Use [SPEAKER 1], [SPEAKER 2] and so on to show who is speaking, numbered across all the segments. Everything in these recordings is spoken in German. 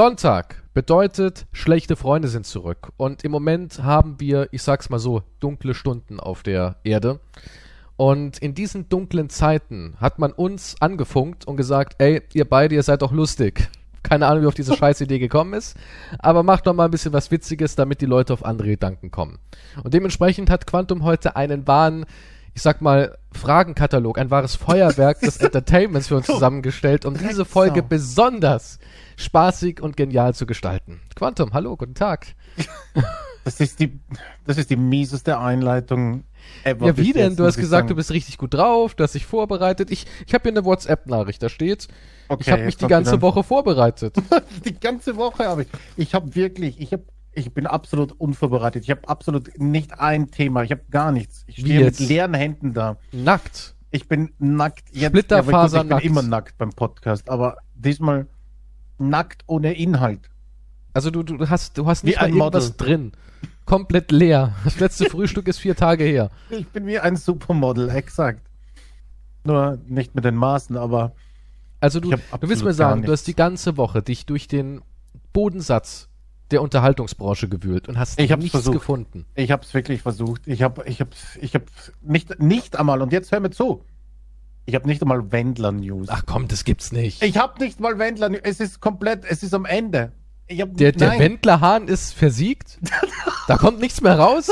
[SPEAKER 1] Sonntag bedeutet, schlechte Freunde sind zurück. Und im Moment haben wir, ich sag's mal so, dunkle Stunden auf der Erde. Und in diesen dunklen Zeiten hat man uns angefunkt und gesagt, ey, ihr beide, ihr seid doch lustig. Keine Ahnung, wie auf diese Scheißidee gekommen ist, aber macht doch mal ein bisschen was Witziges, damit die Leute auf andere Gedanken kommen. Und dementsprechend hat Quantum heute einen wahren, ich sag mal, Fragenkatalog, ein wahres Feuerwerk des Entertainments für uns zusammengestellt, um diese Folge
[SPEAKER 2] Drecksau.
[SPEAKER 1] besonders spaßig und genial zu gestalten. Quantum, hallo, guten Tag.
[SPEAKER 2] Das ist die, das ist die mieseste Einleitung ever.
[SPEAKER 1] Ja,
[SPEAKER 2] bis
[SPEAKER 1] wie denn?
[SPEAKER 2] jetzt,
[SPEAKER 1] Du
[SPEAKER 2] muss
[SPEAKER 1] hast
[SPEAKER 2] ich
[SPEAKER 1] gesagt,
[SPEAKER 2] sagen.
[SPEAKER 1] du bist richtig gut drauf, du hast dich vorbereitet. Ich, ich habe hier eine WhatsApp-Nachricht, da steht,
[SPEAKER 2] Okay,
[SPEAKER 1] ich habe
[SPEAKER 2] jetzt
[SPEAKER 1] mich die
[SPEAKER 2] kommt
[SPEAKER 1] ganze
[SPEAKER 2] wieder-
[SPEAKER 1] Woche vorbereitet.
[SPEAKER 2] Die ganze Woche habe ich. Ich habe wirklich, ich habe, ich bin absolut unvorbereitet. Ich habe absolut nicht ein Thema. Ich habe gar nichts. Ich
[SPEAKER 1] Wie
[SPEAKER 2] stehe mit
[SPEAKER 1] jetzt?
[SPEAKER 2] leeren Händen da.
[SPEAKER 1] Nackt.
[SPEAKER 2] Ich bin nackt.
[SPEAKER 1] Splitterfasernackt.
[SPEAKER 2] aber gut, ich bin immer nackt beim Podcast, aber diesmal nackt ohne Inhalt.
[SPEAKER 1] Also du, du hast, du hast nicht
[SPEAKER 2] Wie
[SPEAKER 1] mal
[SPEAKER 2] ein Model.
[SPEAKER 1] irgendwas drin. Komplett leer. Das letzte Frühstück ist vier Tage her.
[SPEAKER 2] Ich bin wie ein Supermodel, exakt. Nur nicht mit den Maßen, aber
[SPEAKER 1] Also du,
[SPEAKER 2] Ich hab
[SPEAKER 1] du willst
[SPEAKER 2] absolut
[SPEAKER 1] mir
[SPEAKER 2] gar
[SPEAKER 1] sagen, du
[SPEAKER 2] nichts.
[SPEAKER 1] hast die ganze Woche dich durch den Bodensatz der Unterhaltungsbranche gewühlt und hast
[SPEAKER 2] Ich hab's
[SPEAKER 1] nichts
[SPEAKER 2] versucht.
[SPEAKER 1] gefunden.
[SPEAKER 2] Ich habe es wirklich versucht. Ich habe, ich habe, ich habe nicht, nicht einmal. Und jetzt hör mir zu. Ich habe nicht einmal Wendler-News.
[SPEAKER 1] Ach komm, das gibt's nicht.
[SPEAKER 2] Ich habe nicht mal Wendler-News. Es ist komplett. Es ist am Ende. Ich hab,
[SPEAKER 1] der der
[SPEAKER 2] nein.
[SPEAKER 1] Wendlerhahn ist versiegt. da kommt nichts mehr raus.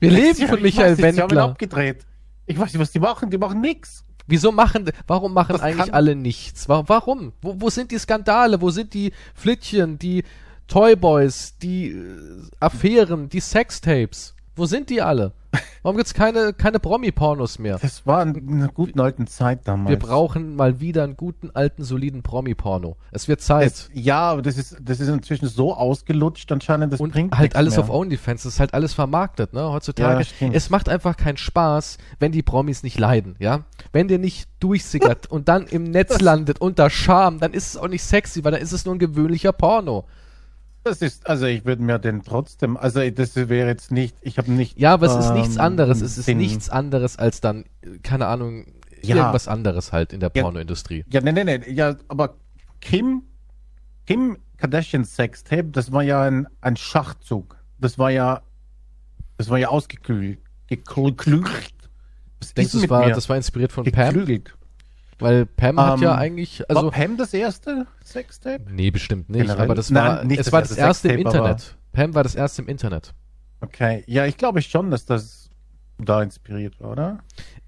[SPEAKER 1] Wir leben
[SPEAKER 2] Ich
[SPEAKER 1] von
[SPEAKER 2] weiß
[SPEAKER 1] Michael
[SPEAKER 2] nicht, sie haben ihn
[SPEAKER 1] Wendler.
[SPEAKER 2] abgedreht. Ich weiß nicht, was die machen. Die machen nichts.
[SPEAKER 1] Wieso machen, warum machen
[SPEAKER 2] Das
[SPEAKER 1] eigentlich
[SPEAKER 2] kann-
[SPEAKER 1] alle nichts? Wa- Warum? Wo, wo sind die Skandale? Wo sind die Flittchen, die Toyboys, die äh, Affären, die Sextapes? Wo sind die alle? Warum gibt's keine, keine Promi-Pornos mehr?
[SPEAKER 2] Das war in einer guten alten Zeit damals.
[SPEAKER 1] Wir brauchen mal wieder einen guten, alten, soliden Promi-Porno. Es wird
[SPEAKER 2] es,
[SPEAKER 1] Zeit.
[SPEAKER 2] ja, aber das ist, das ist inzwischen so ausgelutscht anscheinend. Das
[SPEAKER 1] und
[SPEAKER 2] bringt
[SPEAKER 1] halt
[SPEAKER 2] nichts
[SPEAKER 1] alles
[SPEAKER 2] mehr.
[SPEAKER 1] auf OnlyFans, das ist halt alles vermarktet, ne? Heutzutage,
[SPEAKER 2] Ja, stimmt.
[SPEAKER 1] es macht einfach keinen Spaß, wenn die Promis nicht leiden, ja? Wenn der nicht durchsickert und dann im Netz landet unter Scham, dann ist es auch nicht sexy, weil dann ist es nur ein gewöhnlicher Porno.
[SPEAKER 2] Das ist, also ich würde mir den trotzdem, also das wäre jetzt nicht, ich habe nicht.
[SPEAKER 1] Ja, aber es ist nichts
[SPEAKER 2] ähm,
[SPEAKER 1] anderes, es ist
[SPEAKER 2] den-
[SPEAKER 1] nichts anderes als dann, äh, keine Ahnung,
[SPEAKER 2] Ja.
[SPEAKER 1] irgendwas anderes halt in der
[SPEAKER 2] Ja.
[SPEAKER 1] Pornoindustrie.
[SPEAKER 2] Ja, nee, nee, nee. Ja, aber Kim, Kim Kardashian Sextape, das war ja ein, ein Schachzug. Das war ja, das war ja ausgeklügelt. Geklügelt. Was
[SPEAKER 1] Denkst
[SPEAKER 2] ist
[SPEAKER 1] du, es
[SPEAKER 2] mit
[SPEAKER 1] war,
[SPEAKER 2] mir?
[SPEAKER 1] das war inspiriert von Pam?
[SPEAKER 2] geklügelt.
[SPEAKER 1] Weil Pam hat
[SPEAKER 2] Ähm,
[SPEAKER 1] ja eigentlich,
[SPEAKER 2] Also, war
[SPEAKER 1] also,
[SPEAKER 2] Pam das erste Sextape?
[SPEAKER 1] nee, bestimmt nicht,
[SPEAKER 2] Generell?
[SPEAKER 1] aber das
[SPEAKER 2] Nein,
[SPEAKER 1] war,
[SPEAKER 2] nicht
[SPEAKER 1] es
[SPEAKER 2] das
[SPEAKER 1] war das
[SPEAKER 2] erste
[SPEAKER 1] erste im
[SPEAKER 2] Sextape, aber-
[SPEAKER 1] Internet. Pam war das erste im Internet.
[SPEAKER 2] Okay. Ja, ich glaube schon, dass das da inspiriert war, oder?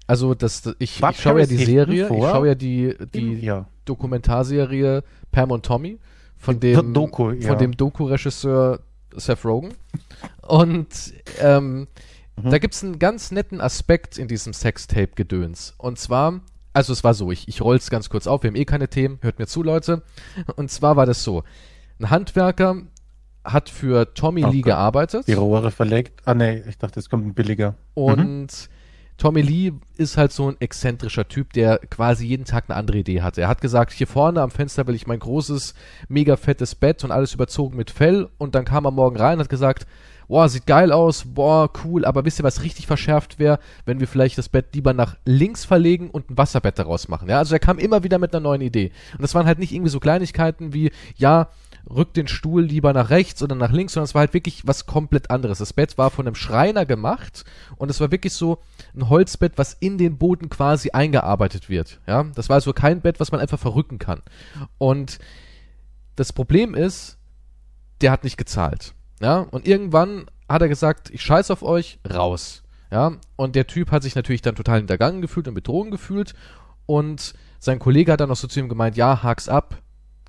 [SPEAKER 1] Also das, das- ich,
[SPEAKER 2] War
[SPEAKER 1] ich schaue ja
[SPEAKER 2] Paris
[SPEAKER 1] die
[SPEAKER 2] Hilton
[SPEAKER 1] Serie, ich
[SPEAKER 2] vor?
[SPEAKER 1] schaue ja die, die
[SPEAKER 2] ja.
[SPEAKER 1] Dokumentarserie Pam und Tommy von
[SPEAKER 2] Die
[SPEAKER 1] dem
[SPEAKER 2] Doku, ja.
[SPEAKER 1] von dem Doku-Regisseur Seth Rogen. Und ähm,
[SPEAKER 2] Mhm.
[SPEAKER 1] da gibt's einen ganz netten Aspekt in diesem Sextape-Gedöns. Und zwar, also es war so, ich, ich roll's ganz kurz auf, wir haben eh keine Themen, hört mir zu, Leute. Und zwar war das so, ein Handwerker hat für Tommy
[SPEAKER 2] Oh
[SPEAKER 1] Lee
[SPEAKER 2] Gott.
[SPEAKER 1] gearbeitet.
[SPEAKER 2] Die Rohre verlegt. Ah, nee, ich dachte, es kommt ein billiger.
[SPEAKER 1] Und Tommy Lee ist halt so ein exzentrischer Typ, der quasi jeden Tag eine andere Idee hatte. Er hat gesagt, hier vorne am Fenster will ich mein großes, mega fettes Bett und alles überzogen mit Fell. Und dann kam er morgen rein und hat gesagt, boah, sieht geil aus, boah, cool, aber wisst ihr, was richtig verschärft wäre, wenn wir vielleicht das Bett lieber nach links verlegen und ein Wasserbett daraus machen. Ja, also er kam immer wieder mit einer neuen Idee. Und das waren halt nicht irgendwie so Kleinigkeiten wie, ja, rück den Stuhl lieber nach rechts oder nach links, sondern es war halt wirklich was komplett anderes. Das Bett war von einem Schreiner gemacht und es war wirklich so ein Holzbett, was in den Boden quasi eingearbeitet wird. Ja, das war also kein Bett, was man einfach verrücken kann. Und das Problem ist, der hat nicht gezahlt. Ja, und irgendwann hat er gesagt, ich scheiß auf euch, raus. Ja, und der Typ hat sich natürlich dann total hintergangen gefühlt und betrogen gefühlt und sein Kollege hat dann noch so zu ihm gemeint, ja, hak's ab,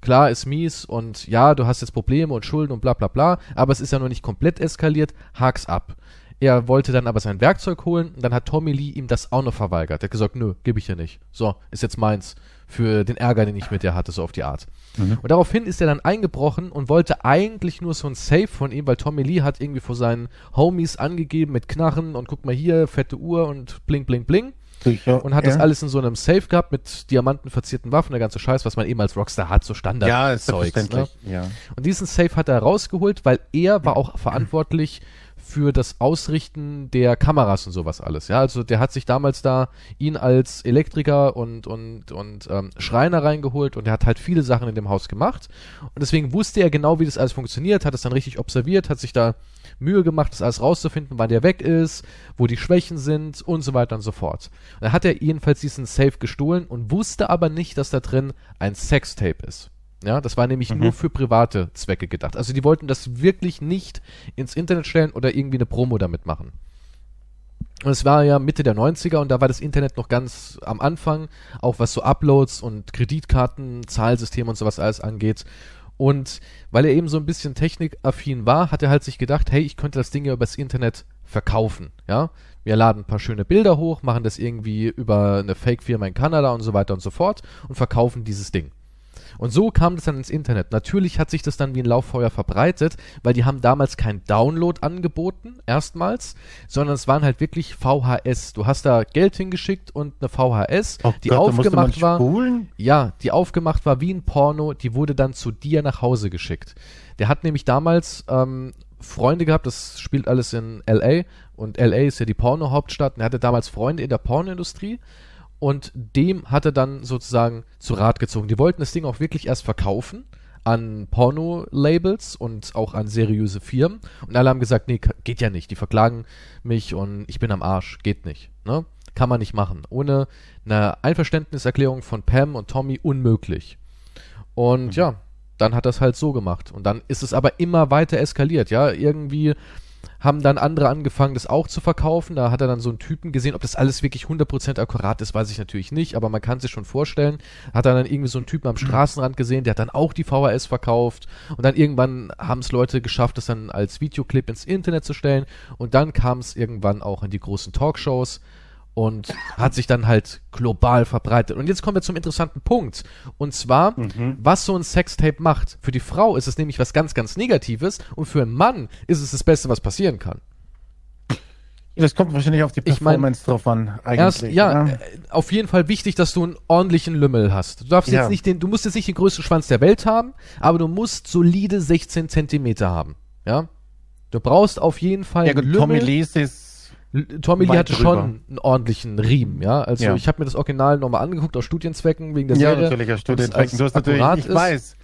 [SPEAKER 1] klar, ist mies und ja, du hast jetzt Probleme und Schulden und bla bla bla, aber es ist ja noch nicht komplett eskaliert, hak's ab. Er wollte dann aber sein Werkzeug holen und dann hat Tommy Lee ihm das auch noch verweigert. Er hat gesagt, nö, gebe ich dir nicht. So, ist jetzt meins. Für den Ärger, den ich mit dir hatte, so auf die Art. Und daraufhin ist er dann eingebrochen und wollte eigentlich nur so ein Safe von ihm, weil Tommy Lee hat irgendwie vor seinen Homies angegeben mit Knarren und guck mal hier, fette Uhr und bling, bling, bling
[SPEAKER 2] Sicher.
[SPEAKER 1] und hat
[SPEAKER 2] ja.
[SPEAKER 1] das alles in so einem Safe gehabt mit Diamanten verzierten Waffen, der ganze Scheiß, was man eben als Rockstar hat, so Standard
[SPEAKER 2] Ja, ist
[SPEAKER 1] Zeugs. Ne?
[SPEAKER 2] selbstverständlich. Ja.
[SPEAKER 1] Und diesen Safe hat er rausgeholt, weil er war auch verantwortlich für das Ausrichten der Kameras und sowas alles. Ja, also der hat sich damals da ihn als Elektriker und, und, und ähm, Schreiner reingeholt und er hat halt viele Sachen in dem Haus gemacht. Und deswegen wusste er genau, wie das alles funktioniert, hat es dann richtig observiert, hat sich da Mühe gemacht, das alles rauszufinden, wann der weg ist, wo die Schwächen sind und so weiter und so fort. Und dann hat er jedenfalls diesen Safe gestohlen und wusste aber nicht, dass da drin ein Sextape ist. Ja, das war nämlich
[SPEAKER 2] Mhm.
[SPEAKER 1] nur für private Zwecke gedacht. Also die wollten das wirklich nicht ins Internet stellen oder irgendwie eine Promo damit machen. Und es war ja Mitte der 90er und da war das Internet noch ganz am Anfang, auch was so Uploads und Kreditkarten, Zahlsysteme und sowas alles angeht. Und weil er eben so ein bisschen technikaffin war, hat er halt sich gedacht, hey, ich könnte das Ding ja übers Internet verkaufen, ja. Wir laden ein paar schöne Bilder hoch, machen das irgendwie über eine Fake-Firma in Kanada und so weiter und so fort und verkaufen dieses Ding. Und so kam das dann ins Internet. Natürlich hat sich das dann wie ein Lauffeuer verbreitet, weil die haben damals kein Download angeboten, erstmals, sondern es waren halt wirklich VHS. Du hast da Geld hingeschickt und eine VHS,
[SPEAKER 2] Oh
[SPEAKER 1] die
[SPEAKER 2] Gott, da musste man
[SPEAKER 1] aufgemacht war.
[SPEAKER 2] spulen?
[SPEAKER 1] Ja, die aufgemacht war wie ein Porno, die wurde dann zu dir nach Hause geschickt. Der hat nämlich damals ähm, Freunde gehabt, das spielt alles in LA und LA ist ja die Porno-Hauptstadt und er hatte damals Freunde in der Pornoindustrie und dem hat er dann sozusagen zu Rat gezogen. Die wollten das Ding auch wirklich erst verkaufen an Porno-Labels und auch an seriöse Firmen und alle haben gesagt, nee, geht ja nicht, die verklagen mich und ich bin am Arsch, geht nicht. Ne? Kann man nicht machen. Ohne eine Einverständniserklärung von Pam und Tommy unmöglich. Und ja, dann hat das halt so gemacht. Und dann ist es aber immer weiter eskaliert, ja. Irgendwie haben dann andere angefangen, das auch zu verkaufen. Da hat er dann so einen Typen gesehen, ob das alles wirklich 100% akkurat ist, weiß ich natürlich nicht, aber man kann sich schon vorstellen. Hat er dann irgendwie so einen Typen am Straßenrand gesehen, der hat dann auch die VHS verkauft. Und dann irgendwann haben es Leute geschafft, das dann als Videoclip ins Internet zu stellen. Und dann kam es irgendwann auch in die großen Talkshows und hat sich dann halt global verbreitet. Und jetzt kommen wir zum interessanten Punkt. Und zwar,
[SPEAKER 2] Mhm.
[SPEAKER 1] Hm? was so ein Sextape macht. Für die Frau ist es nämlich was ganz, ganz Negatives und für einen Mann ist es das Beste, was passieren kann.
[SPEAKER 2] Das kommt wahrscheinlich auf die
[SPEAKER 1] Ich mein,
[SPEAKER 2] Performance drauf an, eigentlich.
[SPEAKER 1] Erst, ja,
[SPEAKER 2] ne?
[SPEAKER 1] äh, auf jeden Fall wichtig, dass du einen ordentlichen Lümmel hast. Du darfst
[SPEAKER 2] Ja.
[SPEAKER 1] jetzt nicht den, du musst jetzt nicht den größten Schwanz der Welt haben, aber du musst solide 16 Zentimeter haben. Ja? Du brauchst auf jeden Fall
[SPEAKER 2] ja gut, Tommy Lees ist.
[SPEAKER 1] L- Tommy Lee
[SPEAKER 2] Weit
[SPEAKER 1] hatte
[SPEAKER 2] drüber.
[SPEAKER 1] schon einen ordentlichen Riemen, ja. Also
[SPEAKER 2] Ja.
[SPEAKER 1] ich habe mir das Original nochmal angeguckt aus Studienzwecken wegen der
[SPEAKER 2] Ja,
[SPEAKER 1] Serie.
[SPEAKER 2] natürlich, Herr Student.
[SPEAKER 1] ob's als
[SPEAKER 2] Du hast natürlich,
[SPEAKER 1] akkurat
[SPEAKER 2] ich
[SPEAKER 1] ist.
[SPEAKER 2] weiß,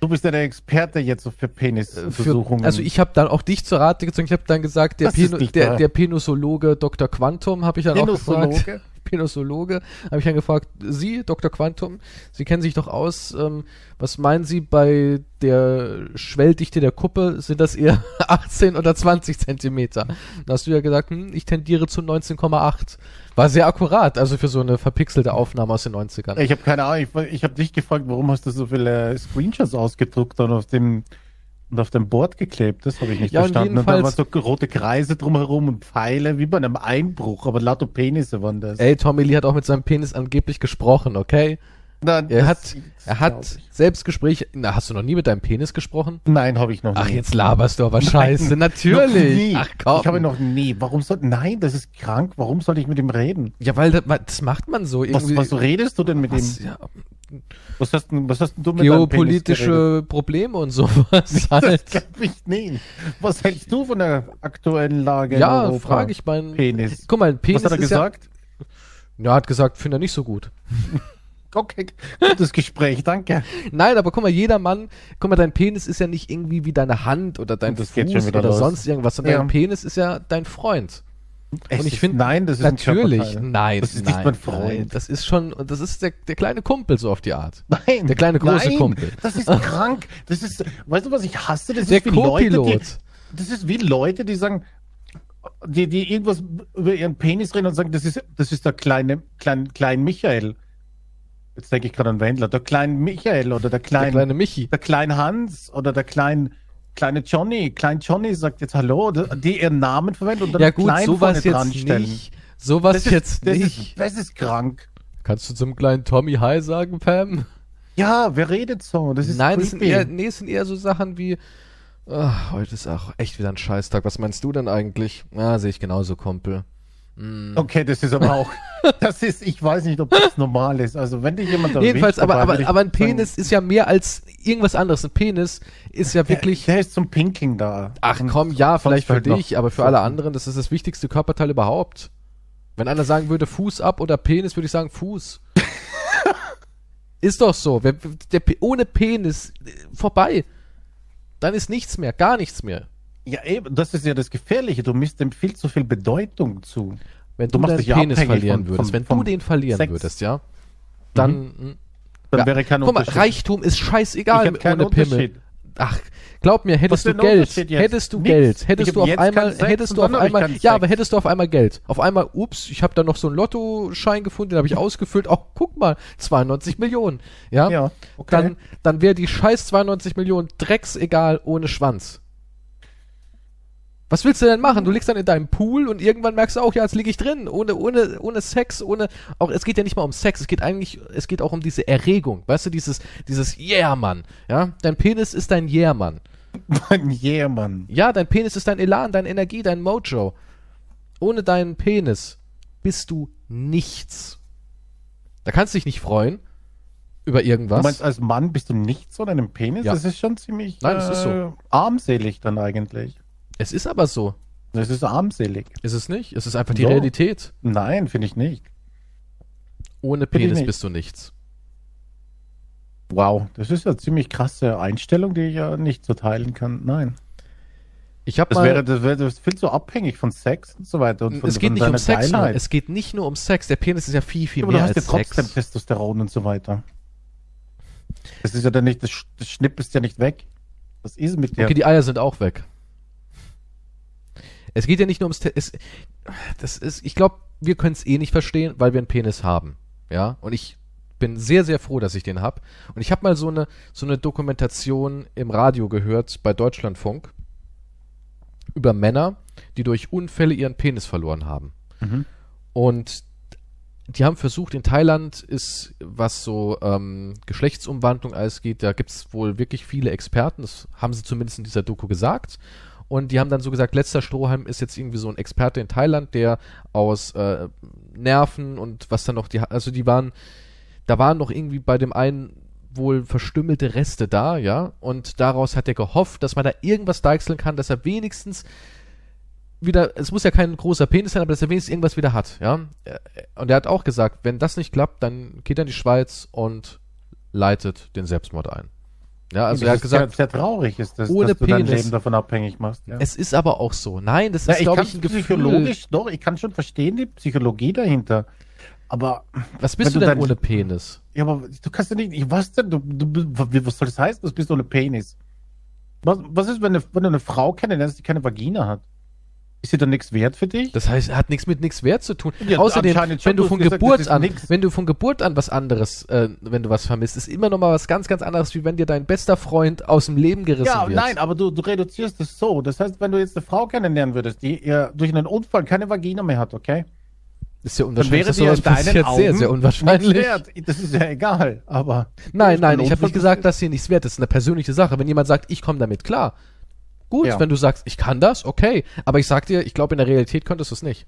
[SPEAKER 2] du bist ja der Experte jetzt so für
[SPEAKER 1] Für,
[SPEAKER 2] Penisversuchungen.
[SPEAKER 1] also ich habe dann auch dich zur Rate gezogen. Ich habe dann gesagt, der,
[SPEAKER 2] Das ist
[SPEAKER 1] Penu,
[SPEAKER 2] nicht
[SPEAKER 1] der,
[SPEAKER 2] wahr.
[SPEAKER 1] der Penosologe Dr. Quantum habe ich dann auch gefragt.
[SPEAKER 2] Penosologe?
[SPEAKER 1] Penosologe habe ich dann gefragt. Sie, Dr. Quantum, Sie kennen sich doch aus. Ähm, was meinen Sie bei der Schwelldichte der Kuppe? Sind das eher 18 oder 20 Zentimeter? Da hast du ja gesagt, hm, ich tendiere zu 19,8. War sehr akkurat, also für so eine verpixelte Aufnahme aus den 90ern.
[SPEAKER 2] Ich habe keine Ahnung, ich, ich habe dich gefragt, warum hast du so viele äh, Screenshots ausgedruckt und auf dem und auf dem Board geklebt, das habe ich nicht
[SPEAKER 1] Ja, und
[SPEAKER 2] verstanden. Und da waren
[SPEAKER 1] jedenfalls-
[SPEAKER 2] so rote Kreise drumherum und Pfeile, wie bei einem Einbruch, aber lauter Penisse waren das.
[SPEAKER 1] Ey, Tommy Lee hat auch mit seinem Penis angeblich gesprochen, okay?
[SPEAKER 2] Nein,
[SPEAKER 1] Er
[SPEAKER 2] das-
[SPEAKER 1] hat, er
[SPEAKER 2] glaub
[SPEAKER 1] hat
[SPEAKER 2] ich.
[SPEAKER 1] Selbstgespräche. Na, hast du noch nie mit deinem Penis gesprochen?
[SPEAKER 2] Nein, habe ich noch
[SPEAKER 1] Ach,
[SPEAKER 2] nie.
[SPEAKER 1] jetzt laberst du aber Scheiße.
[SPEAKER 2] Noch
[SPEAKER 1] Natürlich.
[SPEAKER 2] nie.
[SPEAKER 1] Ach komm.
[SPEAKER 2] Ich habe noch nie. Warum soll. Nein, das ist krank. Warum soll ich mit ihm reden?
[SPEAKER 1] ja, weil das, das macht man so
[SPEAKER 2] Was,
[SPEAKER 1] irgendwie.
[SPEAKER 2] was redest du denn mit
[SPEAKER 1] was,
[SPEAKER 2] ihm?
[SPEAKER 1] ja,
[SPEAKER 2] Was hast, denn- was hast denn du mit deinem Penis geredet?
[SPEAKER 1] geopolitische Probleme und sowas
[SPEAKER 2] Das
[SPEAKER 1] halt.
[SPEAKER 2] glaub ich nicht. Was hältst du von der aktuellen Lage? in
[SPEAKER 1] Ja,
[SPEAKER 2] Europa?
[SPEAKER 1] frage ich meinen.
[SPEAKER 2] Penis.
[SPEAKER 1] Guck mal, ein Penis
[SPEAKER 2] Was hat er
[SPEAKER 1] ist
[SPEAKER 2] gesagt?
[SPEAKER 1] Ja, ja, hat gesagt, finde er nicht so gut.
[SPEAKER 2] Okay, gutes Gespräch, danke.
[SPEAKER 1] Nein, aber guck mal, jeder Mann, guck mal, dein Penis ist ja nicht irgendwie wie deine Hand oder dein
[SPEAKER 2] Das geht
[SPEAKER 1] Fuß
[SPEAKER 2] schon wieder
[SPEAKER 1] oder
[SPEAKER 2] los.
[SPEAKER 1] sonst irgendwas, sondern
[SPEAKER 2] Ja.
[SPEAKER 1] dein Penis ist ja dein Freund.
[SPEAKER 2] Es
[SPEAKER 1] ich
[SPEAKER 2] ist-
[SPEAKER 1] find-
[SPEAKER 2] nein, das ist ein
[SPEAKER 1] Natürlich,
[SPEAKER 2] Körperteil.
[SPEAKER 1] nein,
[SPEAKER 2] Das
[SPEAKER 1] nein,
[SPEAKER 2] ist nicht mein
[SPEAKER 1] Nein,
[SPEAKER 2] Freund.
[SPEAKER 1] das ist schon, das ist der, der kleine Kumpel so auf die Art.
[SPEAKER 2] Nein,
[SPEAKER 1] Der kleine große Kumpel.
[SPEAKER 2] Das ist krank. Das ist, weißt du, was ich hasse? Das
[SPEAKER 1] Der
[SPEAKER 2] ist wie Leute, die,
[SPEAKER 1] Co-Pilot.
[SPEAKER 2] das ist wie Leute, die sagen, die, die irgendwas über ihren Penis reden und sagen, das ist, das ist der kleine, klein, klein Michael. Jetzt denke ich gerade an Wendler. Der kleine Michael oder der
[SPEAKER 1] Der
[SPEAKER 2] kleine,
[SPEAKER 1] kleine Michi.
[SPEAKER 2] der kleine Hans oder der klein, kleine Johnny. Klein Johnny sagt jetzt Hallo, die ihren Namen verwenden und dann
[SPEAKER 1] Ja gut,
[SPEAKER 2] klein
[SPEAKER 1] sowas
[SPEAKER 2] vorne
[SPEAKER 1] jetzt
[SPEAKER 2] dran stellen.
[SPEAKER 1] nicht. Sowas jetzt
[SPEAKER 2] das
[SPEAKER 1] nicht.
[SPEAKER 2] Ist, das ist krank.
[SPEAKER 1] Kannst du zum kleinen Tommy Hi sagen, Pam?
[SPEAKER 2] Ja, wer redet so? Das ist
[SPEAKER 1] Nein, das sind,
[SPEAKER 2] creepy.
[SPEAKER 1] eher, nee, das sind eher so Sachen wie, ah, heute ist auch echt wieder ein Scheißtag. Was meinst du denn eigentlich? Na, sehe ich genauso, Kumpel.
[SPEAKER 2] Okay, das ist aber auch. Das ist, ich weiß nicht, ob das normal ist. Also wenn dich jemand erwischt,
[SPEAKER 1] Jedenfalls, aber,
[SPEAKER 2] dabei,
[SPEAKER 1] aber,
[SPEAKER 2] würde ich
[SPEAKER 1] aber ein
[SPEAKER 2] sagen,
[SPEAKER 1] Penis ist ja mehr als irgendwas anderes. Ein Penis ist ja wirklich.
[SPEAKER 2] Der, der ist zum Pinking da.
[SPEAKER 1] Ach
[SPEAKER 2] Und
[SPEAKER 1] komm, ja,
[SPEAKER 2] sonst
[SPEAKER 1] vielleicht für
[SPEAKER 2] halt noch-
[SPEAKER 1] dich, aber für alle anderen, das ist das wichtigste Körperteil überhaupt. Wenn einer sagen würde, Fuß ab oder Penis, würde ich sagen, Fuß. ist doch so. Wer, der, Pe- ohne Penis, äh, vorbei. Dann ist nichts mehr, gar nichts mehr.
[SPEAKER 2] Ja, eben, das ist ja das Gefährliche. Du misst dem viel zu viel Bedeutung zu.
[SPEAKER 1] Wenn
[SPEAKER 2] Du
[SPEAKER 1] du,
[SPEAKER 2] machst
[SPEAKER 1] deinen
[SPEAKER 2] dich ja
[SPEAKER 1] Penis
[SPEAKER 2] abhängig
[SPEAKER 1] verlieren
[SPEAKER 2] von-
[SPEAKER 1] würdest,
[SPEAKER 2] vom-
[SPEAKER 1] wenn
[SPEAKER 2] vom
[SPEAKER 1] du den verlieren
[SPEAKER 2] Sex. Mhm.
[SPEAKER 1] würdest, ja, dann. mh.
[SPEAKER 2] Dann
[SPEAKER 1] Ja,
[SPEAKER 2] wäre kein
[SPEAKER 1] Guck mal,
[SPEAKER 2] Unterschied.
[SPEAKER 1] Reichtum ist scheißegal
[SPEAKER 2] Ich hab keinen
[SPEAKER 1] ohne Pimmel.
[SPEAKER 2] Unterschied.
[SPEAKER 1] Ach, glaub mir, hättest
[SPEAKER 2] für
[SPEAKER 1] du
[SPEAKER 2] ein
[SPEAKER 1] Geld,
[SPEAKER 2] Unterschied jetzt?
[SPEAKER 1] hättest du
[SPEAKER 2] Nix.
[SPEAKER 1] Geld,
[SPEAKER 2] Ich
[SPEAKER 1] hättest
[SPEAKER 2] hab
[SPEAKER 1] du auf
[SPEAKER 2] jetzt
[SPEAKER 1] einmal,
[SPEAKER 2] keinen Sex
[SPEAKER 1] hättest
[SPEAKER 2] und
[SPEAKER 1] du auf
[SPEAKER 2] dann hab ich
[SPEAKER 1] einmal,
[SPEAKER 2] keinen
[SPEAKER 1] ja,
[SPEAKER 2] Sex.
[SPEAKER 1] aber hättest du auf einmal Geld. Auf einmal, ups, ich habe da noch so einen Lottoschein gefunden, den habe ich ausgefüllt. Ach, guck mal, 92 Millionen. Ja,
[SPEAKER 2] Ja, okay.
[SPEAKER 1] ne? dann, dann wäre die scheiß 92 Millionen drecksegal ohne Schwanz. Was willst du denn machen? Du liegst dann in deinem Pool und irgendwann merkst du auch, ja, jetzt liege ich drin, ohne, ohne, ohne Sex, ohne, auch, es geht ja nicht mal um Sex, es geht eigentlich, es geht auch um diese Erregung, weißt du, dieses, dieses Yeah, Mann, ja? Dein Penis ist dein Yeah, Mann.
[SPEAKER 2] Mann, yeah, Mann.
[SPEAKER 1] Ja, dein Penis ist dein Elan, deine Energie, dein Mojo. Ohne deinen Penis bist du nichts. Da kannst du dich nicht freuen über irgendwas.
[SPEAKER 2] Du meinst, als Mann bist du nichts ohne einen Penis?
[SPEAKER 1] Ja.
[SPEAKER 2] Das ist schon ziemlich äh,
[SPEAKER 1] Nein, das ist so.
[SPEAKER 2] armselig dann eigentlich.
[SPEAKER 1] es ist aber so.
[SPEAKER 2] Das ist armselig.
[SPEAKER 1] Ist es nicht? Es ist einfach die
[SPEAKER 2] Doch.
[SPEAKER 1] Realität.
[SPEAKER 2] Nein, finde ich nicht.
[SPEAKER 1] Ohne
[SPEAKER 2] Bin ich
[SPEAKER 1] Penis
[SPEAKER 2] nicht.
[SPEAKER 1] bist du nichts.
[SPEAKER 2] Wow, das ist eine ziemlich krasse Einstellung, die ich ja nicht so teilen kann. Nein.
[SPEAKER 1] Ich habe
[SPEAKER 2] Das
[SPEAKER 1] mal.
[SPEAKER 2] wäre, das wäre das ist viel zu abhängig von Sex und so weiter. Und von,
[SPEAKER 1] es geht
[SPEAKER 2] von
[SPEAKER 1] nicht um
[SPEAKER 2] deiner
[SPEAKER 1] Sex nur.
[SPEAKER 2] Geilheit.
[SPEAKER 1] Es geht nicht nur um Sex. Der Penis ist ja viel, viel
[SPEAKER 2] aber du
[SPEAKER 1] mehr
[SPEAKER 2] hast ja
[SPEAKER 1] als
[SPEAKER 2] trotzdem
[SPEAKER 1] Sex.
[SPEAKER 2] Testosteron und so weiter. Das ist ja dann nicht, das, Sch- das Schnipp ist ja nicht weg. Was ist mit dir?
[SPEAKER 1] Okay, die Eier sind auch weg. Es geht ja nicht nur ums. Te es, das ist, ich glaube, wir können es eh nicht verstehen, weil wir einen Penis haben. Ja, und ich bin sehr, sehr froh, dass ich den habe. Und ich habe mal so eine, so eine Dokumentation im Radio gehört bei Deutschlandfunk über Männer, die durch Unfälle ihren Penis verloren haben.
[SPEAKER 2] Mhm.
[SPEAKER 1] Und die haben versucht, in Thailand ist, was so ähm, Geschlechtsumwandlung alles geht, da gibt's wohl wirklich viele Experten, das haben sie zumindest in dieser Doku gesagt. Und die haben dann so gesagt, letzter Strohhalm ist jetzt irgendwie so ein Experte in Thailand, der aus äh, Nerven und was dann noch, die, also die waren, da waren noch irgendwie bei dem einen wohl verstümmelte Reste da, ja. Und daraus hat er gehofft, dass man da irgendwas deichseln kann, dass er wenigstens wieder, es muss ja kein großer Penis sein, aber dass er wenigstens irgendwas wieder hat, ja. Äh, Und er hat auch gesagt, wenn das nicht klappt, dann geht er in die Schweiz und leitet den Selbstmord ein. Ja, also
[SPEAKER 2] Das
[SPEAKER 1] er hat
[SPEAKER 2] ist
[SPEAKER 1] gesagt,
[SPEAKER 2] sehr, sehr traurig ist das,
[SPEAKER 1] ohne
[SPEAKER 2] dass du dein
[SPEAKER 1] Penis.
[SPEAKER 2] Leben davon abhängig machst. Ja.
[SPEAKER 1] es ist aber auch so. Nein, das
[SPEAKER 2] Na,
[SPEAKER 1] ist, glaube
[SPEAKER 2] kann's
[SPEAKER 1] ich, ein Gefühl.
[SPEAKER 2] psychologisch, doch, ich kann schon verstehen die Psychologie dahinter. Aber,
[SPEAKER 1] Was bist
[SPEAKER 2] Wenn
[SPEAKER 1] du
[SPEAKER 2] du
[SPEAKER 1] denn
[SPEAKER 2] dann-
[SPEAKER 1] ohne Penis?
[SPEAKER 2] ja, aber du kannst ja nicht, ich weiß denn, du, du, was soll das heißen, du bist ohne Penis? Was, was ist, wenn, eine, wenn du eine Frau kennenlernst, die keine Vagina hat? Ist sie dann nichts wert für dich?
[SPEAKER 1] Das heißt, hat nichts mit nichts wert zu tun.
[SPEAKER 2] Ja,
[SPEAKER 1] Außerdem,
[SPEAKER 2] anscheinend schon.
[SPEAKER 1] wenn du
[SPEAKER 2] Du
[SPEAKER 1] von
[SPEAKER 2] hast gesagt, das
[SPEAKER 1] Geburt
[SPEAKER 2] ist
[SPEAKER 1] an,
[SPEAKER 2] nix.
[SPEAKER 1] wenn du von Geburt an was anderes, äh, wenn du was vermisst, ist immer noch mal was ganz, ganz anderes, wie wenn dir dein bester Freund aus dem Leben gerissen
[SPEAKER 2] Ja,
[SPEAKER 1] wird.
[SPEAKER 2] nein, aber du, du reduzierst es so. Das heißt, wenn du jetzt eine Frau kennenlernen würdest, die ihr durch einen Unfall keine Vagina mehr hat, okay?
[SPEAKER 1] ist ja
[SPEAKER 2] Dann
[SPEAKER 1] unwahrscheinlich.
[SPEAKER 2] wäre die ja in deinen Augen
[SPEAKER 1] sehr, sehr
[SPEAKER 2] nichts
[SPEAKER 1] unwahrscheinlich.
[SPEAKER 2] wert. Das ist ja egal, aber.
[SPEAKER 1] Nein, nein, ich habe
[SPEAKER 2] Unfall
[SPEAKER 1] nicht gesagt, dass sie nichts wert ist. Das ist eine persönliche Sache. Wenn jemand sagt, ich komme damit klar, gut.
[SPEAKER 2] Ja.
[SPEAKER 1] Wenn du sagst, ich kann das, okay. Aber ich sag dir, ich glaube, in der Realität könntest du es nicht.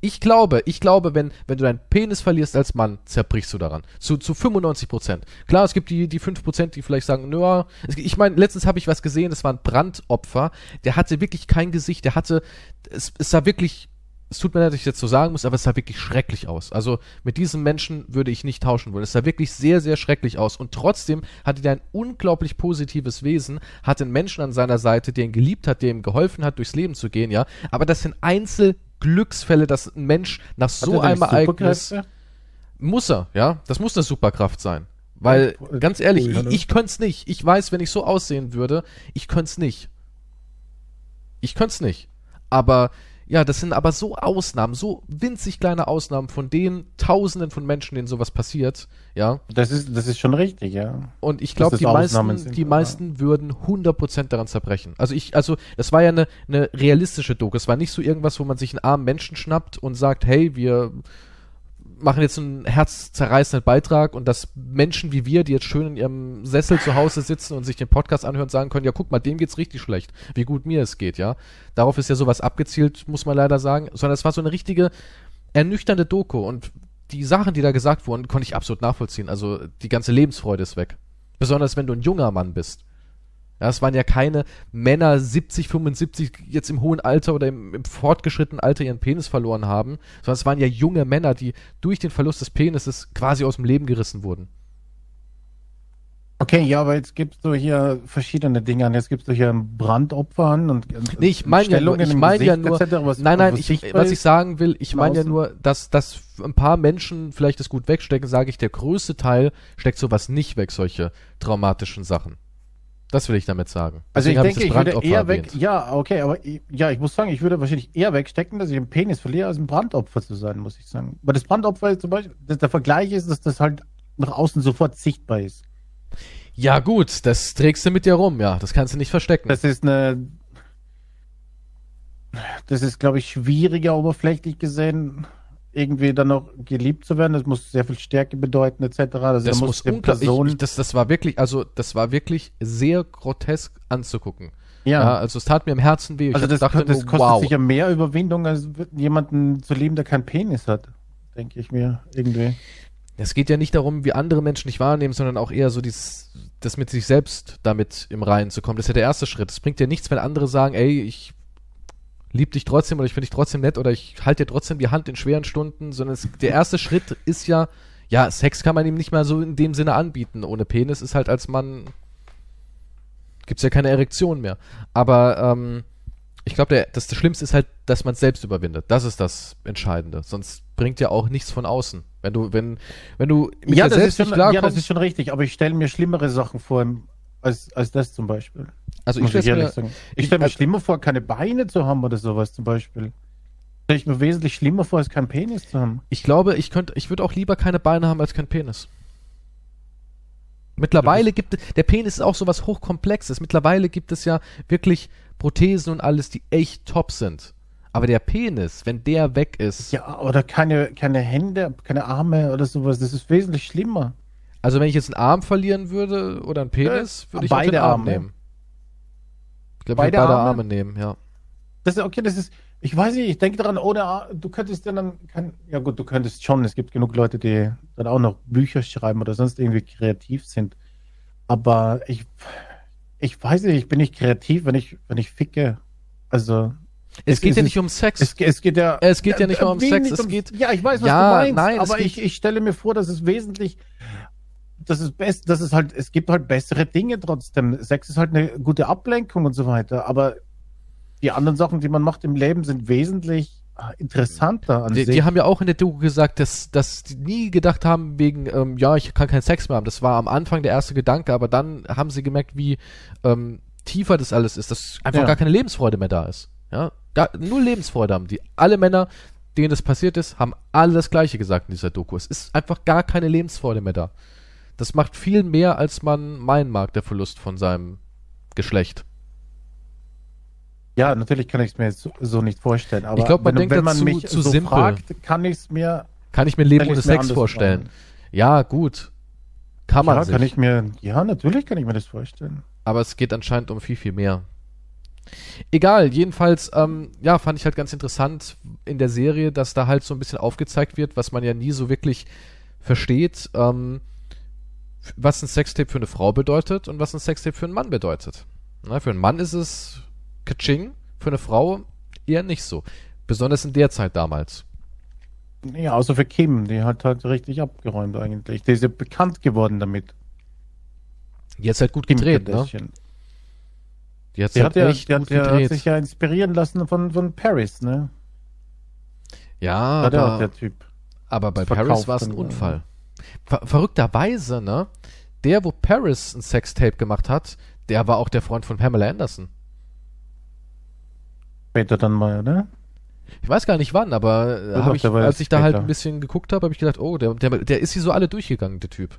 [SPEAKER 1] Ich glaube, ich glaube, wenn, wenn du deinen Penis verlierst als Mann, zerbrichst du daran. Zu, zu 95 Prozent. Klar, es gibt die, die 5 Prozent, die vielleicht sagen, nö, es- ich meine, letztens habe ich was gesehen, das war ein Brandopfer, der hatte wirklich kein Gesicht, der hatte, es, es sah wirklich, es tut mir leid, dass ich das so sagen muss, aber es sah wirklich schrecklich aus. Also mit diesem Menschen würde ich nicht tauschen wollen. Es sah wirklich sehr, sehr schrecklich aus. Und trotzdem hatte der ein unglaublich positives Wesen, hatte einen Menschen an seiner Seite, der ihn geliebt hat, der ihm geholfen hat, durchs Leben zu gehen, ja. Aber das sind Einzelglücksfälle, dass ein Mensch nach
[SPEAKER 2] Hat
[SPEAKER 1] so
[SPEAKER 2] er
[SPEAKER 1] einem
[SPEAKER 2] denn
[SPEAKER 1] Ereignis
[SPEAKER 2] Superkräfte?
[SPEAKER 1] muss er, ja. Das muss eine Superkraft sein. Weil,
[SPEAKER 2] Ja,
[SPEAKER 1] ganz ehrlich,
[SPEAKER 2] cool,
[SPEAKER 1] ich,
[SPEAKER 2] ne?
[SPEAKER 1] ich könnte es nicht. Ich weiß, wenn ich so aussehen würde, ich könnte es nicht. Ich könnte es nicht. Aber, ja, das sind aber so Ausnahmen, so winzig kleine Ausnahmen von den Tausenden von Menschen, denen sowas passiert, ja.
[SPEAKER 2] Das ist, das ist schon richtig, ja.
[SPEAKER 1] Und ich glaube,
[SPEAKER 2] Dass
[SPEAKER 1] die
[SPEAKER 2] das Ausnahmen
[SPEAKER 1] meisten,
[SPEAKER 2] sind,
[SPEAKER 1] die
[SPEAKER 2] oder?
[SPEAKER 1] meisten würden 100% daran zerbrechen. Also ich, also das war ja eine, eine realistische Doku. Es war nicht so irgendwas, wo man sich einen armen Menschen schnappt und sagt, hey, wir machen jetzt einen herzzerreißenden Beitrag und dass Menschen wie wir, die jetzt schön in ihrem Sessel zu Hause sitzen und sich den Podcast anhören, sagen können, ja guck mal, dem geht's richtig schlecht, wie gut mir es geht, ja. Darauf ist ja sowas abgezielt, muss man leider sagen, sondern es war so eine richtige ernüchternde Doku und die Sachen, die da gesagt wurden, konnte ich absolut nachvollziehen. Also die ganze Lebensfreude ist weg. Besonders wenn du ein junger Mann bist. Ja, es waren ja keine Männer 70, 75 jetzt im hohen Alter oder im, im fortgeschrittenen Alter ihren Penis verloren haben, sondern es waren ja junge Männer, die durch den Verlust des Penises quasi aus dem Leben gerissen wurden.
[SPEAKER 2] Okay, ja, aber jetzt gibst du hier verschiedene Dinge an. Jetzt gibst du hier Brandopfern und und
[SPEAKER 1] Nee, ich meine ja nur,
[SPEAKER 2] Stellungen
[SPEAKER 1] ich
[SPEAKER 2] im
[SPEAKER 1] meine ja
[SPEAKER 2] Gesicht
[SPEAKER 1] nur,
[SPEAKER 2] etc., was-
[SPEAKER 1] nein, nein,
[SPEAKER 2] was
[SPEAKER 1] ich,
[SPEAKER 2] sichtbar
[SPEAKER 1] was ich
[SPEAKER 2] ist.
[SPEAKER 1] sagen will, ich meine ja
[SPEAKER 2] draußen.
[SPEAKER 1] nur, dass, dass ein paar Menschen vielleicht das gut wegstecken, sage ich, der größte Teil steckt sowas nicht weg, solche traumatischen Sachen. Das will ich damit sagen.
[SPEAKER 2] Also ich
[SPEAKER 1] Deswegen habe
[SPEAKER 2] denke, ich,
[SPEAKER 1] das
[SPEAKER 2] würde
[SPEAKER 1] Brandopfer
[SPEAKER 2] eher weg.
[SPEAKER 1] erwähnt.
[SPEAKER 2] Ja, okay, aber ich, ja, ich muss sagen, ich würde wahrscheinlich eher wegstecken, dass ich einen Penis verliere, als ein Brandopfer zu sein, muss ich sagen. Weil das Brandopfer ist zum Beispiel, dass der Vergleich ist, dass das halt nach außen sofort sichtbar ist.
[SPEAKER 1] Ja gut, das trägst du mit dir rum, ja. Das kannst du nicht verstecken.
[SPEAKER 2] Das ist eine. Das ist, glaube ich, schwieriger oberflächlich gesehen, irgendwie dann noch geliebt zu werden. Das muss sehr viel Stärke bedeuten, etc. Also
[SPEAKER 1] das
[SPEAKER 2] da
[SPEAKER 1] muss
[SPEAKER 2] die
[SPEAKER 1] unklar, ich,
[SPEAKER 2] Person,
[SPEAKER 1] ich, das, das war wirklich, also das war wirklich sehr grotesk anzugucken. Ja.
[SPEAKER 2] ja,
[SPEAKER 1] also es tat mir im Herzen weh. Ich
[SPEAKER 2] also
[SPEAKER 1] hab-
[SPEAKER 2] das,
[SPEAKER 1] dachte
[SPEAKER 2] das
[SPEAKER 1] nur,
[SPEAKER 2] kostet
[SPEAKER 1] wow.
[SPEAKER 2] sicher mehr Überwindung, als jemanden zu lieben, der keinen Penis hat, denke ich mir irgendwie.
[SPEAKER 1] Es geht ja nicht darum, wie andere Menschen dich wahrnehmen, sondern auch eher so dieses, das mit sich selbst damit im Reinen zu kommen. Das ist ja der erste Schritt. Es bringt dir nichts, wenn andere sagen, ey, ich lieb dich trotzdem oder ich finde dich trotzdem nett oder ich halte dir trotzdem die Hand in schweren Stunden, sondern es, der erste Schritt ist ja, ja, Sex kann man ihm nicht mal so in dem Sinne anbieten. Ohne Penis ist halt als Mann, gibt's ja keine Erektion mehr. Aber, ähm, ich glaube, der- das, das Schlimmste ist halt, dass man es selbst überwindet. Das ist das Entscheidende. Sonst bringt ja auch nichts von außen. Wenn du, wenn, wenn du mit dir selbst nicht
[SPEAKER 2] ja, das ist
[SPEAKER 1] klarkommst.
[SPEAKER 2] schon richtig, aber ich stelle mir schlimmere Sachen vor als, als das zum Beispiel.
[SPEAKER 1] also ich
[SPEAKER 2] muss ich
[SPEAKER 1] stelle
[SPEAKER 2] ehrlich
[SPEAKER 1] mir,
[SPEAKER 2] sagen.
[SPEAKER 1] ich-
[SPEAKER 2] Ich stelle mir
[SPEAKER 1] also-
[SPEAKER 2] schlimmer vor, keine Beine zu haben oder sowas zum Beispiel. Stelle ich mir wesentlich schlimmer vor, als keinen Penis zu haben.
[SPEAKER 1] ich glaube, ich könnte, ich würde auch lieber keine Beine haben als keinen Penis. Mittlerweile gibt es, der Penis ist auch sowas hochkomplexes. Mittlerweile gibt es ja wirklich Prothesen und alles, die echt top sind. Aber der Penis, wenn der weg ist,
[SPEAKER 2] Ja, oder keine, keine Hände, keine Arme oder sowas. Das ist wesentlich schlimmer.
[SPEAKER 1] also wenn ich jetzt einen Arm verlieren würde oder einen Penis, würde ich auch
[SPEAKER 2] Äh, beide
[SPEAKER 1] den Arm
[SPEAKER 2] Arme.
[SPEAKER 1] nehmen. Ich glaube, ich würde
[SPEAKER 2] Beide
[SPEAKER 1] beide
[SPEAKER 2] Arme?
[SPEAKER 1] Arme nehmen, ja.
[SPEAKER 2] Das ist okay, das ist. Ich weiß nicht, ich denke daran, ohne Ar- du könntest ja dann kein, ja gut, du könntest schon, es gibt genug Leute, die dann auch noch Bücher schreiben oder sonst irgendwie kreativ sind. Aber ich ich weiß nicht, ich bin nicht kreativ, wenn ich wenn ich ficke. Also
[SPEAKER 1] Es,
[SPEAKER 2] Es
[SPEAKER 1] geht
[SPEAKER 2] ist-
[SPEAKER 1] ja nicht um Sex.
[SPEAKER 2] es, es geht ja
[SPEAKER 1] Es geht ja nicht mal um
[SPEAKER 2] wie
[SPEAKER 1] Sex,
[SPEAKER 2] nicht
[SPEAKER 1] es geht-
[SPEAKER 2] Äh, Ja, ich weiß, was
[SPEAKER 1] Ja,
[SPEAKER 2] du meinst,
[SPEAKER 1] nein, es
[SPEAKER 2] aber
[SPEAKER 1] geht-
[SPEAKER 2] ich, ich stelle mir vor, dass es wesentlich das ist best, das ist halt, es gibt halt bessere Dinge trotzdem. Sex ist halt eine gute Ablenkung und so weiter, aber die anderen Sachen, die man macht im Leben, sind wesentlich äh, interessanter an
[SPEAKER 1] die,
[SPEAKER 2] sich.
[SPEAKER 1] die haben ja auch in der Doku gesagt, dass, dass die nie gedacht haben, wegen, ähm, ja, ich kann keinen Sex mehr haben. Das war am Anfang der erste Gedanke, aber dann haben sie gemerkt, wie ähm, tiefer das alles ist, dass einfach
[SPEAKER 2] Ja.
[SPEAKER 1] gar keine Lebensfreude mehr da ist. Ja? Gar, nur Lebensfreude haben die. Alle Männer, denen das passiert ist, haben alle das Gleiche gesagt in dieser Doku. Es ist einfach gar keine Lebensfreude mehr da. Das macht viel mehr, als man meinen mag, der Verlust von seinem Geschlecht.
[SPEAKER 2] ja, natürlich kann ich es mir jetzt so, so nicht vorstellen, aber
[SPEAKER 1] Ich glaub, man
[SPEAKER 2] wenn,
[SPEAKER 1] denkt
[SPEAKER 2] wenn
[SPEAKER 1] da
[SPEAKER 2] man
[SPEAKER 1] zu-
[SPEAKER 2] mich
[SPEAKER 1] zu
[SPEAKER 2] so
[SPEAKER 1] simpel.
[SPEAKER 2] fragt, kann ich es mir,
[SPEAKER 1] Kann ich mir Leben
[SPEAKER 2] Kann
[SPEAKER 1] ohne
[SPEAKER 2] ich's mir
[SPEAKER 1] Sex
[SPEAKER 2] anders
[SPEAKER 1] vorstellen?
[SPEAKER 2] machen.
[SPEAKER 1] Ja, gut. Kann man
[SPEAKER 2] ja,
[SPEAKER 1] sich.
[SPEAKER 2] kann ich mir, ja, natürlich kann ich mir das vorstellen.
[SPEAKER 1] Aber es geht anscheinend um viel, viel mehr. Egal, jedenfalls, ähm, ja, fand ich halt ganz interessant in der Serie, dass da halt so ein bisschen aufgezeigt wird, was man ja nie so wirklich versteht, ähm, f- was ein Sextape für eine Frau bedeutet und was ein Sextape für einen Mann bedeutet. Na, für einen Mann ist es Kaching, für eine Frau eher nicht so. Besonders in der Zeit damals.
[SPEAKER 2] Ja, außer für Kim, die hat halt richtig abgeräumt eigentlich. Die ist ja bekannt geworden damit.
[SPEAKER 1] Jetzt halt gut
[SPEAKER 2] Kim
[SPEAKER 1] gedreht, ne?
[SPEAKER 2] Kardashian.
[SPEAKER 1] Die hat's
[SPEAKER 2] Hm, Die
[SPEAKER 1] halt
[SPEAKER 2] hat, ja,
[SPEAKER 1] echt
[SPEAKER 2] die, hat,
[SPEAKER 1] gut
[SPEAKER 2] die hat
[SPEAKER 1] gedreht.
[SPEAKER 2] sich ja inspirieren lassen von, von Paris, ne?
[SPEAKER 1] ja,
[SPEAKER 2] War der,
[SPEAKER 1] aber,
[SPEAKER 2] auch der Typ.
[SPEAKER 1] Aber bei
[SPEAKER 2] verkauft
[SPEAKER 1] Paris war es ein
[SPEAKER 2] dann wurde.
[SPEAKER 1] Unfall. Ver verrückterweise, ne? Der, wo Paris ein Sextape gemacht hat, der war auch der Freund von Pamela Anderson.
[SPEAKER 2] Später dann mal, ne?
[SPEAKER 1] Ich weiß gar nicht wann, aber äh,
[SPEAKER 2] doch,
[SPEAKER 1] hab ich,
[SPEAKER 2] der war
[SPEAKER 1] als
[SPEAKER 2] jetzt
[SPEAKER 1] ich da halt
[SPEAKER 2] später.
[SPEAKER 1] ein bisschen geguckt habe, habe ich gedacht, oh, der, der, der ist sie so alle durchgegangen, der Typ.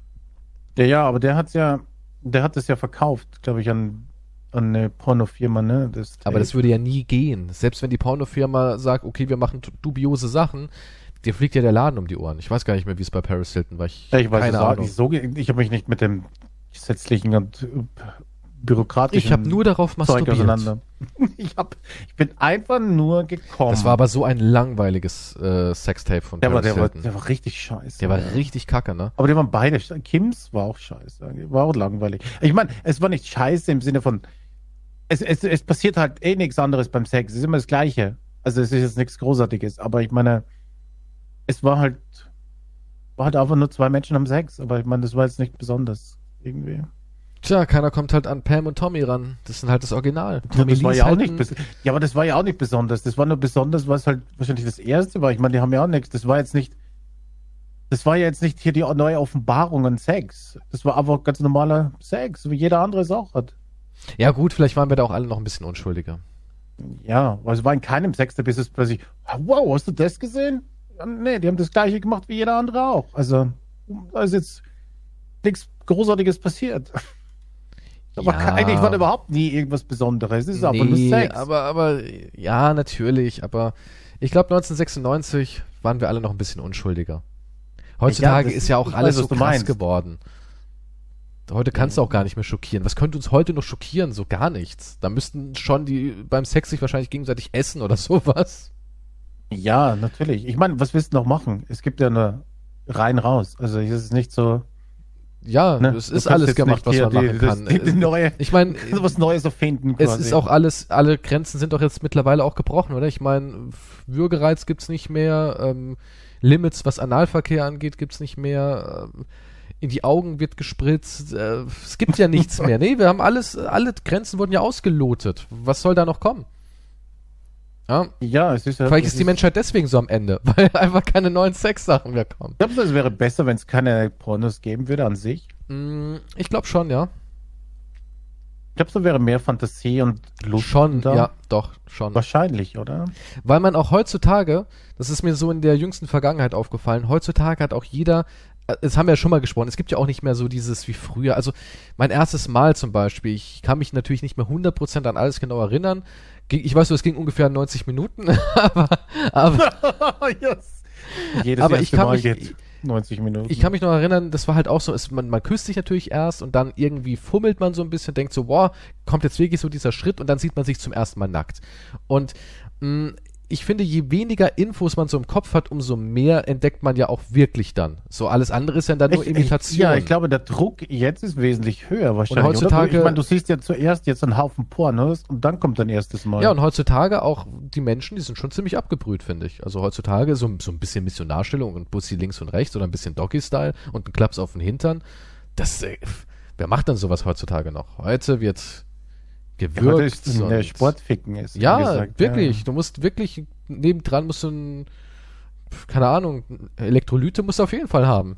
[SPEAKER 2] Ja, ja, aber der hat's ja, der hat es ja verkauft, glaube ich, an, an eine Pornofirma, ne? Das
[SPEAKER 1] Aber das
[SPEAKER 2] Tape.
[SPEAKER 1] würde ja nie gehen. Selbst wenn die Pornofirma sagt, okay, wir machen t- dubiose Sachen, dir fliegt ja der Laden um die Ohren. Ich weiß gar nicht mehr, wie es bei Paris Hilton war. Ich,
[SPEAKER 2] Ich weiß
[SPEAKER 1] keine
[SPEAKER 2] es auch
[SPEAKER 1] Ahnung.
[SPEAKER 2] nicht so. ge- Ich habe mich nicht mit dem gesetzlichen und äh, bürokratischen
[SPEAKER 1] Ich habe nur darauf
[SPEAKER 2] Zeug
[SPEAKER 1] masturbiert.
[SPEAKER 2] auseinander. Ich, hab, ich bin einfach nur gekommen.
[SPEAKER 1] Das war aber so ein langweiliges äh, Sextape von
[SPEAKER 2] der, war,
[SPEAKER 1] Paris
[SPEAKER 2] der, war,
[SPEAKER 1] Hilton.
[SPEAKER 2] der war richtig scheiße.
[SPEAKER 1] der war richtig kacke, ne?
[SPEAKER 2] Aber die waren beide. sch- Kims war auch scheiße. War auch langweilig. Ich meine, es war nicht scheiße im Sinne von. Es, es, es passiert halt eh nichts anderes beim Sex. Es ist immer das Gleiche. Also es ist jetzt nichts Großartiges. Aber ich meine, es war halt. War halt einfach nur zwei Menschen am Sex. Aber ich meine, das war jetzt nicht besonders. Irgendwie.
[SPEAKER 1] Tja, keiner kommt halt an Pam und Tommy ran. Das sind halt das Original.
[SPEAKER 2] Ja,
[SPEAKER 1] Tommy
[SPEAKER 2] das
[SPEAKER 1] Lee
[SPEAKER 2] war
[SPEAKER 1] ist
[SPEAKER 2] ja auch
[SPEAKER 1] halt
[SPEAKER 2] nicht
[SPEAKER 1] ein-
[SPEAKER 2] bes ja, aber das war ja auch nicht besonders. Das war nur besonders, was halt wahrscheinlich das erste war. Ich meine, die haben ja auch nichts. Das war jetzt nicht. Das war ja jetzt nicht hier die neue Offenbarung an Sex. Das war einfach ganz normaler Sex, wie jeder andere es auch hat.
[SPEAKER 1] Ja gut, vielleicht waren wir da auch alle noch ein bisschen unschuldiger.
[SPEAKER 2] Ja, aber es war in keinem Sex, da bist du plötzlich, "Ah, wow, hast du das gesehen? Ja, Nee, die haben das gleiche gemacht wie jeder andere auch. Also, da ist jetzt nichts Großartiges passiert. Aber
[SPEAKER 1] Ja.
[SPEAKER 2] eigentlich war da überhaupt nie irgendwas Besonderes. Es ist einfach nur
[SPEAKER 1] Nee,
[SPEAKER 2] Sex.
[SPEAKER 1] aber, aber, ja, natürlich, aber ich glaube 1996 waren wir alle noch ein bisschen unschuldiger. Heutzutage
[SPEAKER 2] Ja, das-
[SPEAKER 1] ist ja auch
[SPEAKER 2] ich
[SPEAKER 1] alles
[SPEAKER 2] weiß, was
[SPEAKER 1] so
[SPEAKER 2] du
[SPEAKER 1] krass
[SPEAKER 2] meinst.
[SPEAKER 1] geworden. Heute kannst du auch gar nicht mehr schockieren. Was könnte uns heute noch schockieren? So gar nichts. Da müssten schon die beim Sex sich wahrscheinlich gegenseitig essen oder sowas.
[SPEAKER 2] Ja, natürlich. Ich meine, was willst du noch machen? Es gibt ja eine rein raus. Also es ist nicht so.
[SPEAKER 1] Ja,
[SPEAKER 2] Ne?
[SPEAKER 1] es
[SPEAKER 2] Du
[SPEAKER 1] ist
[SPEAKER 2] kannst
[SPEAKER 1] alles
[SPEAKER 2] jetzt
[SPEAKER 1] gemacht,
[SPEAKER 2] nicht
[SPEAKER 1] was
[SPEAKER 2] hier
[SPEAKER 1] man machen
[SPEAKER 2] die,
[SPEAKER 1] kann.
[SPEAKER 2] Das, die, die neue,
[SPEAKER 1] Ich meine,
[SPEAKER 2] kannst du was Neues erfinden
[SPEAKER 1] Es ist auch alles, alle Grenzen sind doch jetzt mittlerweile auch gebrochen, oder? Ich meine, Würgereiz gibt's nicht mehr, ähm, Limits, was Analverkehr angeht, gibt's nicht mehr, ähm, in die Augen wird gespritzt, äh, es gibt ja nichts mehr. Nee, wir haben alles, alle Grenzen wurden ja ausgelotet. Was soll da noch kommen? Ja,
[SPEAKER 2] Ja, es ist ja.
[SPEAKER 1] vielleicht
[SPEAKER 2] es
[SPEAKER 1] ist die Menschheit deswegen so am Ende, weil einfach keine neuen Sexsachen mehr kommen.
[SPEAKER 2] Ich glaube, es wäre besser, wenn es keine Pornos geben würde an sich.
[SPEAKER 1] Mm, Ich glaube schon, ja.
[SPEAKER 2] Ich glaube, da wäre mehr Fantasie und Lust.
[SPEAKER 1] Schon,
[SPEAKER 2] da.
[SPEAKER 1] ja, doch, schon.
[SPEAKER 2] Wahrscheinlich, oder?
[SPEAKER 1] Weil man auch heutzutage, das ist mir so in der jüngsten Vergangenheit aufgefallen, heutzutage hat auch jeder, äh, das haben wir ja schon mal gesprochen, es gibt ja auch nicht mehr so dieses wie früher. Also mein erstes Mal zum Beispiel, ich kann mich natürlich nicht mehr 100% an alles genau erinnern. Ge- Ich weiß so, es ging ungefähr 90 Minuten, aber, aber
[SPEAKER 2] yes. Jedes
[SPEAKER 1] Aber
[SPEAKER 2] erste
[SPEAKER 1] ich kann
[SPEAKER 2] Mal
[SPEAKER 1] mich-
[SPEAKER 2] geht 90 Minuten.
[SPEAKER 1] ich kann mich noch erinnern, das war halt auch so, es, man, man küsst sich natürlich erst und dann irgendwie fummelt man so ein bisschen, denkt so, boah, kommt jetzt wirklich so dieser Schritt und dann sieht man sich zum ersten Mal nackt. Und mh, ich finde, je weniger Infos man so im Kopf hat, umso mehr entdeckt man ja auch wirklich dann. So alles andere ist ja dann nur
[SPEAKER 2] Ich-
[SPEAKER 1] Imitation.
[SPEAKER 2] Ich, ja, ich glaube, der Druck jetzt ist wesentlich höher wahrscheinlich. oder?
[SPEAKER 1] heutzutage-
[SPEAKER 2] ich meine, du siehst ja zuerst jetzt einen Haufen Pornos und dann kommt dein erstes Mal.
[SPEAKER 1] Ja, und heutzutage auch die Menschen, die sind schon ziemlich abgebrüht, finde ich. Also heutzutage so, so ein bisschen Missionarstellung und Bussi links und rechts oder ein bisschen Doggy-Style und ein Klaps auf den Hintern. Das, äh, wer macht denn sowas heutzutage noch? Heute wird gewürgt.
[SPEAKER 2] Heute ist es
[SPEAKER 1] und-
[SPEAKER 2] eine Sportficken ist. wie
[SPEAKER 1] Ja,
[SPEAKER 2] gesagt.
[SPEAKER 1] wirklich.
[SPEAKER 2] Ja.
[SPEAKER 1] Du musst wirklich, nebendran musst du ein, keine Ahnung, Elektrolyte musst du auf jeden Fall haben.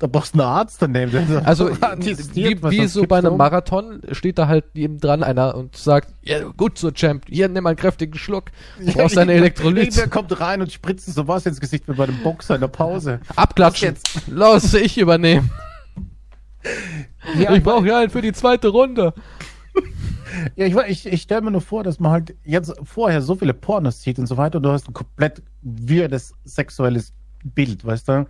[SPEAKER 2] Da brauchst du einen Arzt daneben. Der so
[SPEAKER 1] Also
[SPEAKER 2] attestiert,
[SPEAKER 1] wie,
[SPEAKER 2] was
[SPEAKER 1] wie
[SPEAKER 2] das
[SPEAKER 1] so
[SPEAKER 2] gibt's
[SPEAKER 1] bei einem
[SPEAKER 2] um.
[SPEAKER 1] Marathon steht da halt nebendran einer und sagt, ja, gut so Champ, hier nimm mal einen kräftigen Schluck, du brauchst deine
[SPEAKER 2] Irgendwer
[SPEAKER 1] Elektrolyte,
[SPEAKER 2] kommt rein und spritzt so was ins Gesicht wie bei dem Boxer in der Pause.
[SPEAKER 1] abklatschen, los, ich übernehme,
[SPEAKER 2] Ja,
[SPEAKER 1] ich brauche ja einen für die zweite Runde.
[SPEAKER 2] Ja, ich, ich, ich stelle mir nur vor, dass man halt jetzt vorher so viele Pornos sieht und so weiter und du hast ein komplett weirdes sexuelles Bild, weißt du?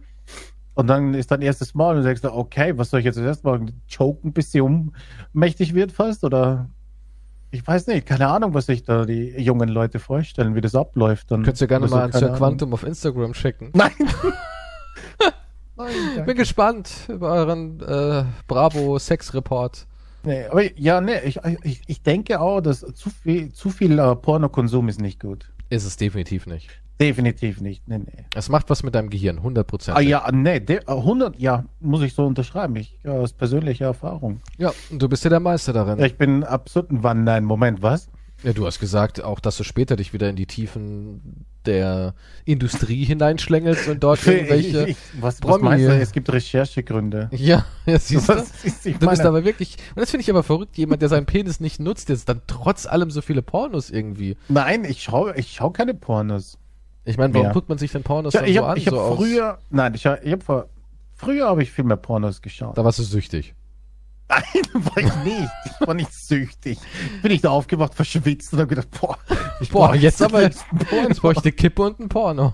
[SPEAKER 2] Und dann ist dein erstes Mal und du denkst, dir, okay, was soll ich jetzt erst machen? Choken, bis sie ohnmächtig wird fast? Oder ich weiß nicht, keine Ahnung, was sich da die jungen Leute vorstellen, wie das abläuft. Dann
[SPEAKER 1] Könnt ihr gerne
[SPEAKER 2] Also,
[SPEAKER 1] mal an
[SPEAKER 2] keine
[SPEAKER 1] Sir Quantum auf Instagram schicken.
[SPEAKER 2] Ahnung. Nein! Nein, danke.
[SPEAKER 1] Bin gespannt über euren äh, Bravo Sex Report.
[SPEAKER 2] Nee, aber ja, nee, ich, ich, ich denke auch, dass zu viel, zu viel äh, Pornokonsum ist nicht gut.
[SPEAKER 1] Ist es definitiv nicht.
[SPEAKER 2] Definitiv nicht. Nee, nee.
[SPEAKER 1] Es macht was mit deinem Gehirn, 100%.
[SPEAKER 2] Ah, ja, nee, de, äh, 100, ja, muss ich so unterschreiben. Ich, ja, aus persönlicher Erfahrung.
[SPEAKER 1] ja, und du bist ja der Meister darin.
[SPEAKER 2] Ja, ich bin absolut ein Wann, nein, Moment, was?
[SPEAKER 1] Ja, du hast gesagt, auch dass du später dich wieder in die Tiefen der Industrie hineinschlängelst und dort irgendwelche.
[SPEAKER 2] Ich- ich- was, was
[SPEAKER 1] Promi-
[SPEAKER 2] meinst du? Es gibt Recherchegründe.
[SPEAKER 1] ja, ja, siehst du?
[SPEAKER 2] Was ist, ich
[SPEAKER 1] Du bist
[SPEAKER 2] meine,
[SPEAKER 1] aber wirklich, und das finde ich aber verrückt, jemand, der seinen Penis nicht nutzt, jetzt dann trotz allem so viele Pornos irgendwie.
[SPEAKER 2] nein, ich schaue ich schau keine Pornos.
[SPEAKER 1] Ich meine, warum
[SPEAKER 2] Ja.
[SPEAKER 1] guckt man sich denn Pornos
[SPEAKER 2] Ich,
[SPEAKER 1] dann
[SPEAKER 2] ich
[SPEAKER 1] so
[SPEAKER 2] habe
[SPEAKER 1] an?
[SPEAKER 2] ich hab
[SPEAKER 1] so aus-
[SPEAKER 2] früher, nein, ich habe ich hab vor, früher habe ich viel mehr Pornos geschaut.
[SPEAKER 1] Da warst du süchtig.
[SPEAKER 2] Nein, war ich nicht. Ich war nicht süchtig. Bin ich da aufgewacht, verschwitzt und habe gedacht, boah, ich
[SPEAKER 1] Boah,
[SPEAKER 2] brauch
[SPEAKER 1] jetzt aber-
[SPEAKER 2] einen Porno.
[SPEAKER 1] Jetzt brauche ich eine Kippe und ein Porno.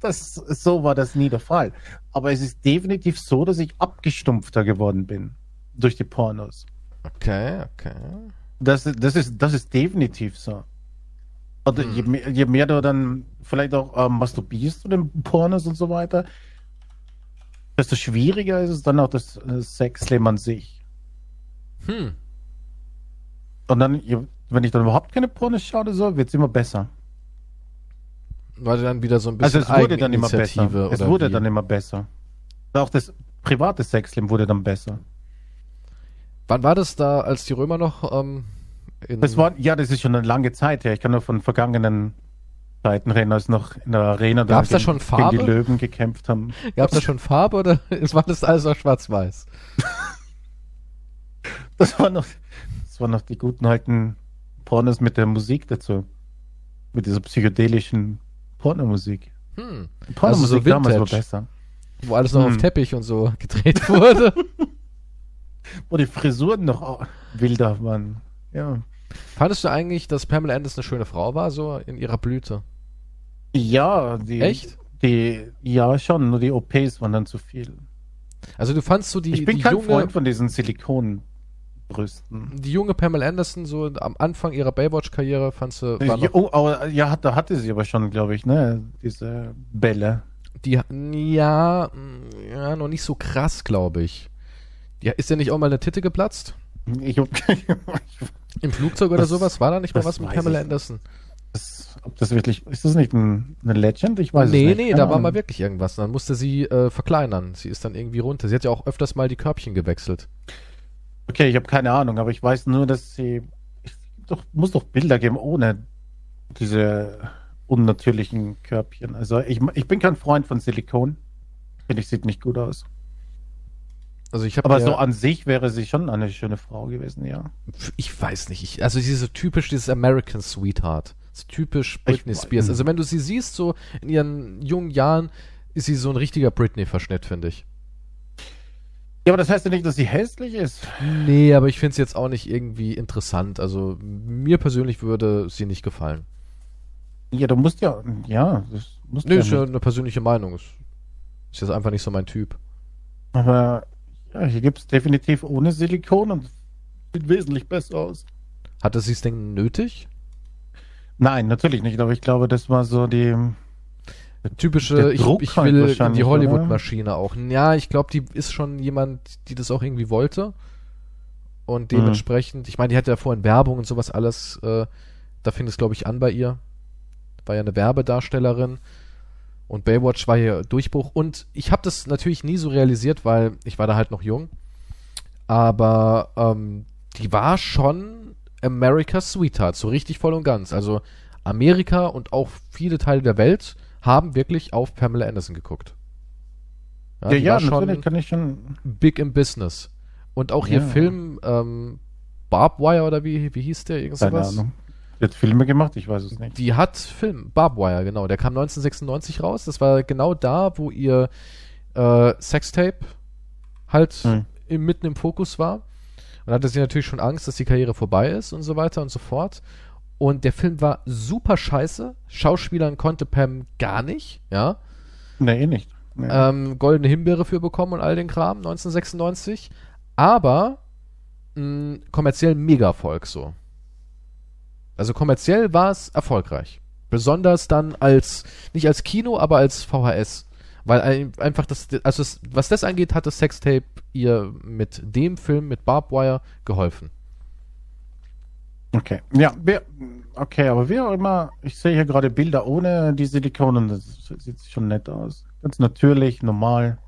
[SPEAKER 2] Das, so war das nie der Fall. Aber es ist definitiv so, dass ich abgestumpfter geworden bin durch die Pornos.
[SPEAKER 1] Okay, okay.
[SPEAKER 2] Das, das, ist, das ist definitiv so. Oder je, mehr, je mehr du dann vielleicht auch ähm, masturbierst zu den Pornos und so weiter, desto schwieriger ist es dann auch das äh, Sexleben an sich.
[SPEAKER 1] Hm.
[SPEAKER 2] Und dann, je- wenn ich dann überhaupt keine Pornos schaue, oder so, wird es immer besser.
[SPEAKER 1] Weil du dann wieder so ein
[SPEAKER 2] Also
[SPEAKER 1] bisschen
[SPEAKER 2] es wurde dann immer
[SPEAKER 1] Eigeninitiative
[SPEAKER 2] besser. Es
[SPEAKER 1] oder
[SPEAKER 2] wurde
[SPEAKER 1] wie?
[SPEAKER 2] dann immer besser. Auch das private Sexleben wurde dann besser.
[SPEAKER 1] Wann war das da, als die Römer noch ähm, in
[SPEAKER 2] Das war, ja, das ist schon eine lange Zeit her. Ich kann nur von vergangenen Zeiten reden, als noch in der Arena
[SPEAKER 1] Gab's da
[SPEAKER 2] gegen-
[SPEAKER 1] schon Farbe?
[SPEAKER 2] gegen die Löwen gekämpft haben.
[SPEAKER 1] Gab's da schon Farbe oder es war das alles noch schwarz-weiß?
[SPEAKER 2] Das waren noch, das waren noch die guten alten Pornos mit der Musik dazu. Mit dieser psychedelischen Pornomusik.
[SPEAKER 1] Hm.
[SPEAKER 2] Die Pornomusik
[SPEAKER 1] so
[SPEAKER 2] damals war
[SPEAKER 1] Vintage.
[SPEAKER 2] besser.
[SPEAKER 1] Wo alles noch auf
[SPEAKER 2] Hm.
[SPEAKER 1] Teppich und so gedreht wurde.
[SPEAKER 2] Wo die Frisuren noch au- wilder waren. Ja.
[SPEAKER 1] Fandest du eigentlich, dass Pamela Anderson eine schöne Frau war, so in ihrer Blüte?
[SPEAKER 2] Ja, die.
[SPEAKER 1] Echt?
[SPEAKER 2] Die, ja, schon, nur die OPs waren dann zu viel.
[SPEAKER 1] Also du fandst so die,
[SPEAKER 2] ich bin
[SPEAKER 1] die
[SPEAKER 2] kein
[SPEAKER 1] junge
[SPEAKER 2] Freund von diesen Silikonbrüsten.
[SPEAKER 1] die junge Pamela Anderson so am Anfang ihrer Baywatch-Karriere fandst du war
[SPEAKER 2] Ja,
[SPEAKER 1] noch,
[SPEAKER 2] oh, aber, ja, hat- da hatte sie aber schon, glaube ich, ne? Diese Bälle.
[SPEAKER 1] die ja mm, ja noch nicht so krass, glaube ich. Ja, ist ja nicht auch mal eine Titte geplatzt
[SPEAKER 2] Ich hab,
[SPEAKER 1] im Flugzeug oder
[SPEAKER 2] Das-
[SPEAKER 1] sowas? War da nicht mal
[SPEAKER 2] das
[SPEAKER 1] was mit
[SPEAKER 2] weiß
[SPEAKER 1] Pamela
[SPEAKER 2] ich
[SPEAKER 1] Anderson?
[SPEAKER 2] das, ob das wirklich. Ist das nicht ein, eine Legend? Ich weiß
[SPEAKER 1] nee,
[SPEAKER 2] es nicht.
[SPEAKER 1] nee,
[SPEAKER 2] Keine
[SPEAKER 1] da war
[SPEAKER 2] Ahnung.
[SPEAKER 1] mal wirklich irgendwas. Dann musste sie äh, verkleinern. Sie ist dann irgendwie runter. Sie hat ja auch öfters mal die Körbchen gewechselt.
[SPEAKER 2] Okay, ich habe keine Ahnung, aber ich weiß nur, dass sie. Es gibt doch, muss doch Bilder geben ohne diese unnatürlichen Körbchen. Also ich, ich bin kein Freund von Silikon. Finde ich, sieht nicht gut aus.
[SPEAKER 1] Also ich habe
[SPEAKER 2] Aber so an sich wäre sie schon eine schöne Frau gewesen, ja.
[SPEAKER 1] ich weiß nicht, ich, also sie ist so typisch dieses American Sweetheart. So typisch Britney
[SPEAKER 2] Ich weiß-
[SPEAKER 1] Spears. Also wenn du sie siehst, so in ihren jungen Jahren, ist sie so ein richtiger Britney-Verschnitt, finde ich.
[SPEAKER 2] Ja, aber das heißt ja nicht, dass sie hässlich ist.
[SPEAKER 1] Nee, aber ich finde es jetzt auch nicht irgendwie interessant. Also mir persönlich würde sie nicht gefallen.
[SPEAKER 2] Ja, du musst ja. Ja, das musst
[SPEAKER 1] Nö,
[SPEAKER 2] du
[SPEAKER 1] ist ja
[SPEAKER 2] ja. Nicht.
[SPEAKER 1] eine persönliche Meinung. Ist, ist jetzt einfach nicht so mein Typ.
[SPEAKER 2] Aber ja, hier gibt es definitiv ohne Silikon und sieht wesentlich besser aus.
[SPEAKER 1] Hatte sie es denn nötig?
[SPEAKER 2] Nein, natürlich nicht, aber ich glaube, das war so die. Der
[SPEAKER 1] Typische, ich,
[SPEAKER 2] Druck
[SPEAKER 1] ich
[SPEAKER 2] halt
[SPEAKER 1] will in
[SPEAKER 2] wahrscheinlich,
[SPEAKER 1] die
[SPEAKER 2] oder?
[SPEAKER 1] Hollywood-Maschine auch. Ja, ich glaube, die ist schon jemand, die das auch irgendwie wollte. Und
[SPEAKER 2] Mhm.
[SPEAKER 1] dementsprechend, ich meine, die hatte ja vorhin Werbung und sowas alles. Äh, da fing es, glaube ich, an bei ihr. War ja eine Werbedarstellerin. Und Baywatch war ihr Durchbruch. Und ich habe das natürlich nie so realisiert, weil ich war da halt noch jung. Aber ähm, die war schon America's Sweetheart, so richtig voll und ganz. Also Amerika und auch viele Teile der Welt haben wirklich auf Pamela Anderson geguckt.
[SPEAKER 2] Ja,
[SPEAKER 1] die
[SPEAKER 2] ja,
[SPEAKER 1] war schon
[SPEAKER 2] natürlich kann ich schon.
[SPEAKER 1] big im Business. Und auch ihr
[SPEAKER 2] Ja.
[SPEAKER 1] Film ähm, Barbwire oder wie, wie hieß der?
[SPEAKER 2] Keine
[SPEAKER 1] Irgendwas?
[SPEAKER 2] Ahnung. Die hat Filme gemacht, ich weiß es nicht.
[SPEAKER 1] Die hat Film, Barbwire, genau. Der kam 1996 raus. Das war genau da, wo ihr äh, Sextape halt
[SPEAKER 2] Hm.
[SPEAKER 1] im, mitten im Fokus war. Und hatte sie natürlich schon Angst, dass die Karriere vorbei ist und so weiter und so fort. Und der Film war super scheiße. Schauspielern konnte Pam gar nicht, ja.
[SPEAKER 2] Nee, eh nicht. Nee.
[SPEAKER 1] Ähm, goldene Himbeere für bekommen und all den Kram, 1996. Aber mh, kommerziell mega Erfolg so. Also kommerziell war es erfolgreich. Besonders dann als, nicht als Kino, aber als VHS. Weil ein, einfach das, also es, was das angeht, hat das Sextape ihr mit dem Film, mit Barbwire, geholfen.
[SPEAKER 2] Okay. Ja, wer, okay, aber wer auch immer, ich sehe hier gerade Bilder ohne die Silikonen, das sieht schon nett aus. Ganz natürlich, normal.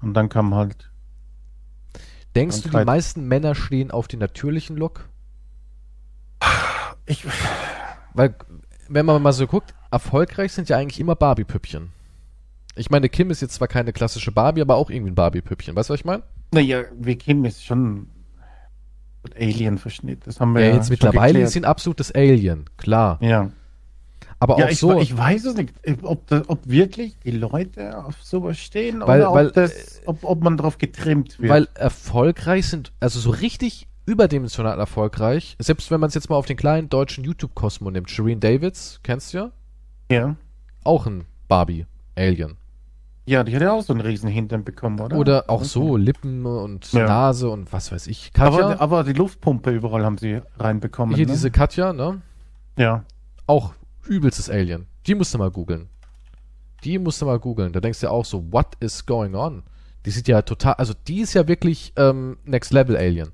[SPEAKER 2] Und dann kam halt.
[SPEAKER 1] Denkst du, die
[SPEAKER 2] Krankheit.
[SPEAKER 1] meisten Männer stehen auf den natürlichen Look?
[SPEAKER 2] Ich,
[SPEAKER 1] Weil, wenn man mal so guckt, erfolgreich sind ja eigentlich immer Barbie-Püppchen. Ich meine, Kim ist jetzt zwar keine klassische Barbie, aber auch irgendwie ein Barbie-Püppchen. Weißt du, was ich meine?
[SPEAKER 2] naja, wir Kim ist schon ein Alien-Verschnitt. Das haben wir
[SPEAKER 1] Ja, jetzt
[SPEAKER 2] schon
[SPEAKER 1] mittlerweile
[SPEAKER 2] geklärt.
[SPEAKER 1] ist sie ein absolutes Alien, klar.
[SPEAKER 2] Ja,
[SPEAKER 1] Aber
[SPEAKER 2] ja
[SPEAKER 1] auch
[SPEAKER 2] ich,
[SPEAKER 1] so,
[SPEAKER 2] ich weiß es nicht, äh, ob, da, ob wirklich die Leute auf sowas stehen
[SPEAKER 1] Weil-
[SPEAKER 2] oder
[SPEAKER 1] weil,
[SPEAKER 2] ob, das, ob, ob man drauf getrimmt wird.
[SPEAKER 1] weil erfolgreich sind, also so richtig überdimensional erfolgreich, selbst wenn man es jetzt mal auf den kleinen deutschen YouTube-Kosmo nimmt, Shireen Davids, kennst du ja,
[SPEAKER 2] ja.
[SPEAKER 1] auch ein Barbie, Alien.
[SPEAKER 2] Ja, die hat ja auch so einen riesen Hintern bekommen, oder?
[SPEAKER 1] Oder auch so Lippen und
[SPEAKER 2] Ja.
[SPEAKER 1] Nase und was weiß ich. Katja,
[SPEAKER 2] Aber, aber die Luftpumpe überall haben sie reinbekommen.
[SPEAKER 1] hier
[SPEAKER 2] ne?
[SPEAKER 1] diese Katja, ne?
[SPEAKER 2] Ja.
[SPEAKER 1] Auch übelstes Alien. Die musst du mal googeln. Die musst du mal googeln. Da denkst du ja auch so, what is going on? Die sieht ja total, also die ist ja wirklich ähm, Next Level Alien.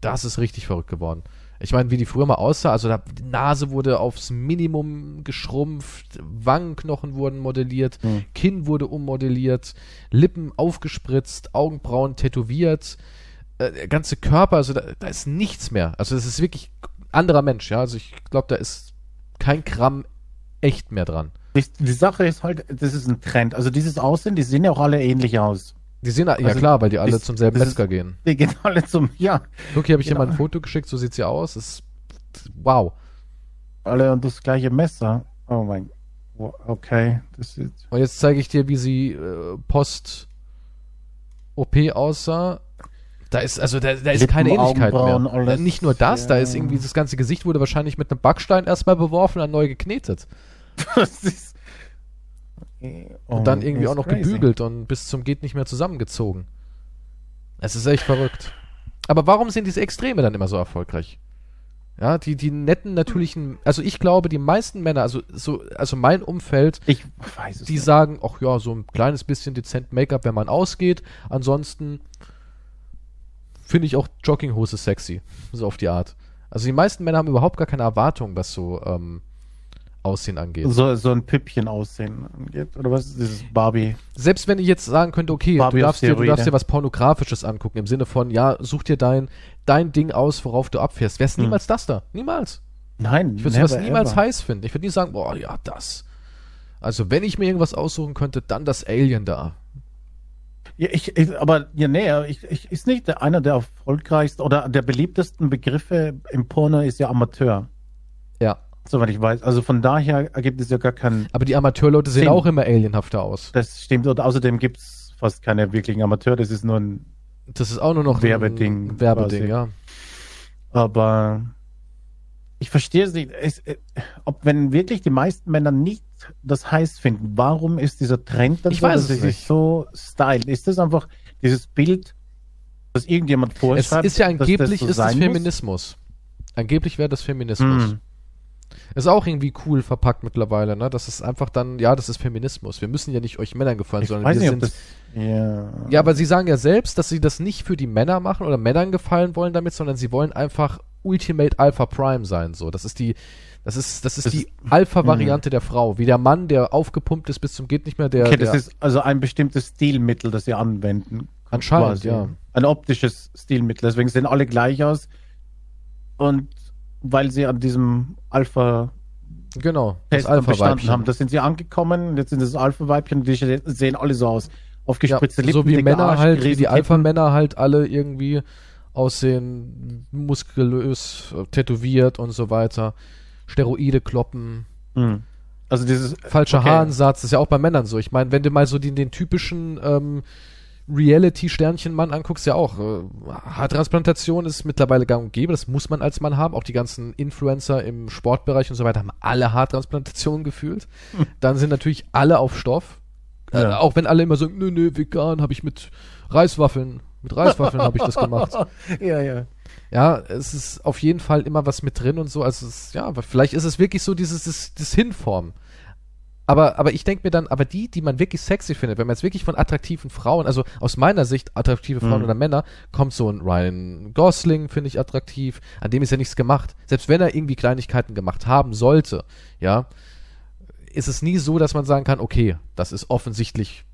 [SPEAKER 1] Das ist richtig verrückt geworden. Ich meine, wie die früher mal aussah, also da, die Nase wurde aufs Minimum geschrumpft, Wangenknochen wurden modelliert,
[SPEAKER 2] Hm.
[SPEAKER 1] Kinn wurde ummodelliert, Lippen aufgespritzt, Augenbrauen tätowiert, äh, der ganze Körper, also da, da ist nichts mehr. Also das ist wirklich anderer Mensch, ja. Also ich glaube, da ist kein Gramm echt mehr dran.
[SPEAKER 2] Die, die Sache ist halt, das ist ein Trend. Also dieses Aussehen, die sehen ja auch alle ähnlich aus.
[SPEAKER 1] Die sehen, ja
[SPEAKER 2] Also,
[SPEAKER 1] klar, weil die alle
[SPEAKER 2] das-
[SPEAKER 1] zum selben
[SPEAKER 2] das ist-
[SPEAKER 1] Metzger gehen.
[SPEAKER 2] Die gehen alle zum, ja,
[SPEAKER 1] Guck, hier habe ich dir
[SPEAKER 2] genau.
[SPEAKER 1] mal ein Foto geschickt, so sieht sie aus. Das Ist, wow.
[SPEAKER 2] alle an das gleiche Messer. Oh mein Gott. Okay, das ist.
[SPEAKER 1] Und jetzt zeige ich dir, wie sie äh, post-OP aussah. Da ist, also da, da ist
[SPEAKER 2] Lippen,
[SPEAKER 1] keine Ähnlichkeit
[SPEAKER 2] Augenbrauen,
[SPEAKER 1] mehr.
[SPEAKER 2] alles.
[SPEAKER 1] Nicht nur das, da ist
[SPEAKER 2] Ja.
[SPEAKER 1] irgendwie das ganze Gesicht wurde wahrscheinlich mit einem Backstein erstmal beworfen und dann neu geknetet.
[SPEAKER 2] Das ist
[SPEAKER 1] Und
[SPEAKER 2] Oh,
[SPEAKER 1] dann irgendwie auch noch gebügelt und bis zum geht nicht mehr zusammengezogen. Es ist echt verrückt. Aber warum sind diese Extreme dann immer so erfolgreich? Ja, die, die netten, natürlichen, also ich glaube, die meisten Männer, also so, also mein Umfeld,
[SPEAKER 2] Ich weiß es
[SPEAKER 1] die
[SPEAKER 2] nicht.
[SPEAKER 1] sagen, ach ja, so ein kleines bisschen dezent Make-up, wenn man ausgeht. Ansonsten finde ich auch Jogginghose sexy. So auf die Art. Also die meisten Männer haben überhaupt gar keine Erwartung, was so ähm, Aussehen angeht.
[SPEAKER 2] So, so ein Püppchen aussehen angeht. Oder was? Dieses Barbie.
[SPEAKER 1] Selbst wenn ich jetzt sagen könnte, okay, du
[SPEAKER 2] Barbie auf
[SPEAKER 1] darfst, dir, du
[SPEAKER 2] Steroide.
[SPEAKER 1] darfst dir was Pornografisches angucken, im Sinne von, ja, such dir dein, dein Ding aus, worauf du abfährst. Wär's
[SPEAKER 2] Hm.
[SPEAKER 1] niemals das da. Niemals.
[SPEAKER 2] Nein,
[SPEAKER 1] Ich würde sowas niemals
[SPEAKER 2] ever.
[SPEAKER 1] heiß finden. Ich würde nie sagen, boah, ja, das. Also wenn ich mir irgendwas aussuchen könnte, dann das Alien da.
[SPEAKER 2] Ja, ich, ich, aber ja, nee, ich, ich, ist nicht der, einer der erfolgreichsten oder der beliebtesten Begriffe im Porno ist ja Amateur,
[SPEAKER 1] Ja.
[SPEAKER 2] soweit ich weiß. Also von daher ergibt es ja gar keinen.
[SPEAKER 1] Aber die Amateurleute sehen
[SPEAKER 2] Sehen.
[SPEAKER 1] auch immer alienhafter aus.
[SPEAKER 2] Das stimmt. Und außerdem gibt es fast keine wirklichen Amateure. Das ist nur ein.
[SPEAKER 1] Das ist auch nur noch ein
[SPEAKER 2] Werbeding
[SPEAKER 1] Werbeding,
[SPEAKER 2] quasi.
[SPEAKER 1] ja.
[SPEAKER 2] Aber ich verstehe es nicht. Es, äh, ob wenn wirklich die meisten Männer nicht das heiß finden, warum ist dieser Trend dann
[SPEAKER 1] Ich
[SPEAKER 2] so,
[SPEAKER 1] weiß
[SPEAKER 2] dass
[SPEAKER 1] es
[SPEAKER 2] sie sich
[SPEAKER 1] nicht.
[SPEAKER 2] so stylen? Ist das einfach dieses Bild, das irgendjemand
[SPEAKER 1] Es
[SPEAKER 2] vorschreibt?
[SPEAKER 1] ist ja
[SPEAKER 2] dass das so
[SPEAKER 1] angeblich ist das
[SPEAKER 2] sein muss?
[SPEAKER 1] Feminismus. Angeblich wäre das Feminismus.
[SPEAKER 2] Hm.
[SPEAKER 1] Ist auch irgendwie cool verpackt mittlerweile, ne? Das ist einfach dann, ja, das ist Feminismus. Wir müssen ja nicht euch Männern gefallen,
[SPEAKER 2] Ich
[SPEAKER 1] sondern
[SPEAKER 2] weiß
[SPEAKER 1] Also, wir
[SPEAKER 2] nicht, ob
[SPEAKER 1] sind.
[SPEAKER 2] das. Ja.
[SPEAKER 1] ja, aber sie sagen ja selbst, dass sie das nicht für die Männer machen oder Männern gefallen wollen damit, sondern sie wollen einfach Ultimate Alpha Prime sein. So, das ist die, das ist, das ist
[SPEAKER 2] Das Mhm.
[SPEAKER 1] die Alpha-Variante der Frau. Wie der Mann, der aufgepumpt ist bis zum geht nicht mehr, der,
[SPEAKER 2] okay,
[SPEAKER 1] der
[SPEAKER 2] das ist also ein bestimmtes Stilmittel, das sie anwenden.
[SPEAKER 1] Anscheinend, ja.
[SPEAKER 2] Ein optisches Stilmittel. Deswegen sehen alle gleich aus. Und weil sie an diesem Alpha-Test
[SPEAKER 1] genau das
[SPEAKER 2] bestanden
[SPEAKER 1] Alpha-Weibchen.
[SPEAKER 2] haben, da sind sie angekommen. und Jetzt sind das Alpha-Weibchen, die sehen alle so aus. Aufgespritzte
[SPEAKER 1] ja,
[SPEAKER 2] Lippen,
[SPEAKER 1] so wie
[SPEAKER 2] dicker
[SPEAKER 1] Männer
[SPEAKER 2] Arsch,
[SPEAKER 1] halt, wie
[SPEAKER 2] riesen
[SPEAKER 1] die
[SPEAKER 2] Titten.
[SPEAKER 1] Alpha-Männer halt alle irgendwie aussehen, muskulös, äh, tätowiert und so weiter, Steroide kloppen,
[SPEAKER 2] Hm. Also dieses
[SPEAKER 1] äh, falscher
[SPEAKER 2] Okay.
[SPEAKER 1] Haarensatz, ist ja auch bei Männern so. Ich meine, wenn du mal so den, den typischen ähm, Reality-Sternchen-Mann anguckst, ja auch, äh, Haartransplantation ist mittlerweile gang und gäbe, das muss man als Mann haben. Auch die ganzen Influencer im Sportbereich und so weiter haben alle Haartransplantationen gefühlt. Dann sind natürlich alle auf Stoff. Äh,
[SPEAKER 2] Hm. Ja.
[SPEAKER 1] Auch wenn alle immer sagen, nö, nö, vegan habe ich mit Reiswaffeln, mit Reiswaffeln habe ich das gemacht.
[SPEAKER 2] ja, ja.
[SPEAKER 1] Ja, es ist auf jeden Fall immer was mit drin und so. Also es, ist- ja, aber vielleicht ist es wirklich so dieses das, das Hinformen. Aber, aber ich denke mir dann, aber die, die man wirklich sexy findet, wenn man jetzt wirklich von attraktiven Frauen, also aus meiner Sicht attraktive Frauen
[SPEAKER 2] Mhm.
[SPEAKER 1] oder Männer, kommt so ein Ryan Gosling, finde ich attraktiv, an dem ist ja nichts gemacht. Selbst wenn er irgendwie Kleinigkeiten gemacht haben sollte, ja, ist es nie so, dass man sagen kann, okay, das ist offensichtlich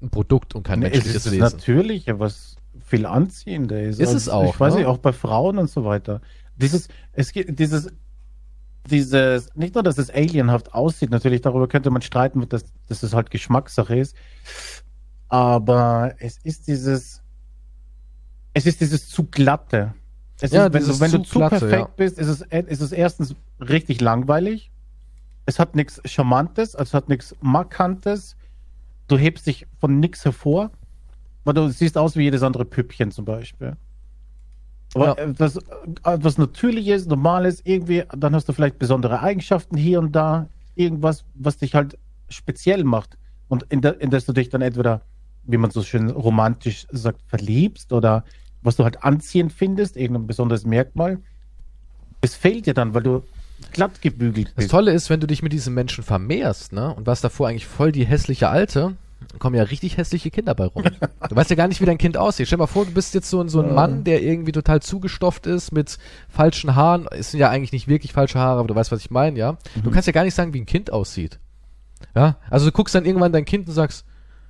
[SPEAKER 1] ein Produkt und kein
[SPEAKER 2] Nee, es
[SPEAKER 1] menschliches
[SPEAKER 2] ist das
[SPEAKER 1] Wesen.
[SPEAKER 2] Natürliche, was viel anziehender ist.
[SPEAKER 1] Ist es auch,
[SPEAKER 2] Ich weiß
[SPEAKER 1] ne?
[SPEAKER 2] nicht, auch bei Frauen und so weiter. Dieses, es geht, dieses, dieses, nicht nur, dass es alienhaft aussieht, natürlich, darüber könnte man streiten, dass, dass es halt Geschmackssache ist. Aber es ist dieses, es ist dieses zu glatte. Es
[SPEAKER 1] Ja,
[SPEAKER 2] ist, wenn,
[SPEAKER 1] dieses
[SPEAKER 2] du, wenn du
[SPEAKER 1] zu
[SPEAKER 2] zu
[SPEAKER 1] glatte,
[SPEAKER 2] perfekt
[SPEAKER 1] ja.
[SPEAKER 2] bist, ist es, ist es erstens richtig langweilig. Es hat nichts Charmantes, also es hat nichts Markantes. Du hebst dich von nichts hervor, weil du siehst aus wie jedes andere Püppchen zum Beispiel. Aber
[SPEAKER 1] Ja.
[SPEAKER 2] etwas, etwas Natürliches, Normales, irgendwie, dann hast du vielleicht besondere Eigenschaften hier und da, irgendwas, was dich halt speziell macht und in, der, in das du dich dann entweder, wie man so schön romantisch sagt, verliebst oder was du halt anziehend findest, irgendein besonderes Merkmal. Das fehlt dir dann, weil du glatt gebügelt
[SPEAKER 1] Das
[SPEAKER 2] bist.
[SPEAKER 1] Tolle ist, wenn du dich mit diesen Menschen vermehrst, ne? Und warst davor eigentlich voll die hässliche Alte, kommen ja richtig hässliche Kinder bei rum. du weißt ja gar nicht, wie dein Kind aussieht. Stell dir mal vor, du bist jetzt so, ein- so ein Mann, der irgendwie total zugestopft ist mit falschen Haaren. Es sind ja eigentlich nicht wirklich falsche Haare, aber du weißt, was ich meine, ja? Du kannst ja gar nicht sagen, wie ein Kind aussieht. Ja? Also du guckst dann irgendwann dein Kind und sagst,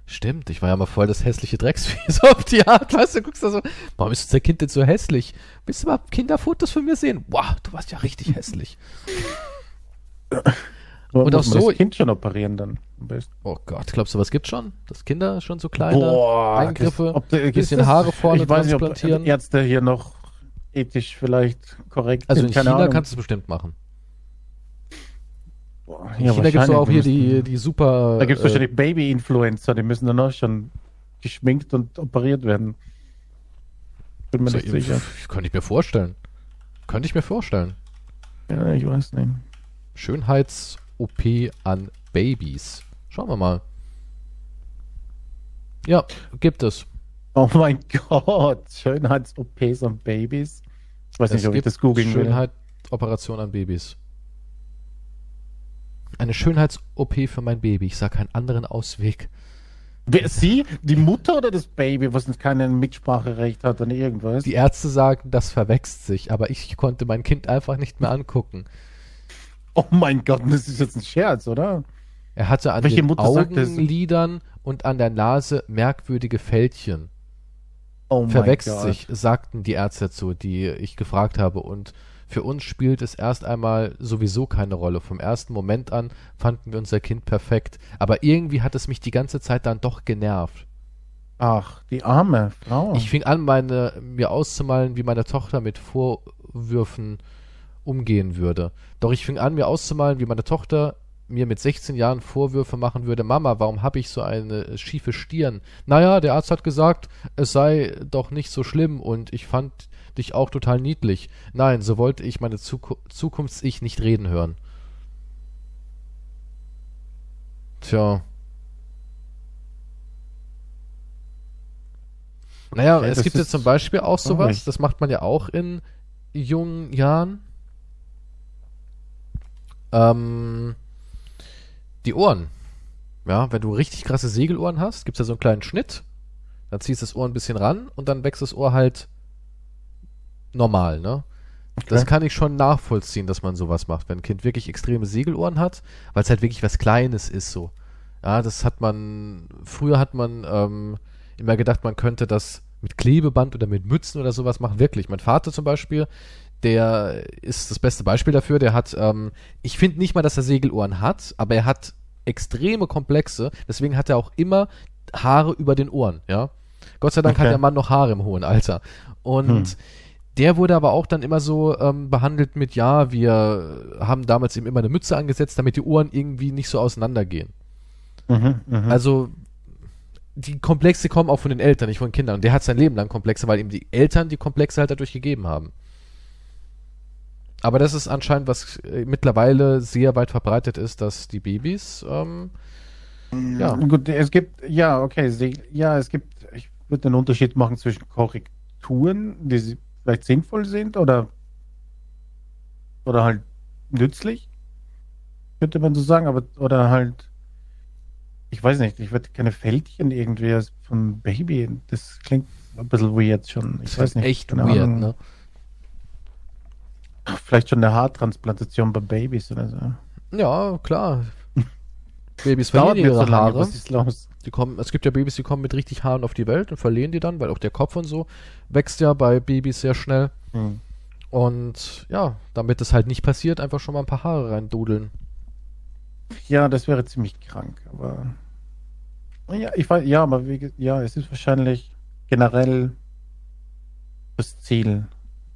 [SPEAKER 1] Stimmt, ich war ja mal voll das hässliche Drecksvieh, so auf die Art, weißt du, guckst da so, warum ist unser Kind denn so hässlich? Willst du mal Kinderfotos von mir sehen? Wow, du warst ja richtig hässlich.
[SPEAKER 2] Aber
[SPEAKER 1] und
[SPEAKER 2] muss
[SPEAKER 1] auch
[SPEAKER 2] man
[SPEAKER 1] so-
[SPEAKER 2] Das Kind schon operieren dann. am besten.
[SPEAKER 1] Oh Gott, glaubst du, was gibt's schon? Dass Kinder schon so kleine Eingriffe,
[SPEAKER 2] das- ob der-
[SPEAKER 1] ein bisschen
[SPEAKER 2] ist das-
[SPEAKER 1] Haare vorne
[SPEAKER 2] Ich weiß nicht, ob
[SPEAKER 1] transplantieren?
[SPEAKER 2] Ärzte hier noch ethisch vielleicht korrekt
[SPEAKER 1] also
[SPEAKER 2] sind,
[SPEAKER 1] in
[SPEAKER 2] keine
[SPEAKER 1] China
[SPEAKER 2] Ahnung.
[SPEAKER 1] kannst du es bestimmt machen.
[SPEAKER 2] Boah,
[SPEAKER 1] In China
[SPEAKER 2] ja,
[SPEAKER 1] gibt's doch
[SPEAKER 2] wahrscheinlich,
[SPEAKER 1] auch hier
[SPEAKER 2] wir
[SPEAKER 1] die,
[SPEAKER 2] müssen-
[SPEAKER 1] die super.
[SPEAKER 2] Da gibt
[SPEAKER 1] äh,
[SPEAKER 2] es wahrscheinlich Baby-Influencer, die müssen dann auch schon geschminkt und operiert werden. Bin mir
[SPEAKER 1] so,
[SPEAKER 2] nicht sicher.
[SPEAKER 1] pf, Könnte ich mir vorstellen. Könnte ich mir vorstellen.
[SPEAKER 2] Ja, ich weiß nicht.
[SPEAKER 1] Schönheits-OP an Babys. Schauen wir mal. Ja, gibt es.
[SPEAKER 2] Oh mein Gott, Schönheits-OPs an Babys. Ich weiß nicht, ob ich das googeln will.
[SPEAKER 1] Schönheit-Operation an Babys. Eine Schönheits-OP für mein Baby. Ich sah keinen anderen Ausweg.
[SPEAKER 2] Wer, sie, die Mutter oder das Baby, was kein Mitspracherecht hat oder irgendwas?
[SPEAKER 1] Die Ärzte sagen, das verwechselt sich, aber ich konnte mein Kind einfach nicht mehr angucken.
[SPEAKER 2] oh mein Gott, das ist jetzt ein Scherz, oder?
[SPEAKER 1] Er hatte an
[SPEAKER 2] Welche
[SPEAKER 1] den
[SPEAKER 2] Mutter sagt das?
[SPEAKER 1] Augenlidern und an der Nase merkwürdige Fältchen.
[SPEAKER 2] Oh mein
[SPEAKER 1] verwechselt
[SPEAKER 2] Gott.
[SPEAKER 1] sich, sagten die Ärzte dazu, die ich gefragt habe. Und für uns spielt es erst einmal sowieso keine Rolle. Vom ersten Moment an fanden wir unser Kind perfekt. Aber irgendwie hat es mich die ganze Zeit dann doch genervt.
[SPEAKER 2] Ach, die arme Frau.
[SPEAKER 1] Ich fing an, meine, mir auszumalen, wie meine Tochter mit Vorwürfen umgehen würde. Doch ich fing an, mir auszumalen, wie meine Tochter mir mit 16 Jahren Vorwürfe machen würde. Mama, warum habe ich so eine äh, schiefe Stirn? Naja, der Arzt hat gesagt, es sei doch nicht so schlimm und ich fand dich auch total niedlich. Nein, so wollte ich meine Zuku Zukunfts-Ich nicht reden hören. Tja. Naja,
[SPEAKER 2] Okay,
[SPEAKER 1] es
[SPEAKER 2] das
[SPEAKER 1] gibt ja
[SPEAKER 2] ist-
[SPEAKER 1] zum Beispiel auch sowas,
[SPEAKER 2] nicht.
[SPEAKER 1] das macht man ja auch in jungen Jahren. Ähm, die Ohren. Ja, wenn du richtig krasse Segelohren hast, gibt's ja so einen kleinen Schnitt. Dann ziehst du das Ohr ein bisschen ran und dann wächst das Ohr halt normal, ne? Das
[SPEAKER 2] Okay.
[SPEAKER 1] kann ich schon nachvollziehen, dass man sowas macht, wenn ein Kind wirklich extreme Segelohren hat, weil es halt wirklich was Kleines ist so. Ja, das hat man, früher hat man ähm, immer gedacht, man könnte das mit Klebeband oder mit Mützen oder sowas machen. Wirklich, mein Vater zum Beispiel, der ist das beste Beispiel dafür. Der hat, ähm, ich finde nicht mal, dass er Segelohren hat, aber er hat extreme Komplexe. Deswegen hat er auch immer Haare über den Ohren, ja. Gott sei Dank
[SPEAKER 2] Okay.
[SPEAKER 1] hat der Mann noch Haare im hohen Alter. Und
[SPEAKER 2] Hm.
[SPEAKER 1] der wurde aber auch dann immer so ähm, behandelt mit, ja, wir haben damals ihm immer eine Mütze angesetzt, damit die Ohren irgendwie nicht so auseinandergehen.
[SPEAKER 2] Mhm, mhm.
[SPEAKER 1] Also die Komplexe kommen auch von den Eltern, nicht von den Kindern. Und der hat sein Leben lang Komplexe, weil ihm die Eltern die Komplexe halt dadurch gegeben haben. Aber das ist anscheinend, was äh, mittlerweile sehr weit verbreitet ist, dass die Babys, ähm,
[SPEAKER 2] Hm.
[SPEAKER 1] ja,
[SPEAKER 2] Gut, es gibt, ja, okay, sie- ja, es gibt, ich würde einen Unterschied machen zwischen Korrekturen, die sie vielleicht sinnvoll sind oder, oder halt nützlich, könnte man so sagen, aber, oder halt, ich weiß nicht, ich würde keine Fältchen irgendwie als von Baby, das klingt ein bisschen weird schon. Ich
[SPEAKER 1] das
[SPEAKER 2] weiß
[SPEAKER 1] ist
[SPEAKER 2] nicht,
[SPEAKER 1] echt
[SPEAKER 2] keine
[SPEAKER 1] weird,
[SPEAKER 2] Ahnung.
[SPEAKER 1] ne?
[SPEAKER 2] Vielleicht schon eine Haartransplantation bei Babys oder so.
[SPEAKER 1] Ja, klar. Babys
[SPEAKER 2] Dauert
[SPEAKER 1] verlieren
[SPEAKER 2] mir so
[SPEAKER 1] ihre
[SPEAKER 2] lange,
[SPEAKER 1] Haare.
[SPEAKER 2] was ist los?
[SPEAKER 1] Die kommen, es gibt ja Babys, die kommen mit richtig Haaren auf die Welt und verlieren die dann, weil auch der Kopf und so wächst ja bei Babys sehr schnell.
[SPEAKER 2] Hm.
[SPEAKER 1] Und ja, damit das halt nicht passiert, einfach schon mal ein paar Haare reindudeln.
[SPEAKER 2] Ja, das wäre ziemlich krank, aber. Ja, ich weiß, ja, aber wie, ge- ja, es ist wahrscheinlich generell das Ziel.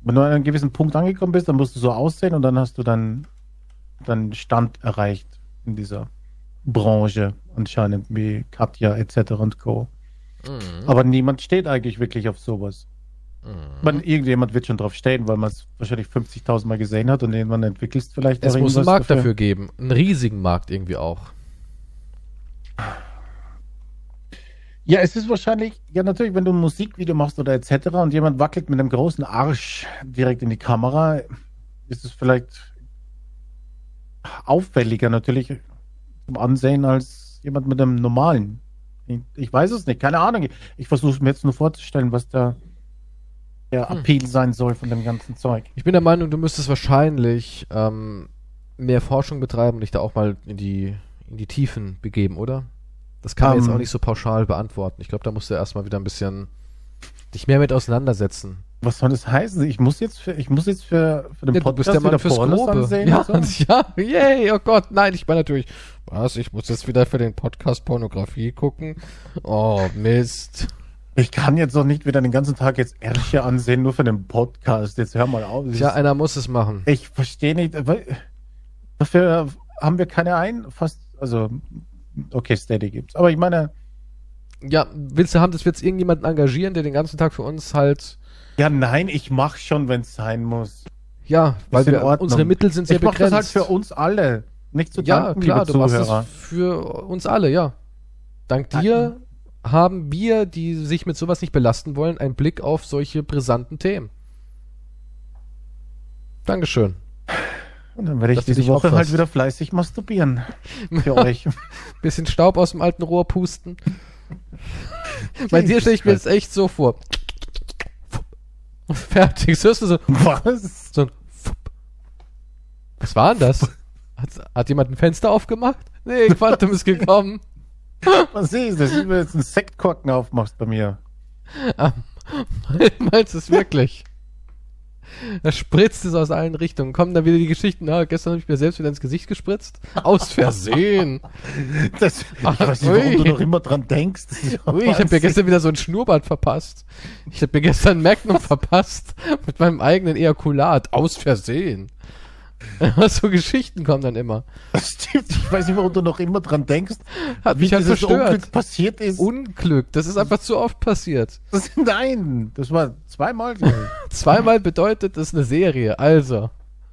[SPEAKER 2] Wenn du an einem gewissen Punkt angekommen bist, dann musst du so aussehen und dann hast du dann deinen Stand erreicht in dieser Branche anscheinend, wie Katja etc. und Co.
[SPEAKER 1] Mhm.
[SPEAKER 2] Aber niemand steht eigentlich wirklich auf sowas.
[SPEAKER 1] Mhm.
[SPEAKER 2] Man, irgendjemand wird schon drauf stehen, weil man es wahrscheinlich 50.000 Mal gesehen hat und irgendwann entwickelst vielleicht
[SPEAKER 1] Es
[SPEAKER 2] auch
[SPEAKER 1] muss einen
[SPEAKER 2] irgendwas
[SPEAKER 1] Markt dafür geben. Einen riesigen Markt irgendwie auch.
[SPEAKER 2] Ja, es ist wahrscheinlich, ja natürlich, wenn du ein Musikvideo machst oder etc. und jemand wackelt mit einem großen Arsch direkt in die Kamera, ist es vielleicht auffälliger natürlich zum Ansehen als jemand mit einem normalen. Ich, ich weiß es nicht, keine Ahnung. Ich versuche mir jetzt nur vorzustellen, was da der
[SPEAKER 1] Hm.
[SPEAKER 2] Appeal sein soll von dem ganzen Zeug.
[SPEAKER 1] Ich bin der Meinung, du müsstest wahrscheinlich ähm, mehr Forschung betreiben und dich da auch mal in die, in die Tiefen begeben, oder? Das kann man jetzt
[SPEAKER 2] Ähm.
[SPEAKER 1] auch nicht so pauschal beantworten. Ich glaube, da musst du erstmal wieder ein bisschen dich mehr mit auseinandersetzen.
[SPEAKER 2] Was soll das heißen? Ich muss jetzt für, ich muss jetzt für, für den
[SPEAKER 1] Ja,
[SPEAKER 2] Podcast wieder Pornos ansehen.
[SPEAKER 1] Ja,
[SPEAKER 2] und so?
[SPEAKER 1] ja, yay, oh Gott, nein, ich meine natürlich, was, ich muss jetzt wieder für den Podcast Pornografie gucken? Oh, Mist.
[SPEAKER 2] Ich kann jetzt doch nicht wieder den ganzen Tag jetzt Ärsche ansehen, nur für den Podcast. Jetzt hör mal auf.
[SPEAKER 1] Tja, einer muss es machen.
[SPEAKER 2] Ich verstehe nicht. weil- Dafür haben wir keine ein, fast, also, okay, Steady gibt's. Aber ich meine,
[SPEAKER 1] Ja, willst du haben, dass wir jetzt irgendjemanden engagieren, der den ganzen Tag für uns halt,
[SPEAKER 2] ja, nein, ich mach schon, wenn's sein muss.
[SPEAKER 1] ja, weil
[SPEAKER 2] in
[SPEAKER 1] wir,
[SPEAKER 2] Ordnung.
[SPEAKER 1] unsere Mittel sind sehr
[SPEAKER 2] ich mach
[SPEAKER 1] begrenzt.
[SPEAKER 2] das halt für uns alle. Nicht zu
[SPEAKER 1] Ja,
[SPEAKER 2] danken,
[SPEAKER 1] klar,
[SPEAKER 2] liebe
[SPEAKER 1] du machst
[SPEAKER 2] Zuhörer.
[SPEAKER 1] das für uns alle, ja. Dank dir haben wir, die sich mit sowas nicht belasten wollen, einen Blick auf solche brisanten Themen. Dankeschön.
[SPEAKER 2] Und dann werde ich
[SPEAKER 1] dass du
[SPEAKER 2] diese
[SPEAKER 1] dich
[SPEAKER 2] Woche
[SPEAKER 1] opferst.
[SPEAKER 2] halt wieder fleißig masturbieren. Für euch.
[SPEAKER 1] Bisschen Staub aus dem alten Rohr pusten. Bei dir
[SPEAKER 2] Jesus
[SPEAKER 1] stelle ich mir
[SPEAKER 2] Christ.
[SPEAKER 1] jetzt echt so vor. Und fertig. So hörst du so,
[SPEAKER 2] Was?
[SPEAKER 1] so ein Was war denn das? Hat, hat jemand ein Fenster aufgemacht? Nee, Quantum ist gekommen.
[SPEAKER 2] Was ist das? Wenn du jetzt einen Sektkorken aufmachst bei mir.
[SPEAKER 1] Meinst du es wirklich? Da spritzt es aus allen Richtungen. Kommen dann wieder die Geschichten. Na, gestern habe ich mir selbst wieder ins Gesicht gespritzt. Aus Versehen.
[SPEAKER 2] Das, ich weiß nicht,
[SPEAKER 1] Ui.
[SPEAKER 2] warum du noch immer dran denkst. Das ist ja
[SPEAKER 1] Ui, ich habe mir
[SPEAKER 2] Wahnsinn.
[SPEAKER 1] gestern wieder so ein Schnurrbart verpasst. Ich habe mir gestern Magnum verpasst. Mit meinem eigenen Ejakulat. Aus Versehen. so Geschichten kommen dann immer.
[SPEAKER 2] Das stimmt. Ich weiß nicht, warum du noch immer dran denkst,
[SPEAKER 1] Hat mich halt
[SPEAKER 2] dieses
[SPEAKER 1] verstört.
[SPEAKER 2] Unglück passiert ist.
[SPEAKER 1] Unglück. Das ist einfach zu oft passiert.
[SPEAKER 2] Das, nein, das war zweimal. glaub
[SPEAKER 1] Zweimal bedeutet das eine Serie. Also.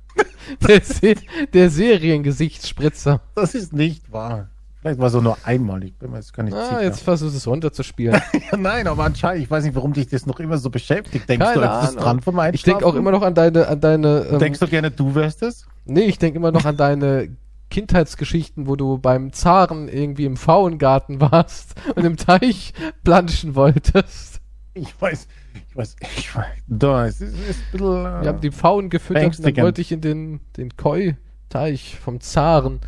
[SPEAKER 1] Der, Se der Seriengesichtsspritzer.
[SPEAKER 2] ich. Das ist nicht wahr. Vielleicht war es auch nur einmal. Ich bin mir jetzt gar nicht
[SPEAKER 1] Ah,
[SPEAKER 2] sicher.
[SPEAKER 1] jetzt versuchst du es runterzuspielen.
[SPEAKER 2] Ja, nein, aber anscheinend, ich weiß nicht, warum dich das noch immer so beschäftigt. Denkst
[SPEAKER 1] Keine
[SPEAKER 2] du öfters
[SPEAKER 1] Ahnung.
[SPEAKER 2] dran vom Einschlafen?
[SPEAKER 1] Ich denke auch immer noch an deine, an deine. Ähm,
[SPEAKER 2] Denkst du gerne, du wärst es?
[SPEAKER 1] nee, ich denke immer noch an deine Kindheitsgeschichten, wo du beim Zaren irgendwie im Pfauengarten warst und im Teich planschen wolltest.
[SPEAKER 2] Ich weiß, ich weiß, ich weiß. Da, es ist, ist ein bisschen. äh,
[SPEAKER 1] Wir haben die Pfauen gefüttert und dann
[SPEAKER 2] Beängstigend.
[SPEAKER 1] wollte ich in den, den Koi-Teich vom Zaren.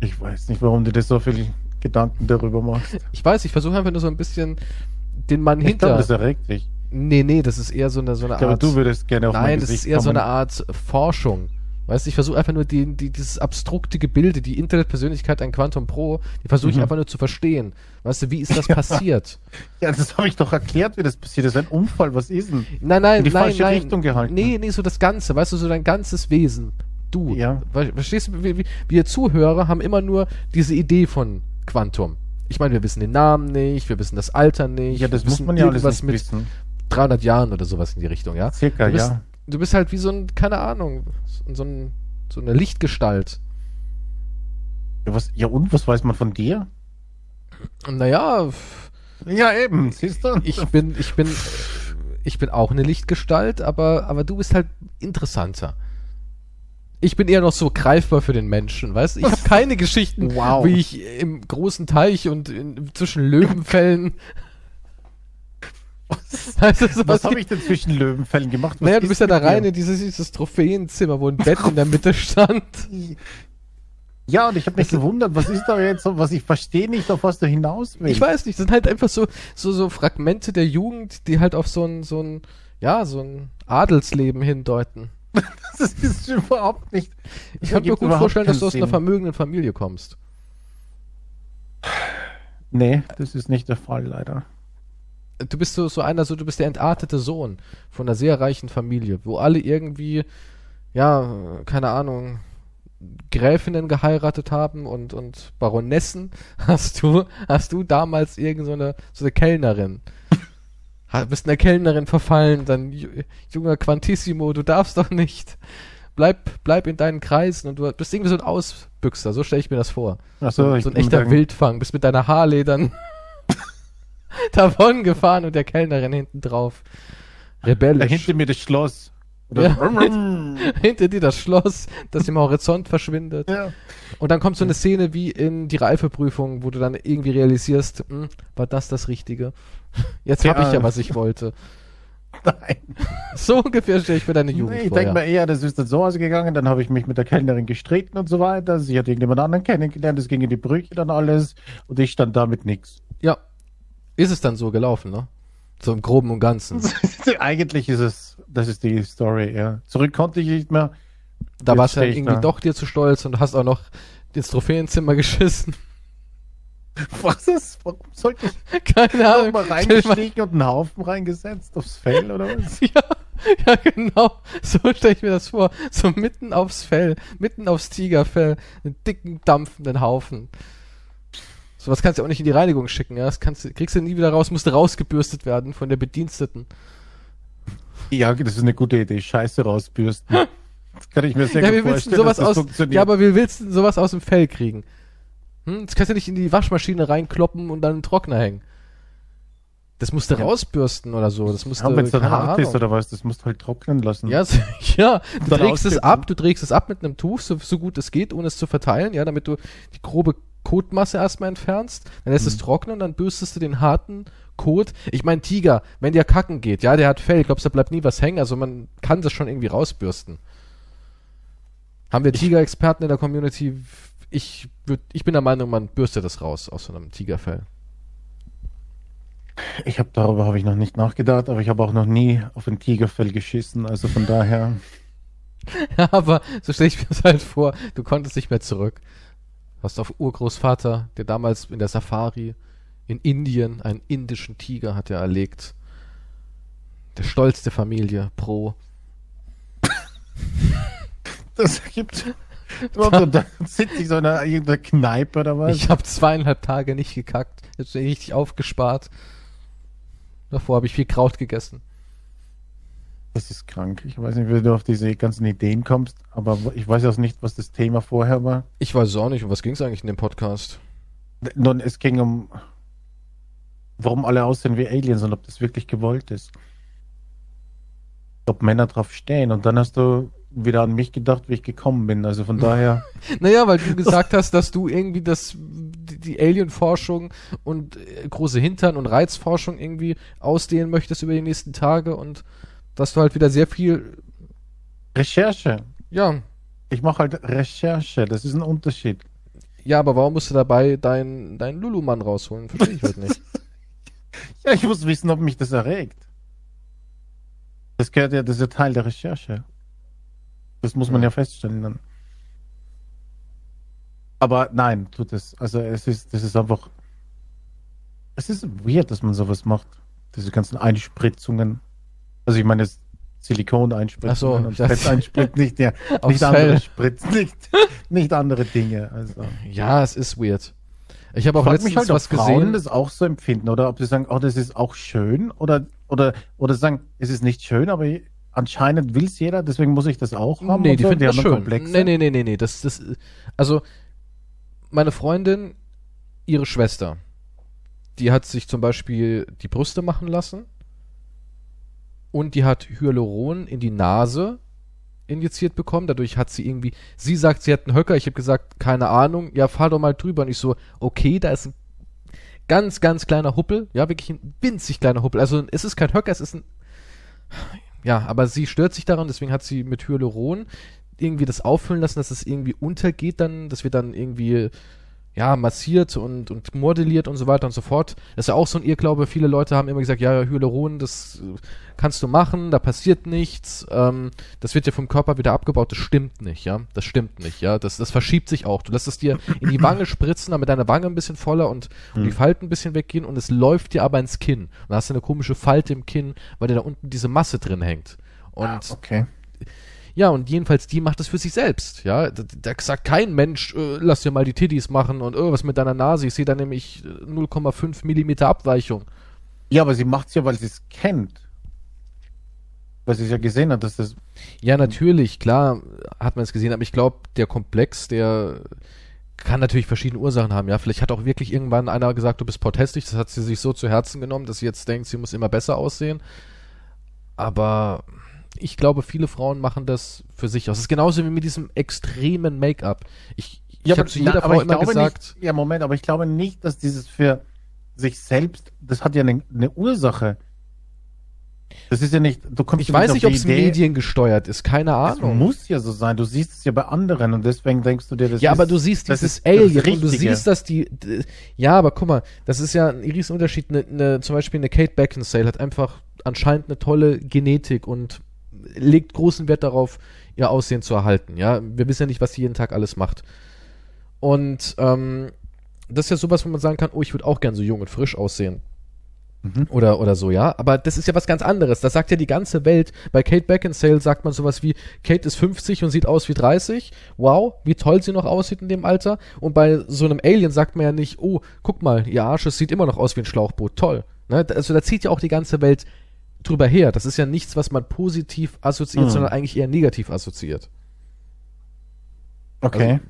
[SPEAKER 2] Ich weiß nicht, warum du dir so viel Gedanken darüber machst.
[SPEAKER 1] Ich weiß, ich versuche einfach nur so ein bisschen den Mann
[SPEAKER 2] Ich
[SPEAKER 1] hinter.
[SPEAKER 2] glaube, das erregt dich.
[SPEAKER 1] nee, nee, das ist eher so eine, so eine
[SPEAKER 2] Ich glaube,
[SPEAKER 1] Art.
[SPEAKER 2] du würdest gerne auf mein
[SPEAKER 1] Nein, das
[SPEAKER 2] Gesicht
[SPEAKER 1] ist eher so
[SPEAKER 2] kommen.
[SPEAKER 1] eine Art Forschung. Weißt du, ich versuche einfach nur die, die, dieses abstrukte Gebilde, die Internetpersönlichkeit ein Quantum Pro, die versuche ich
[SPEAKER 2] Mhm.
[SPEAKER 1] einfach nur zu verstehen. Weißt du, wie ist das passiert?
[SPEAKER 2] Ja, das habe ich doch erklärt, wie das passiert ist. Ein Unfall, was ist denn?
[SPEAKER 1] Nein, nein,
[SPEAKER 2] In die
[SPEAKER 1] nein,
[SPEAKER 2] falsche
[SPEAKER 1] nein.
[SPEAKER 2] Richtung gehalten.
[SPEAKER 1] Nee, nee, so das Ganze, weißt du, so dein ganzes Wesen. Du.
[SPEAKER 2] Ja.
[SPEAKER 1] Ver- Verstehst du, wir, wir- wir Zuhörer haben immer nur diese Idee von Quantum. Ich meine, wir wissen den Namen nicht, wir wissen das Alter nicht.
[SPEAKER 2] Ja, das
[SPEAKER 1] wir
[SPEAKER 2] muss
[SPEAKER 1] wissen
[SPEAKER 2] man ja alles
[SPEAKER 1] irgendwas
[SPEAKER 2] nicht
[SPEAKER 1] mit
[SPEAKER 2] wissen. Ah,
[SPEAKER 1] 300 Jahren oder sowas in die Richtung, ja?
[SPEAKER 2] Circa,
[SPEAKER 1] du bist,
[SPEAKER 2] ja.
[SPEAKER 1] Du bist halt wie so ein, keine Ahnung, so, so, ein, so eine Lichtgestalt.
[SPEAKER 2] Ja, was, ja, und was weiß man von dir?
[SPEAKER 1] Und naja, f-
[SPEAKER 2] Ja, eben, siehst du?
[SPEAKER 1] ich bin, ich bin, ich bin auch eine Lichtgestalt, aber, aber du bist halt interessanter. Ich bin eher noch so greifbar für den Menschen, weißt du? Ich habe keine Geschichten,
[SPEAKER 2] Wow.
[SPEAKER 1] wie ich im großen Teich und in, zwischen Löwenfällen. Weißt du, sowas
[SPEAKER 2] was habe ich denn zwischen Löwenfällen gemacht? Was
[SPEAKER 1] Naja, du
[SPEAKER 2] ist
[SPEAKER 1] bist ja da
[SPEAKER 2] mit
[SPEAKER 1] rein
[SPEAKER 2] dir?
[SPEAKER 1] in dieses, dieses Trophäenzimmer, wo ein Bett in der Mitte stand.
[SPEAKER 2] Ja, und ich habe mich gewundert, was ist da jetzt so, was ich verstehe nicht, auf was du hinaus willst.
[SPEAKER 1] Ich weiß nicht, das sind halt einfach so, so, so Fragmente der Jugend, die halt auf so ein, so ein, ja, so ein Adelsleben hindeuten.
[SPEAKER 2] das ist überhaupt nicht.
[SPEAKER 1] Ich kann mir
[SPEAKER 2] ergibt
[SPEAKER 1] gut
[SPEAKER 2] überhaupt
[SPEAKER 1] vorstellen, dass du
[SPEAKER 2] keinen
[SPEAKER 1] aus einer
[SPEAKER 2] Sinn.
[SPEAKER 1] vermögenden Familie kommst.
[SPEAKER 2] Nee, das ist nicht der Fall, leider.
[SPEAKER 1] Du bist so, so einer, so du bist der entartete Sohn von einer sehr reichen Familie, wo alle irgendwie, ja, keine Ahnung, Gräfinnen geheiratet haben und, und Baronessen. Hast du, hast du damals irgend so eine, so eine Kellnerin? Ha- Bist einer Kellnerin verfallen, dann ju- junger Quantissimo, du darfst doch nicht. bleib, bleib in deinen Kreisen und du bist irgendwie so ein Ausbüchser, so stelle ich mir das vor.
[SPEAKER 2] Achso,
[SPEAKER 1] so ein echter Wildfang, bist mit deiner Harley dann davon gefahren und der Kellnerin hinten drauf.
[SPEAKER 2] Da
[SPEAKER 1] Rebellisch.
[SPEAKER 2] hinter mir das Schloss.
[SPEAKER 1] Ja.
[SPEAKER 2] Rum, rum.
[SPEAKER 1] hinter dir das Schloss, das im Horizont verschwindet.
[SPEAKER 2] ja.
[SPEAKER 1] Und dann kommt so eine Szene wie in die Reifeprüfung, wo du dann irgendwie realisierst, hm, war das das Richtige? Jetzt habe
[SPEAKER 2] Ja.
[SPEAKER 1] ich ja, was ich wollte.
[SPEAKER 2] Nein.
[SPEAKER 1] So ungefähr stelle ich mir deine Jugend
[SPEAKER 2] Nee, ich
[SPEAKER 1] vor.
[SPEAKER 2] denke
[SPEAKER 1] ja.
[SPEAKER 2] mal eher, das ist dann so ausgegangen. Dann habe ich mich mit der Kellnerin gestritten und so weiter. Sie hat irgendjemand anderen kennengelernt. Es ging in die Brüche dann alles. Und ich stand da mit nichts.
[SPEAKER 1] ja. Ist es dann so gelaufen, ne? So im Groben und Ganzen.
[SPEAKER 2] Eigentlich ist es, das ist die Story, ja. Zurück konnte ich nicht mehr.
[SPEAKER 1] Da
[SPEAKER 2] Jetzt
[SPEAKER 1] warst du dann
[SPEAKER 2] steh ich
[SPEAKER 1] irgendwie
[SPEAKER 2] da.
[SPEAKER 1] doch dir zu stolz und hast auch noch ins Trophäenzimmer geschissen.
[SPEAKER 2] Was ist? Warum sollte ich
[SPEAKER 1] Keine Ahnung.
[SPEAKER 2] nochmal
[SPEAKER 1] Stell dir mal-
[SPEAKER 2] reingestiegen und einen Haufen reingesetzt aufs Fell oder was?
[SPEAKER 1] Ja, ja, genau. So stelle ich mir das vor. So mitten aufs Fell, mitten aufs Tigerfell, einen dicken, dampfenden Haufen. Sowas kannst du auch nicht in die Reinigung schicken, ja. Das kannst, du- kriegst du nie wieder raus, musst du rausgebürstet werden von der Bediensteten.
[SPEAKER 2] Ja, das ist eine gute Idee. Scheiße rausbürsten. Das kann ich mir sehr
[SPEAKER 1] Ja,
[SPEAKER 2] gut
[SPEAKER 1] wie willst du
[SPEAKER 2] vorstellen,
[SPEAKER 1] denn sowas
[SPEAKER 2] dass das
[SPEAKER 1] aus,
[SPEAKER 2] funktioniert.
[SPEAKER 1] ja, aber wie willst du denn sowas aus dem Fell kriegen? Hm? Das kannst du nicht in die Waschmaschine reinkloppen und dann in den Trockner hängen. Das musst du
[SPEAKER 2] Ja.
[SPEAKER 1] rausbürsten oder so. Das musst
[SPEAKER 2] ja,
[SPEAKER 1] du,
[SPEAKER 2] wenn es dann
[SPEAKER 1] keine
[SPEAKER 2] hart ist
[SPEAKER 1] Ahnung.
[SPEAKER 2] oder was, das musst du halt trocknen lassen.
[SPEAKER 1] Ja, so, ja, du
[SPEAKER 2] Dann
[SPEAKER 1] trägst es
[SPEAKER 2] auskippen.
[SPEAKER 1] ab, du trägst es ab mit einem Tuch, so, so gut es geht, ohne es zu verteilen, ja, damit du die grobe Kotmasse erstmal entfernst, dann
[SPEAKER 2] Mhm.
[SPEAKER 1] lässt es trocknen, dann bürstest du den harten Kot. Ich meine, Tiger, wenn der kacken geht, ja, der hat Fell, glaubst du, da bleibt nie was hängen, also man kann das schon irgendwie rausbürsten. Haben wir Tiger-Experten in der Community? Ich, würd, ich bin der Meinung, man bürstet das raus aus so einem Tigerfell.
[SPEAKER 2] Ich habe darüber habe ich noch nicht nachgedacht, aber ich habe auch noch nie auf ein Tigerfell geschissen. Also von daher.
[SPEAKER 1] Ja, aber so stelle ich mir das halt vor, du konntest nicht mehr zurück. Hast auf Urgroßvater, der damals in der Safari in Indien einen indischen Tiger hat er erlegt. Der stolz der Familie, pro.
[SPEAKER 2] Das ergibt. Und dann sitzt ich so in einer, irgendeiner Kneipe oder was?
[SPEAKER 1] Ich habe zweieinhalb Tage nicht gekackt. Jetzt bin ich richtig aufgespart. Davor habe ich viel Kraut gegessen.
[SPEAKER 2] das ist krank. Ich weiß nicht, wie du auf diese ganzen Ideen kommst, aber ich weiß auch nicht, was das Thema vorher war.
[SPEAKER 1] Ich weiß es auch nicht, um was ging es eigentlich in dem Podcast?
[SPEAKER 2] Nun, es ging um, warum alle aussehen wie Aliens und ob das wirklich gewollt ist. Ob Männer drauf stehen. Und dann hast du wieder an mich gedacht, wie ich gekommen bin. Also von daher,
[SPEAKER 1] Naja, weil du gesagt hast, dass du irgendwie das, die die Alien-Forschung und äh, große Hintern und Reizforschung irgendwie ausdehnen möchtest über die nächsten Tage und dass du halt wieder sehr viel,
[SPEAKER 2] Recherche.
[SPEAKER 1] ja,
[SPEAKER 2] Ich mache halt Recherche. Das ist ein Unterschied.
[SPEAKER 1] ja, aber warum musst du dabei deinen deinen Lulumann rausholen? Verstehe ich halt nicht.
[SPEAKER 2] Ja, ich muss wissen, ob mich das erregt. Das gehört ja, das ist ja Teil der Recherche. Das muss man
[SPEAKER 1] Ja.
[SPEAKER 2] ja feststellen dann. Aber nein, tut es. Also es ist, das ist einfach. Es ist weird, dass man sowas macht. Diese ganzen Einspritzungen. Also ich meine, das Silikon-Einspritzungen
[SPEAKER 1] Ach so,
[SPEAKER 2] und
[SPEAKER 1] ich dachte-
[SPEAKER 2] Fett einspritzt nicht, ja,
[SPEAKER 1] Aufs
[SPEAKER 2] nicht andere
[SPEAKER 1] Fell.
[SPEAKER 2] Spritz, nicht, nicht andere Dinge. Also.
[SPEAKER 1] Ja, es ist weird. Ich habe auch
[SPEAKER 2] Frag
[SPEAKER 1] letztens
[SPEAKER 2] mich halt, ob
[SPEAKER 1] was
[SPEAKER 2] Frauen
[SPEAKER 1] gesehen.
[SPEAKER 2] das auch so empfinden oder ob sie sagen, oh, das ist auch schön oder oder oder sagen, es ist nicht schön, aber anscheinend will es jeder, deswegen muss ich das auch haben.
[SPEAKER 1] Nee,
[SPEAKER 2] und
[SPEAKER 1] die
[SPEAKER 2] so.
[SPEAKER 1] finden das
[SPEAKER 2] haben
[SPEAKER 1] schön.
[SPEAKER 2] Komplexe.
[SPEAKER 1] Nee, nee, nee, nee, nee. Das, das, also, meine Freundin, ihre Schwester, die hat sich zum Beispiel die Brüste machen lassen und die hat Hyaluron in die Nase injiziert bekommen. Dadurch hat sie irgendwie, sie sagt, sie hat einen Höcker. Ich habe gesagt, keine Ahnung. Ja, fahr doch mal drüber. Und ich so, okay, da ist ein ganz, ganz kleiner Huppel. Ja, wirklich ein winzig kleiner Huppel. Also es ist kein Höcker, es ist ein... Ja, aber sie stört sich daran, deswegen hat sie mit Hyaluron irgendwie das auffüllen lassen, dass es irgendwie untergeht dann, dass wir dann irgendwie ja, massiert und, und modelliert und so weiter und so fort. Das ist ja auch so ein Irrglaube. Viele Leute haben immer gesagt, ja, ja, Hyaluron, das äh, kannst du machen, da passiert nichts. Ähm, das wird ja vom Körper wieder abgebaut. Das stimmt nicht, ja. Das stimmt nicht, ja. Das, das verschiebt sich auch. Du lässt es dir in die Wange spritzen, damit deine Wange ein bisschen voller und, und
[SPEAKER 2] Hm.
[SPEAKER 1] die Falten ein bisschen weggehen und es läuft dir aber ins Kinn. Und dann hast du eine komische Falte im Kinn, weil dir da unten diese Masse drin hängt. Und
[SPEAKER 2] Ah, okay.
[SPEAKER 1] ja, und jedenfalls die macht es für sich selbst, ja. Da, da sagt kein Mensch, äh, lass dir mal die Titties machen und äh, was mit deiner Nase, ich sehe da nämlich äh, 0,5 Millimeter Abweichung.
[SPEAKER 2] Ja, aber sie macht es ja, weil sie es kennt. was ich ja gesehen habe, dass das
[SPEAKER 1] Ja, natürlich, klar hat man es gesehen, aber ich glaube, der Komplex, der kann natürlich verschiedene Ursachen haben, ja. Vielleicht hat auch wirklich irgendwann einer gesagt, du bist potthässlich, das hat sie sich so zu Herzen genommen, dass sie jetzt denkt, sie muss immer besser aussehen. Aber ich glaube, viele Frauen machen das für sich aus. Es ist genauso wie mit diesem extremen Make-up. Ich, ich habe zu jeder
[SPEAKER 2] na,
[SPEAKER 1] Frau
[SPEAKER 2] aber ich
[SPEAKER 1] immer
[SPEAKER 2] glaube
[SPEAKER 1] gesagt,
[SPEAKER 2] Nicht, ja, Moment, aber ich glaube nicht, dass dieses für sich selbst, das hat ja eine, eine Ursache. Das ist ja nicht, du kommst
[SPEAKER 1] ich
[SPEAKER 2] ja
[SPEAKER 1] weiß
[SPEAKER 2] auf
[SPEAKER 1] nicht,
[SPEAKER 2] die
[SPEAKER 1] ob es
[SPEAKER 2] Idee,
[SPEAKER 1] mediengesteuert ist, keine
[SPEAKER 2] Es
[SPEAKER 1] Ahnung.
[SPEAKER 2] muss ja so sein. Du siehst es ja bei anderen und deswegen denkst du dir, das
[SPEAKER 1] ja,
[SPEAKER 2] ist,
[SPEAKER 1] aber du siehst
[SPEAKER 2] das
[SPEAKER 1] dieses
[SPEAKER 2] ist das
[SPEAKER 1] Alien und du
[SPEAKER 2] Richtige.
[SPEAKER 1] siehst, dass die. d- Ja, aber guck mal, das ist ja ein Riesenunterschied. Ne, ne, zum Beispiel eine Kate Beckinsale hat einfach anscheinend eine tolle Genetik und legt großen Wert darauf, ihr Aussehen zu erhalten. Ja, wir wissen ja nicht, was sie jeden Tag alles macht. Und ähm, das ist ja sowas, wo man sagen kann, oh, ich würde auch gern so jung und frisch aussehen.
[SPEAKER 2] Mhm.
[SPEAKER 1] Oder, oder so, ja. Aber das ist ja was ganz anderes. Das sagt ja die ganze Welt. Bei Kate Beckinsale sagt man sowas wie, Kate ist 50 und sieht aus wie 30. Wow, wie toll sie noch aussieht in dem Alter. Und bei so einem Alien sagt man ja nicht, oh, guck mal, ihr Arsch, es sieht immer noch aus wie ein Schlauchboot. Toll. Ne? Da- Also da zieht ja auch die ganze Welt drüber her. Das ist ja nichts, was man positiv assoziiert,
[SPEAKER 2] Mhm.
[SPEAKER 1] sondern eigentlich eher negativ assoziiert.
[SPEAKER 2] Okay.
[SPEAKER 1] also,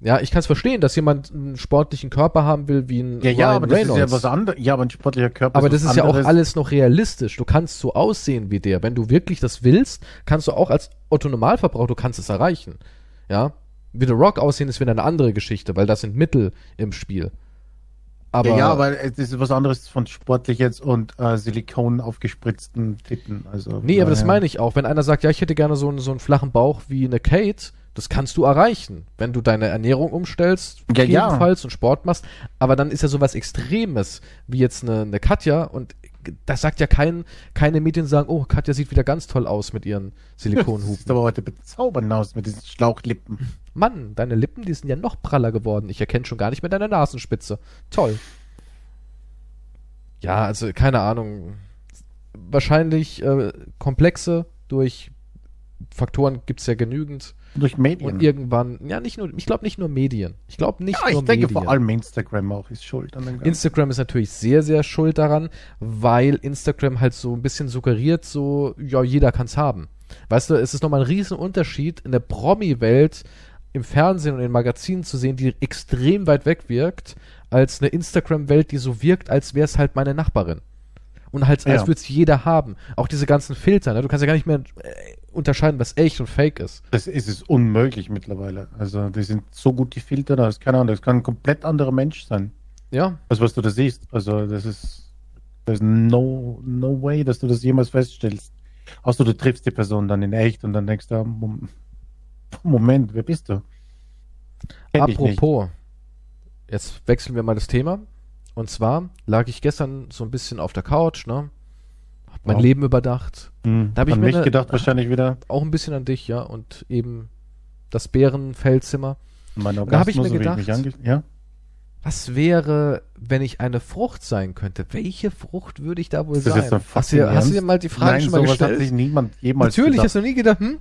[SPEAKER 1] Ja, ich kann es verstehen, dass jemand einen sportlichen Körper haben will wie ein
[SPEAKER 2] ja, ja,
[SPEAKER 1] Ryan
[SPEAKER 2] aber das ist ja
[SPEAKER 1] Reynolds.
[SPEAKER 2] was anderes. Ja, aber ein sportlicher Körper
[SPEAKER 1] Aber
[SPEAKER 2] was
[SPEAKER 1] das ist ja auch
[SPEAKER 2] anderes.
[SPEAKER 1] alles noch realistisch. Du kannst so aussehen wie der. Wenn du wirklich das willst, kannst du auch als Otto Normalverbraucher, du kannst es erreichen. Ja? Wie The Rock aussehen ist wieder eine andere Geschichte, weil das sind Mittel im Spiel. Aber,
[SPEAKER 2] ja, ja, aber es ist was anderes von sportlich jetzt und äh, Silikon aufgespritzten Titten. Also,
[SPEAKER 1] nee, aber das
[SPEAKER 2] naja.
[SPEAKER 1] meine ich auch. Wenn einer sagt, ja, ich hätte gerne so einen, so einen flachen Bauch wie eine Kate, das kannst du erreichen, wenn du deine Ernährung umstellst,
[SPEAKER 2] Ja, ja.
[SPEAKER 1] jedenfalls und Sport machst. Aber dann ist ja sowas Extremes, wie jetzt eine, eine Katja und das sagt ja kein, keine Medien sagen, oh, Katja sieht wieder ganz toll aus mit ihren
[SPEAKER 2] Das
[SPEAKER 1] Silikonhupen.
[SPEAKER 2] sieht aber heute bezaubernd aus mit diesen Schlauchlippen.
[SPEAKER 1] Mann, deine Lippen, die sind ja noch praller geworden. Ich erkenne schon gar nicht mehr deine Nasenspitze. Toll. Ja, also keine Ahnung. Wahrscheinlich äh, komplexe durch Faktoren gibt's ja genügend.
[SPEAKER 2] Durch Medien.
[SPEAKER 1] Und irgendwann, ja, nicht nur, ich glaube nicht nur Medien. Ich glaube nicht
[SPEAKER 2] ja, ich
[SPEAKER 1] nur
[SPEAKER 2] denke
[SPEAKER 1] Medien.
[SPEAKER 2] vor allem Instagram auch ist schuld an dem Ganzen.
[SPEAKER 1] Instagram ist natürlich sehr, sehr schuld daran, weil Instagram halt so ein bisschen suggeriert, so, ja, jeder kann's haben. Weißt du, es ist nochmal ein Riesenunterschied in der Promi-Welt im Fernsehen und in Magazinen zu sehen, die extrem weit weg wirkt, als eine Instagram-Welt, die so wirkt, als wäre es halt meine Nachbarin. Und halt, als
[SPEAKER 2] Ja.
[SPEAKER 1] würde es jeder haben. Auch diese ganzen Filter, ne? du kannst ja gar nicht mehr äh, unterscheiden, was echt und fake ist.
[SPEAKER 2] Das ist es unmöglich mittlerweile. Also die sind so gut die Filter, da ist keine Ahnung, das kann ein komplett anderer Mensch sein,
[SPEAKER 1] Ja,
[SPEAKER 2] als was du da siehst. Also das ist, das ist no, no way, dass du das jemals feststellst. Außer du triffst die Person dann in echt und dann denkst du, ah, Mom- Moment, wer bist du? Kenn dich nicht.
[SPEAKER 1] Apropos, jetzt wechseln wir mal das Thema. Und zwar lag ich gestern so ein bisschen auf der Couch, ne? Hab mein
[SPEAKER 2] Ja.
[SPEAKER 1] Leben überdacht.
[SPEAKER 2] Hm,
[SPEAKER 1] Da hab ich
[SPEAKER 2] an
[SPEAKER 1] mir
[SPEAKER 2] mich
[SPEAKER 1] eine-
[SPEAKER 2] gedacht wahrscheinlich wieder.
[SPEAKER 1] Auch ein bisschen an dich, ja. Und eben das Bärenfeldzimmer.
[SPEAKER 2] Mein
[SPEAKER 1] Da hab ich mir
[SPEAKER 2] Orgasmus, wie mich
[SPEAKER 1] gedacht-
[SPEAKER 2] ange ja?
[SPEAKER 1] Was wäre, wenn ich eine Frucht sein könnte? Welche Frucht würde ich da wohl
[SPEAKER 2] Ist das
[SPEAKER 1] sein?
[SPEAKER 2] jetzt ein
[SPEAKER 1] hast, du,
[SPEAKER 2] fucking
[SPEAKER 1] hast du dir
[SPEAKER 2] Ernst?
[SPEAKER 1] mal die Frage schon mal
[SPEAKER 2] sowas hat
[SPEAKER 1] gestellt?
[SPEAKER 2] sich niemand jemals
[SPEAKER 1] Natürlich
[SPEAKER 2] gedacht.
[SPEAKER 1] hast du nie gedacht, hm?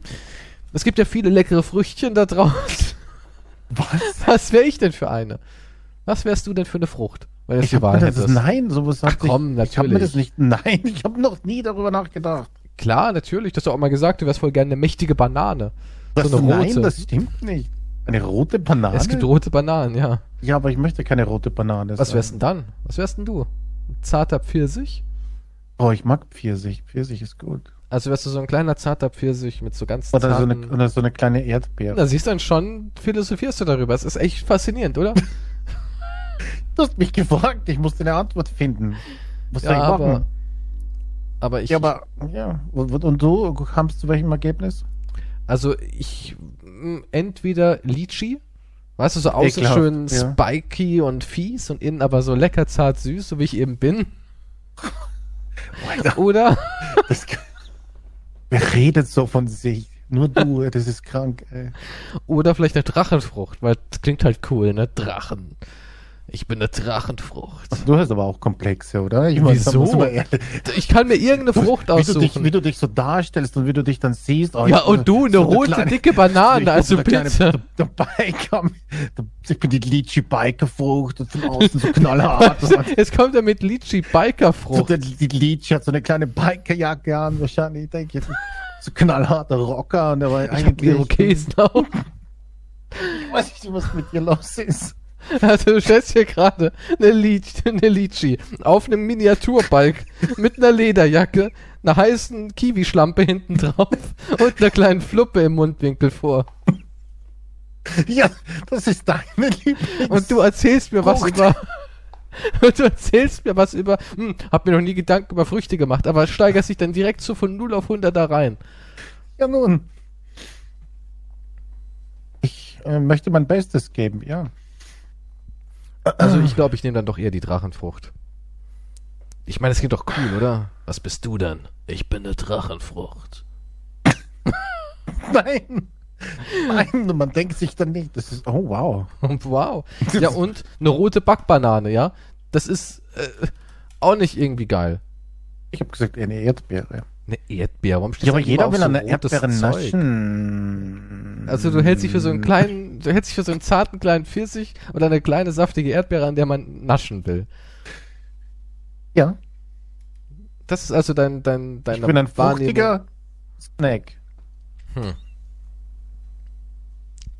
[SPEAKER 1] Es gibt ja viele leckere Früchtchen da draußen.
[SPEAKER 2] Was?
[SPEAKER 1] Was wäre ich denn für eine? Was wärst du denn für eine Frucht? Wenn du
[SPEAKER 2] Ich
[SPEAKER 1] die
[SPEAKER 2] hab mir
[SPEAKER 1] Wahl
[SPEAKER 2] das,
[SPEAKER 1] hättest.
[SPEAKER 2] nein, sowas hat
[SPEAKER 1] Ach komm,
[SPEAKER 2] sich, ich habe mir
[SPEAKER 1] natürlich.
[SPEAKER 2] das nicht, nein, ich habe noch nie darüber nachgedacht.
[SPEAKER 1] Klar, natürlich. Du hast ja auch mal gesagt, du wärst voll gerne eine mächtige Banane.
[SPEAKER 2] Das,
[SPEAKER 1] so eine rote.
[SPEAKER 2] Nein, das stimmt nicht. Eine rote Banane?
[SPEAKER 1] es gibt rote Bananen, ja.
[SPEAKER 2] ja, aber ich möchte keine rote Banane.
[SPEAKER 1] Was
[SPEAKER 2] sein.
[SPEAKER 1] wärst denn dann? Was wärst denn du? Ein zarter Pfirsich?
[SPEAKER 2] Oh, ich mag Pfirsich. Pfirsich ist gut.
[SPEAKER 1] Also wärst du so ein kleiner zarter Pfirsich mit so ganz
[SPEAKER 2] Oder so, eine,
[SPEAKER 1] zarten...
[SPEAKER 2] oder so eine kleine Erdbeere.
[SPEAKER 1] Da siehst du dann schon, philosophierst du darüber. Es ist echt faszinierend, oder?
[SPEAKER 2] Du hast mich gefragt, ich musste eine Antwort finden. Was soll
[SPEAKER 1] Ja,
[SPEAKER 2] ich
[SPEAKER 1] aber,
[SPEAKER 2] machen?
[SPEAKER 1] aber ich...
[SPEAKER 2] ja, aber, ja. Und, und du kamst zu welchem Ergebnis?
[SPEAKER 1] Also ich... mm, Entweder Litchi, weißt du, so außen
[SPEAKER 2] Ekelhaft,
[SPEAKER 1] schön
[SPEAKER 2] ja.
[SPEAKER 1] spiky und fies und innen aber so lecker zart süß, so wie ich eben bin. oder...
[SPEAKER 2] Das, wer redet so von sich? Nur du, das ist krank. Ey.
[SPEAKER 1] Oder vielleicht eine Drachenfrucht, weil das klingt halt cool, ne? Drachen. Ich bin eine Drachenfrucht.
[SPEAKER 2] Du hast aber auch Komplexe, oder? Ich da
[SPEAKER 1] Wieso?
[SPEAKER 2] muss man ehrlich-
[SPEAKER 1] Ich kann mir irgendeine Frucht
[SPEAKER 2] wie du,
[SPEAKER 1] aussuchen.
[SPEAKER 2] dich, wie du dich so darstellst und wie du dich dann siehst. Oh, ich
[SPEAKER 1] ja,
[SPEAKER 2] bin
[SPEAKER 1] und du, eine
[SPEAKER 2] so
[SPEAKER 1] rote,
[SPEAKER 2] kleine-
[SPEAKER 1] dicke Banane, also
[SPEAKER 2] ich bin der
[SPEAKER 1] bitte.
[SPEAKER 2] Kleine, der Biker, der, ich bin die Litchi-Biker-Frucht und von außen so knallhart. Das hat-
[SPEAKER 1] Jetzt kommt er mit Litchi
[SPEAKER 2] so,
[SPEAKER 1] Bikerfrucht.
[SPEAKER 2] der, die Litchi hat so eine kleine Bikerjacke an, wahrscheinlich, denke ich. So knallharter Rocker und der war
[SPEAKER 1] Ich hab die Irokesen auf.
[SPEAKER 2] Ich weiß nicht, was mit dir los ist.
[SPEAKER 1] Also du stellst hier gerade eine, Lit eine Litschi auf einem Miniaturbalk mit einer Lederjacke, einer heißen Kiwischlampe hinten drauf und einer kleinen Fluppe im Mundwinkel vor.
[SPEAKER 2] Ja, das ist deine Lieblings.
[SPEAKER 1] Und du erzählst mir was
[SPEAKER 2] Frucht.
[SPEAKER 1] über. Und du erzählst mir was über. Hm, hab mir noch nie Gedanken über Früchte gemacht, aber steigerst dich dann direkt so von 0 auf 100 da rein.
[SPEAKER 2] Ja, nun. Ich äh, möchte mein Bestes geben, ja.
[SPEAKER 1] Also ich glaube, ich nehme dann doch eher die Drachenfrucht. Ich meine, es klingt doch cool, oder? Was bist du dann? Ich bin eine Drachenfrucht.
[SPEAKER 2] Nein! Nein, und man denkt sich dann nicht, das ist, oh wow.
[SPEAKER 1] Wow. Ja, und eine rote Backbanane, ja? Das ist äh, auch nicht irgendwie geil.
[SPEAKER 2] Ich habe gesagt, eher eine Erdbeere.
[SPEAKER 1] Eine Erdbeere, warum steht
[SPEAKER 2] Ja, aber jeder will eine Erdbeere naschen.
[SPEAKER 1] Also du hältst dich für so einen kleinen, du hältst dich für so einen zarten kleinen Pfirsich oder eine kleine saftige Erdbeere, an der man naschen will.
[SPEAKER 2] Ja,
[SPEAKER 1] Das ist also dein, dein, dein
[SPEAKER 2] ich bin ein fruchtiger Snack,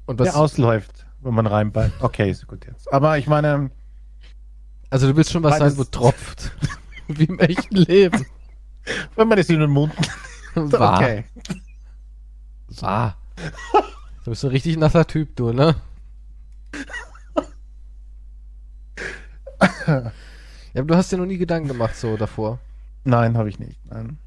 [SPEAKER 1] Und
[SPEAKER 2] der
[SPEAKER 1] was,
[SPEAKER 2] ausläuft, wenn man reinbeißt. Okay, ist gut jetzt. Aber ich meine,
[SPEAKER 1] also du willst schon was sein,
[SPEAKER 2] Beides-
[SPEAKER 1] wo tropft. Wie im echten Leben.
[SPEAKER 2] wenn man das in den Mund nimmt,
[SPEAKER 1] Wahr. Wahr. Du bist ein richtig nasser Typ, du, ne? Ja, aber du hast dir noch nie Gedanken gemacht so davor.
[SPEAKER 2] Nein, habe ich nicht. Nein.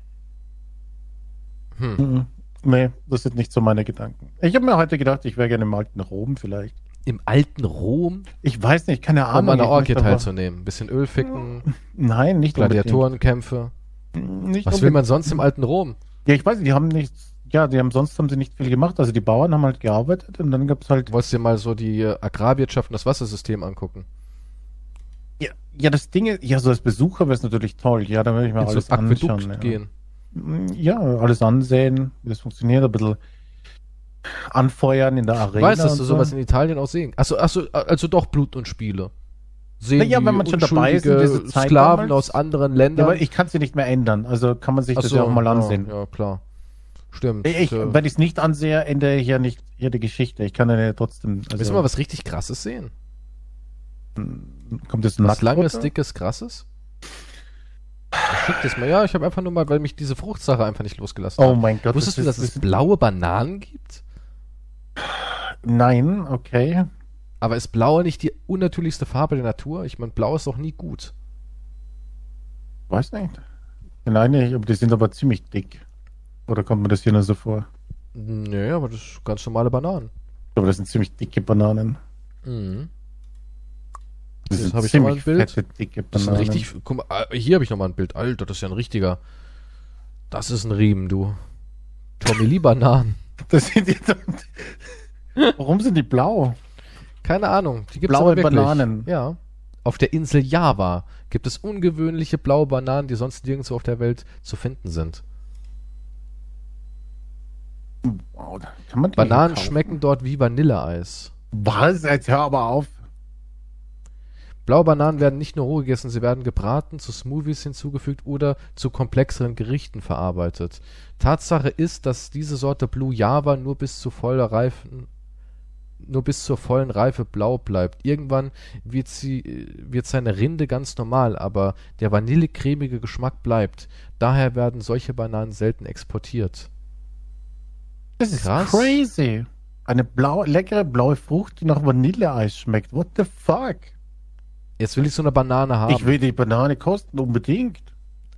[SPEAKER 1] Hm.
[SPEAKER 2] Mhm. Nee, das sind nicht so meine Gedanken. Ich habe mir heute gedacht, ich wäre gerne im alten Rom vielleicht.
[SPEAKER 1] Im alten Rom,
[SPEAKER 2] Ich weiß Ah, nicht, keine Ahnung.
[SPEAKER 1] um an der
[SPEAKER 2] ich
[SPEAKER 1] Orgie
[SPEAKER 2] möchte aber-
[SPEAKER 1] teilzunehmen. bisschen Öl ficken,
[SPEAKER 2] Nein, nicht
[SPEAKER 1] Gladiatorenkämpfe.
[SPEAKER 2] unbedingt. Nicht
[SPEAKER 1] Was will
[SPEAKER 2] unbedingt.
[SPEAKER 1] man sonst im alten Rom?
[SPEAKER 2] Ja, ich weiß nicht, die haben nichts. Ja, die haben sonst haben sie nicht viel gemacht. Also die Bauern haben halt gearbeitet und dann gab's halt.
[SPEAKER 1] Du wolltest dir mal so die äh, Agrarwirtschaft und das Wassersystem angucken.
[SPEAKER 2] Ja, ja, das Ding ist, ja, so als Besucher wäre es natürlich toll. Ja, da würde ich mir
[SPEAKER 1] Ins
[SPEAKER 2] alles
[SPEAKER 1] Aquädukt
[SPEAKER 2] anschauen. ja. Mm,
[SPEAKER 1] gehen.
[SPEAKER 2] ja, alles ansehen, wie das funktioniert, ein bisschen anfeuern in der
[SPEAKER 1] Du
[SPEAKER 2] Arena.
[SPEAKER 1] weißt, dass
[SPEAKER 2] und
[SPEAKER 1] du
[SPEAKER 2] so.
[SPEAKER 1] sowas in Italien auch sehen Achso, achso, also doch Blut und Spiele. Sehen
[SPEAKER 2] Naja, wenn man schon dabei ist in
[SPEAKER 1] unschuldige
[SPEAKER 2] dieser Zeit
[SPEAKER 1] Sklaven
[SPEAKER 2] damals.
[SPEAKER 1] aus anderen Ländern.
[SPEAKER 2] Ja, aber ich kann sie nicht mehr ändern. Also kann man sich das
[SPEAKER 1] Achso,
[SPEAKER 2] ja auch mal ansehen.
[SPEAKER 1] Ja, ja klar. Stimmt.
[SPEAKER 2] Ich,
[SPEAKER 1] äh,
[SPEAKER 2] wenn ich es nicht ansehe, ändere ich ja nicht hier die Geschichte. Ich kann ja trotzdem. also
[SPEAKER 1] Willst du mal was richtig krasses sehen?
[SPEAKER 2] Kommt das
[SPEAKER 1] Was
[SPEAKER 2] nackt
[SPEAKER 1] langes,
[SPEAKER 2] runter?
[SPEAKER 1] dickes, krasses? Ich Schick das mal. Ja, ich habe einfach nur mal, weil mich diese Fruchtsache einfach nicht losgelassen
[SPEAKER 2] Oh
[SPEAKER 1] hat.
[SPEAKER 2] mein Gott.
[SPEAKER 1] Wusstest du, dass es blaue Bananen gibt?
[SPEAKER 2] Nein, okay.
[SPEAKER 1] Aber ist blau nicht die unnatürlichste Farbe der Natur? Ich meine, blau ist doch nie gut.
[SPEAKER 2] Weiß nicht. Nein, nicht, aber die sind aber ziemlich dick. Oder kommt mir das hier nur so vor?
[SPEAKER 1] Nö, aber das ist ganz normale Bananen.
[SPEAKER 2] Aber das sind ziemlich dicke Bananen.
[SPEAKER 1] Mhm. Das
[SPEAKER 2] Das, sind
[SPEAKER 1] hab ich
[SPEAKER 2] ziemlich
[SPEAKER 1] schon mal ein Bild.
[SPEAKER 2] fette, dicke
[SPEAKER 1] Das ist ein
[SPEAKER 2] Bananen.
[SPEAKER 1] richtig. Guck mal, äh, hier habe ich nochmal ein Bild. Alter, das ist ja ein richtiger. Das ist ein Riemen, du. Tommy Lee Bananen.
[SPEAKER 2] Das sind die, warum sind die blau?
[SPEAKER 1] Keine Ahnung. Die gibt's
[SPEAKER 2] Blaue
[SPEAKER 1] aber wirklich.
[SPEAKER 2] Bananen.
[SPEAKER 1] Ja. Auf der Insel Java gibt es ungewöhnliche blaue Bananen, die sonst nirgendwo auf der Welt zu finden sind.
[SPEAKER 2] Wow, da kann man die
[SPEAKER 1] Bananen
[SPEAKER 2] kaufen.
[SPEAKER 1] schmecken dort wie Vanilleeis.
[SPEAKER 2] Was? Jetzt hör aber auf.
[SPEAKER 1] Blaue Bananen werden nicht nur roh gegessen, sie werden gebraten, zu Smoothies hinzugefügt oder zu komplexeren Gerichten verarbeitet. Tatsache ist, dass diese Sorte Blue Java nur bis zu voller Reifen nur bis zur vollen Reife blau bleibt. Irgendwann wird sie äh, wird seine Rinde ganz normal, aber der vanillecremige Geschmack bleibt. Daher werden solche Bananen selten exportiert.
[SPEAKER 2] Das ist
[SPEAKER 1] Krass.
[SPEAKER 2] crazy. Eine blaue, leckere blaue Frucht, die nach Vanilleeis schmeckt. What the fuck?
[SPEAKER 1] Jetzt will ich so eine Banane haben,
[SPEAKER 2] Ich will die Banane kosten, unbedingt.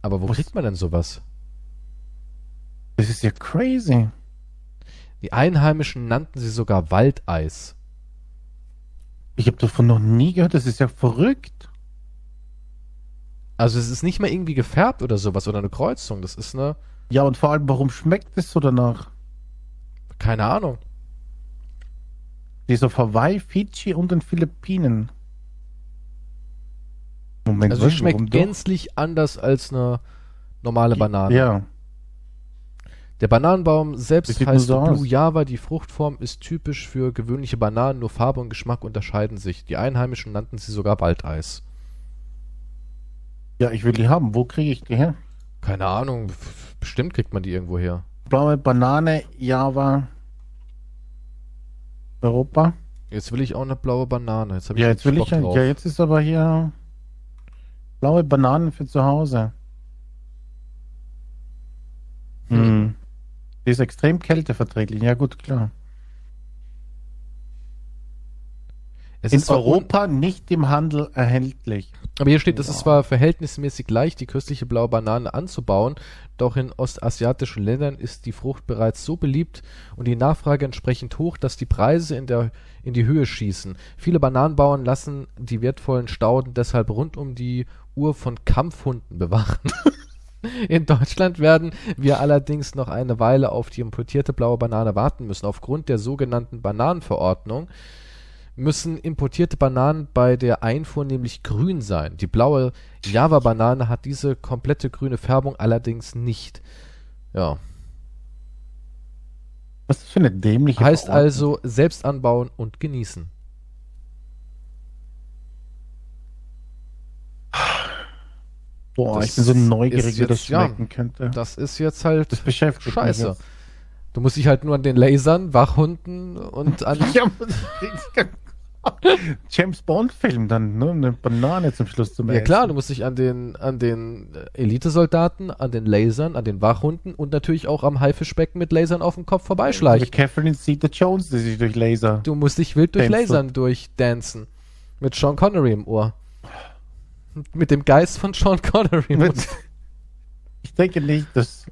[SPEAKER 1] aber wo
[SPEAKER 2] Was-
[SPEAKER 1] kriegt man denn sowas?
[SPEAKER 2] Das ist ja crazy.
[SPEAKER 1] Die Einheimischen nannten sie sogar Waldeis.
[SPEAKER 2] Ich habe davon noch nie gehört. Das ist ja verrückt.
[SPEAKER 1] Also es ist nicht mal irgendwie gefärbt oder sowas oder eine Kreuzung. Das ist eine,
[SPEAKER 2] Ja, und vor allem, warum schmeckt es so danach?
[SPEAKER 1] keine Ahnung.
[SPEAKER 2] Die ist auf Hawaii, Fidschi und den Philippinen. Moment,
[SPEAKER 1] Also sie
[SPEAKER 2] was? Warum
[SPEAKER 1] schmeckt
[SPEAKER 2] doch?
[SPEAKER 1] gänzlich anders als eine normale Banane.
[SPEAKER 2] Ja,
[SPEAKER 1] Der Bananenbaum selbst
[SPEAKER 2] Das sieht
[SPEAKER 1] heißt
[SPEAKER 2] nur so
[SPEAKER 1] Blue
[SPEAKER 2] aus.
[SPEAKER 1] Java. Die Fruchtform ist typisch für gewöhnliche Bananen, nur Farbe und Geschmack unterscheiden sich. Die Einheimischen nannten sie sogar Waldeis.
[SPEAKER 2] ja, ich will die haben. Wo kriege ich die her?
[SPEAKER 1] Keine Ahnung, f- bestimmt kriegt man die irgendwo her.
[SPEAKER 2] Blaue Banane, Java, Europa.
[SPEAKER 1] Jetzt will ich auch eine blaue Banane. Jetzt hab
[SPEAKER 2] Ja, jetzt will
[SPEAKER 1] Bock
[SPEAKER 2] ich ja.
[SPEAKER 1] drauf.
[SPEAKER 2] Ja, jetzt ist aber hier blaue Bananen für zu Hause. Hm. Die ist extrem kälteverträglich. Ja, gut, klar.
[SPEAKER 1] Es
[SPEAKER 2] In
[SPEAKER 1] ist zwar un-
[SPEAKER 2] Europa nicht im Handel erhältlich.
[SPEAKER 1] Aber hier steht, es ist
[SPEAKER 2] Ja.
[SPEAKER 1] zwar verhältnismäßig leicht, die köstliche blaue Banane anzubauen, doch in ostasiatischen Ländern ist die Frucht bereits so beliebt und die Nachfrage entsprechend hoch, dass die Preise in, der, in die Höhe schießen. Viele Bananenbauern lassen die wertvollen Stauden deshalb rund um die Uhr von Kampfhunden bewachen. In Deutschland werden wir allerdings noch eine Weile auf die importierte blaue Banane warten müssen. Aufgrund der sogenannten Bananenverordnung müssen importierte Bananen bei der Einfuhr nämlich grün sein. Die blaue Java-Banane hat diese komplette grüne Färbung allerdings nicht. Ja,
[SPEAKER 2] Was ist das für eine dämliche
[SPEAKER 1] heißt
[SPEAKER 2] Verordnung?
[SPEAKER 1] also selbst anbauen und genießen.
[SPEAKER 2] Boah,
[SPEAKER 1] das
[SPEAKER 2] ich bin so neugierig,
[SPEAKER 1] ist
[SPEAKER 2] wie das
[SPEAKER 1] jetzt- ja.
[SPEAKER 2] schmecken könnte.
[SPEAKER 1] Das ist jetzt halt
[SPEAKER 2] Das beschäftigt mich.
[SPEAKER 1] scheiße.
[SPEAKER 2] jetzt.
[SPEAKER 1] Du musst dich halt nur an den Lasern, Wachhunden und an
[SPEAKER 2] Ja, das ist- James Bond-Film dann, ne? Eine Banane zum Schluss zu
[SPEAKER 1] Ja klar, du musst dich an den, an den äh, Elitesoldaten, an den Lasern, an den Wachhunden und natürlich auch am Haifischbecken mit Lasern auf dem Kopf vorbeischleichen.
[SPEAKER 2] Catherine Zeta Jones, die sich durch Laser.
[SPEAKER 1] Du musst dich wild durch
[SPEAKER 2] Dance
[SPEAKER 1] Lasern durchdancen. Mit Sean Connery im Ohr. Mit dem Geist von Sean Connery. im Ohr.
[SPEAKER 2] ich denke nicht, dass.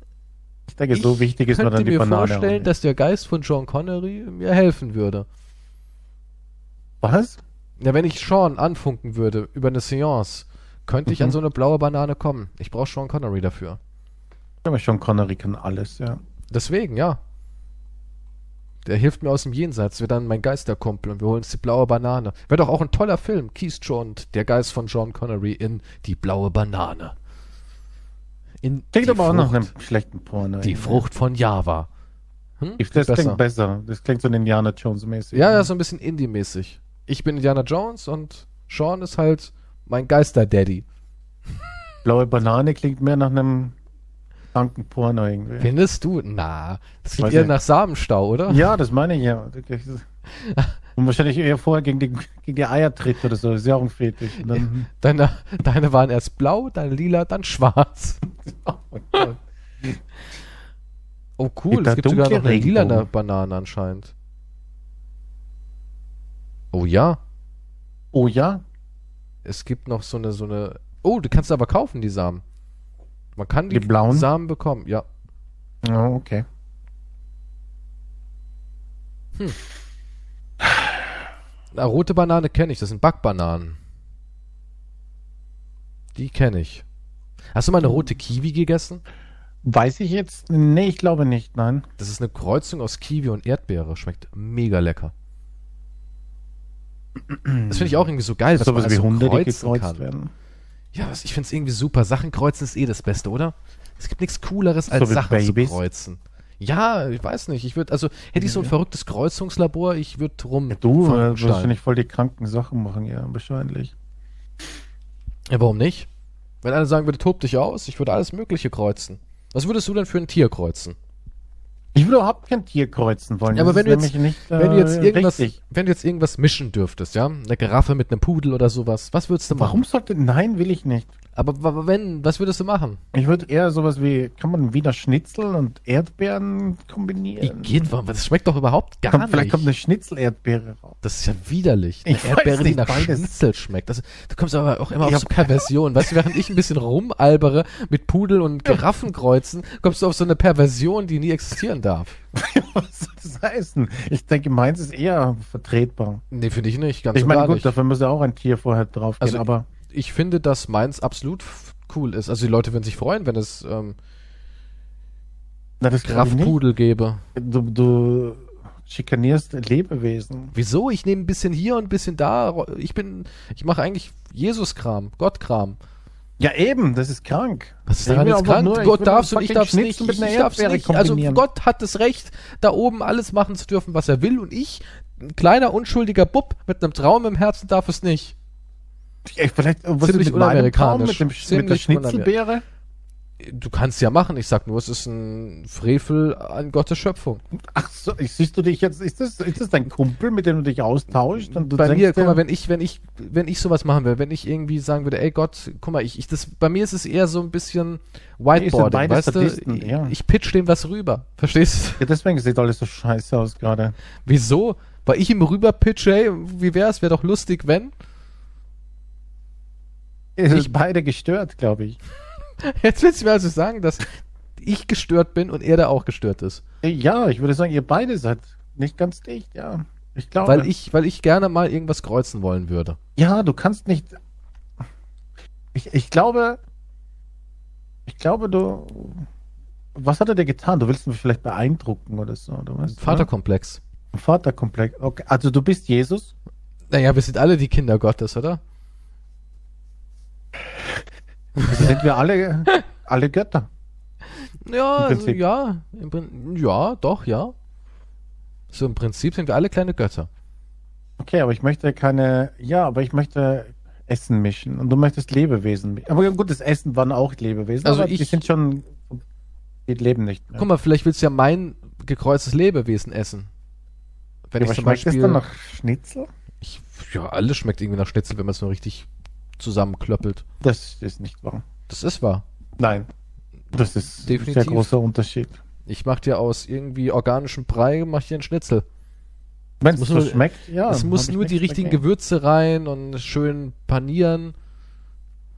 [SPEAKER 2] Ich denke, so
[SPEAKER 1] Ich
[SPEAKER 2] wichtig ist mir
[SPEAKER 1] könnte
[SPEAKER 2] dann die
[SPEAKER 1] mir
[SPEAKER 2] Banane.
[SPEAKER 1] vorstellen,
[SPEAKER 2] auch nicht.
[SPEAKER 1] dass der Geist von Sean Connery mir helfen würde.
[SPEAKER 2] Was?
[SPEAKER 1] Ja, wenn ich Sean anfunken würde über eine Seance, könnte ich
[SPEAKER 2] Mhm.
[SPEAKER 1] an so eine blaue Banane kommen. Ich brauche Sean Connery dafür.
[SPEAKER 2] Aber schon Connery kann alles, ja.
[SPEAKER 1] Deswegen, ja. Der hilft mir aus dem Jenseits, wird dann mein Geisterkumpel und wir holen uns die blaue Banane. Wäre doch auch ein toller Film, Keystone und der Geist von Sean Connery in Die blaue Banane. In
[SPEAKER 2] Klingt
[SPEAKER 1] die
[SPEAKER 2] aber auch
[SPEAKER 1] Frucht,
[SPEAKER 2] nach einem schlechten Porno.
[SPEAKER 1] Die Frucht von Java. Hm?
[SPEAKER 2] Ich, das
[SPEAKER 1] Besser.
[SPEAKER 2] klingt besser. Das klingt so Indiana Jones-mäßig.
[SPEAKER 1] Ja, ja, so ein bisschen Indie-mäßig. Mhm. Ich bin Indiana Jones und Sean ist halt mein Geister-Daddy.
[SPEAKER 2] Blaue Banane klingt mehr nach einem kranken Porno irgendwie.
[SPEAKER 1] Findest du? Na, das klingt
[SPEAKER 2] Weiß
[SPEAKER 1] eher
[SPEAKER 2] nicht.
[SPEAKER 1] nach Samenstau, oder?
[SPEAKER 2] Ja, das meine ich ja. Und wahrscheinlich eher vorher gegen die, gegen die Eier tritt oder so. Ist ja auch ein Fetisch. Und dann,
[SPEAKER 1] Deine, deine waren erst blau, dann lila, dann schwarz.
[SPEAKER 2] oh mein Gott.
[SPEAKER 1] Oh cool,
[SPEAKER 2] Mit der
[SPEAKER 1] es gibt sogar noch eine
[SPEAKER 2] dunklen
[SPEAKER 1] lilane
[SPEAKER 2] Regenbogen.
[SPEAKER 1] Banane anscheinend. Oh ja,
[SPEAKER 2] Oh ja,
[SPEAKER 1] es gibt noch so eine, so eine. Oh, du kannst aber kaufen, die Samen. Man kann die,
[SPEAKER 2] Die blauen?
[SPEAKER 1] Samen bekommen, ja.
[SPEAKER 2] Ja, okay.
[SPEAKER 1] Na, rote Banane kenne ich, das sind Backbananen. Die kenne ich. Hast du mal eine rote Kiwi gegessen?
[SPEAKER 2] Weiß ich jetzt? Nee, ich glaube nicht, nein.
[SPEAKER 1] Das ist eine Kreuzung aus Kiwi und Erdbeere. Schmeckt mega lecker. Das finde ich auch irgendwie so geil, dass man
[SPEAKER 2] Sowas
[SPEAKER 1] das
[SPEAKER 2] wie
[SPEAKER 1] so
[SPEAKER 2] Hunde, die
[SPEAKER 1] kreuzen
[SPEAKER 2] gekreuzt
[SPEAKER 1] kann.
[SPEAKER 2] werden.
[SPEAKER 1] Ja, was, ich find's irgendwie super. Sachen kreuzen ist eh das Beste, oder? Es gibt nichts Cooleres als
[SPEAKER 2] So wie
[SPEAKER 1] Sachen
[SPEAKER 2] Babys.
[SPEAKER 1] zu kreuzen. Ja, ich weiß nicht. Ich würde, also hätte ich so ein
[SPEAKER 2] Ja.
[SPEAKER 1] verrücktes Kreuzungslabor, ich würde rum.
[SPEAKER 2] Ja, du
[SPEAKER 1] verrückt
[SPEAKER 2] äh, wirst
[SPEAKER 1] schreien.
[SPEAKER 2] du nicht voll die kranken Sachen machen, ja, wahrscheinlich.
[SPEAKER 1] Ja, warum nicht? Wenn einer sagen würde, tob dich aus, ich würde alles Mögliche kreuzen. Was würdest du denn für ein Tier kreuzen?
[SPEAKER 2] Ich würde überhaupt kein Tier kreuzen wollen.
[SPEAKER 1] Ja, aber wenn du
[SPEAKER 2] ist
[SPEAKER 1] jetzt-
[SPEAKER 2] nämlich nicht,
[SPEAKER 1] Wenn du jetzt
[SPEAKER 2] äh,
[SPEAKER 1] irgendwas,
[SPEAKER 2] richtig.
[SPEAKER 1] wenn du jetzt irgendwas mischen dürftest, ja? Eine Giraffe mit einem Pudel oder sowas. Was würdest du machen?
[SPEAKER 2] Warum sollte. Nein, will ich nicht.
[SPEAKER 1] Aber wa- wa- wenn, was würdest du machen?
[SPEAKER 2] Ich würde eher sowas wie. Kann man Wiener Schnitzel und Erdbeeren kombinieren?
[SPEAKER 1] Igitt, warum- das schmeckt doch überhaupt gar
[SPEAKER 2] kommt,
[SPEAKER 1] nicht.
[SPEAKER 2] vielleicht kommt eine Schnitzel-Erdbeere raus.
[SPEAKER 1] Das ist ja widerlich. Eine
[SPEAKER 2] Ich weiß
[SPEAKER 1] Erdbeere, die
[SPEAKER 2] nicht,
[SPEAKER 1] nach
[SPEAKER 2] beides.
[SPEAKER 1] Schnitzel schmeckt. Das, du kommst aber auch immer
[SPEAKER 2] Ich
[SPEAKER 1] auf
[SPEAKER 2] hab
[SPEAKER 1] so Perversion. Weißt du, während ich ein bisschen rumalbere mit Pudel und Giraffenkreuzen, kommst du auf so eine Perversion, die nie existieren darf.
[SPEAKER 2] Was soll das heißen? Ich denke, meins ist eher vertretbar. Also
[SPEAKER 1] Nee, finde ich nicht. Ganz
[SPEAKER 2] Ich
[SPEAKER 1] und
[SPEAKER 2] meine,
[SPEAKER 1] gar
[SPEAKER 2] gut,
[SPEAKER 1] nicht.
[SPEAKER 2] dafür muss ja auch ein Tier vorher draufgehen,
[SPEAKER 1] Also-
[SPEAKER 2] aber
[SPEAKER 1] Ich finde, dass meins absolut f- cool ist. Also die Leute würden sich freuen, wenn es ähm,
[SPEAKER 2] na, das glaub ich nicht.
[SPEAKER 1] Giraffenpudel gäbe.
[SPEAKER 2] Du, du, Schikanierst Lebewesen.
[SPEAKER 1] Wieso? Ich nehme ein bisschen hier und ein bisschen da. Ich bin, ich mache eigentlich Jesus-Kram, Gott-Kram.
[SPEAKER 2] Ja, eben, das ist krank.
[SPEAKER 1] Was ist
[SPEAKER 2] Ich
[SPEAKER 1] daran
[SPEAKER 2] will
[SPEAKER 1] jetzt
[SPEAKER 2] einfach
[SPEAKER 1] krank?
[SPEAKER 2] nur- ich
[SPEAKER 1] Gott
[SPEAKER 2] will
[SPEAKER 1] darf's und
[SPEAKER 2] fucking
[SPEAKER 1] ich darf's
[SPEAKER 2] Schnitzel
[SPEAKER 1] nicht.
[SPEAKER 2] mit
[SPEAKER 1] Ich
[SPEAKER 2] einer
[SPEAKER 1] darf's
[SPEAKER 2] Erdbeere
[SPEAKER 1] nicht. Also
[SPEAKER 2] kombinieren.
[SPEAKER 1] Gott hat das Recht, da oben alles machen zu dürfen, was er will. Und ich, ein kleiner, unschuldiger Bub mit einem Traum im Herzen, darf es nicht.
[SPEAKER 2] Ey, vielleicht was
[SPEAKER 1] Ziemlich
[SPEAKER 2] ist mit meinem Traum,
[SPEAKER 1] unamerikanisch.
[SPEAKER 2] mit, dem, mit der
[SPEAKER 1] Ziemlich
[SPEAKER 2] Schnitzelbeere?
[SPEAKER 1] Du kannst ja machen. Ich sag nur, es ist ein Frevel an Gottes Schöpfung.
[SPEAKER 2] Ach so, ich- siehst du dich jetzt, ist das, ist das dein Kumpel, mit dem du dich austauscht? Und du
[SPEAKER 1] bei
[SPEAKER 2] denkst
[SPEAKER 1] mir, guck
[SPEAKER 2] dir-
[SPEAKER 1] mal, wenn ich, wenn ich, wenn ich sowas machen würde, wenn ich irgendwie sagen würde, ey Gott, guck mal, ich, ich das, bei mir ist es eher so ein bisschen Whiteboarding,
[SPEAKER 2] beides
[SPEAKER 1] weißt du?
[SPEAKER 2] Statisten, ja.
[SPEAKER 1] Ich pitch dem was rüber, verstehst du?
[SPEAKER 2] ja, deswegen sieht alles so scheiße aus gerade.
[SPEAKER 1] Wieso? Weil ich ihm rüber pitch, ey, wie wär's, wäre doch lustig, wenn?
[SPEAKER 2] Ihr
[SPEAKER 1] Ich-
[SPEAKER 2] seid beide gestört, glaube ich.
[SPEAKER 1] Jetzt willst du mir also sagen, dass ich gestört bin und er da auch gestört ist.
[SPEAKER 2] Äh, Ja, ich würde sagen, ihr beide seid nicht ganz dicht, ja. Ich glaube.
[SPEAKER 1] Weil ich, weil ich gerne mal irgendwas kreuzen wollen würde.
[SPEAKER 2] Ja, du kannst nicht. Ich, ich glaube. Ich glaube, du. Was hat er dir getan? Du willst mich vielleicht beeindrucken oder so, du weißt. oder?
[SPEAKER 1] Vaterkomplex.
[SPEAKER 2] Vaterkomplex. Okay. Also du bist Jesus.
[SPEAKER 1] Naja, wir sind alle die Kinder Gottes, oder?
[SPEAKER 2] Also sind wir alle, alle Götter.
[SPEAKER 1] Ja,
[SPEAKER 2] Im
[SPEAKER 1] also,
[SPEAKER 2] Prinzip.
[SPEAKER 1] ja, im Prin ja, doch, ja. So im Prinzip sind wir alle kleine Götter.
[SPEAKER 2] Okay, aber ich möchte keine. Ja, aber ich möchte Essen mischen. Und du möchtest Lebewesen mischen. Aber gut, das Essen waren auch Lebewesen.
[SPEAKER 1] Also
[SPEAKER 2] aber die
[SPEAKER 1] ich-
[SPEAKER 2] sind schon. Die leben nicht mehr.
[SPEAKER 1] Guck mal, vielleicht willst du ja mein gekreuztes Lebewesen essen. Wenn
[SPEAKER 2] aber
[SPEAKER 1] ich zum
[SPEAKER 2] schmeckt es
[SPEAKER 1] Beispiel.
[SPEAKER 2] dann nach Schnitzel?
[SPEAKER 1] Ich, ja, alles schmeckt irgendwie nach Schnitzel, wenn man es nur richtig zusammenklöppelt.
[SPEAKER 2] Das ist nicht wahr.
[SPEAKER 1] Das ist wahr.
[SPEAKER 2] Nein. Das ist
[SPEAKER 1] Definitiv.
[SPEAKER 2] ein sehr großer Unterschied.
[SPEAKER 1] Ich mach dir aus irgendwie organischem Brei, mach dir einen Schnitzel.
[SPEAKER 2] Wenn
[SPEAKER 1] muss
[SPEAKER 2] es
[SPEAKER 1] nur-
[SPEAKER 2] so schmeckt, ja.
[SPEAKER 1] es muss
[SPEAKER 2] hab ich
[SPEAKER 1] nur die
[SPEAKER 2] nichts
[SPEAKER 1] richtigen
[SPEAKER 2] dagegen.
[SPEAKER 1] Gewürze rein und schön panieren.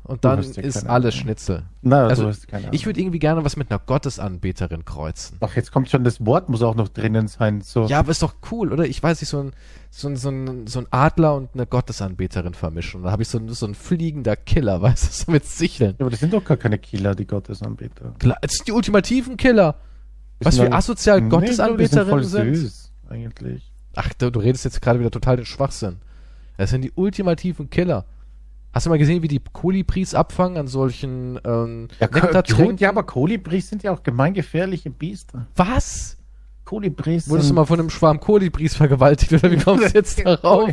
[SPEAKER 1] Und dann
[SPEAKER 2] hast ja
[SPEAKER 1] ist
[SPEAKER 2] keine
[SPEAKER 1] alles
[SPEAKER 2] Ahnung.
[SPEAKER 1] Schnitzel.
[SPEAKER 2] Na,
[SPEAKER 1] also,
[SPEAKER 2] du hast keine Ahnung.
[SPEAKER 1] Ich würde irgendwie gerne was mit einer Gottesanbeterin kreuzen.
[SPEAKER 2] Ach, jetzt kommt schon das Wort, muss auch noch drinnen sein. So.
[SPEAKER 1] Ja, aber ist doch cool, oder? Ich weiß nicht, so ein, so ein, so ein, so ein Adler und eine Gottesanbeterin vermischen. Da habe ich so ein, so ein fliegender Killer, weißt du, so mit Sicheln.
[SPEAKER 2] Ja, aber das sind doch gar keine Killer, die Gottesanbeter.
[SPEAKER 1] Klar, es sind die ultimativen Killer.
[SPEAKER 2] Die
[SPEAKER 1] Was
[SPEAKER 2] sind
[SPEAKER 1] für
[SPEAKER 2] alle-
[SPEAKER 1] asozial
[SPEAKER 2] Nee,
[SPEAKER 1] Gottesanbeterinnen
[SPEAKER 2] die sind. Voll
[SPEAKER 1] sind.
[SPEAKER 2] süß, eigentlich.
[SPEAKER 1] Ach, du, du redest jetzt gerade wieder total den Schwachsinn. Das sind die ultimativen Killer. Hast du mal gesehen, wie die Kolibris abfangen an solchen ähm, Nektartränken?
[SPEAKER 2] gut, ja, aber Kolibris sind ja auch gemeingefährliche Biester.
[SPEAKER 1] Was?
[SPEAKER 2] Kolibris
[SPEAKER 1] Wurdest du
[SPEAKER 2] sind...
[SPEAKER 1] mal von einem Schwarm Kolibris vergewaltigt oder wie kommst du jetzt darauf?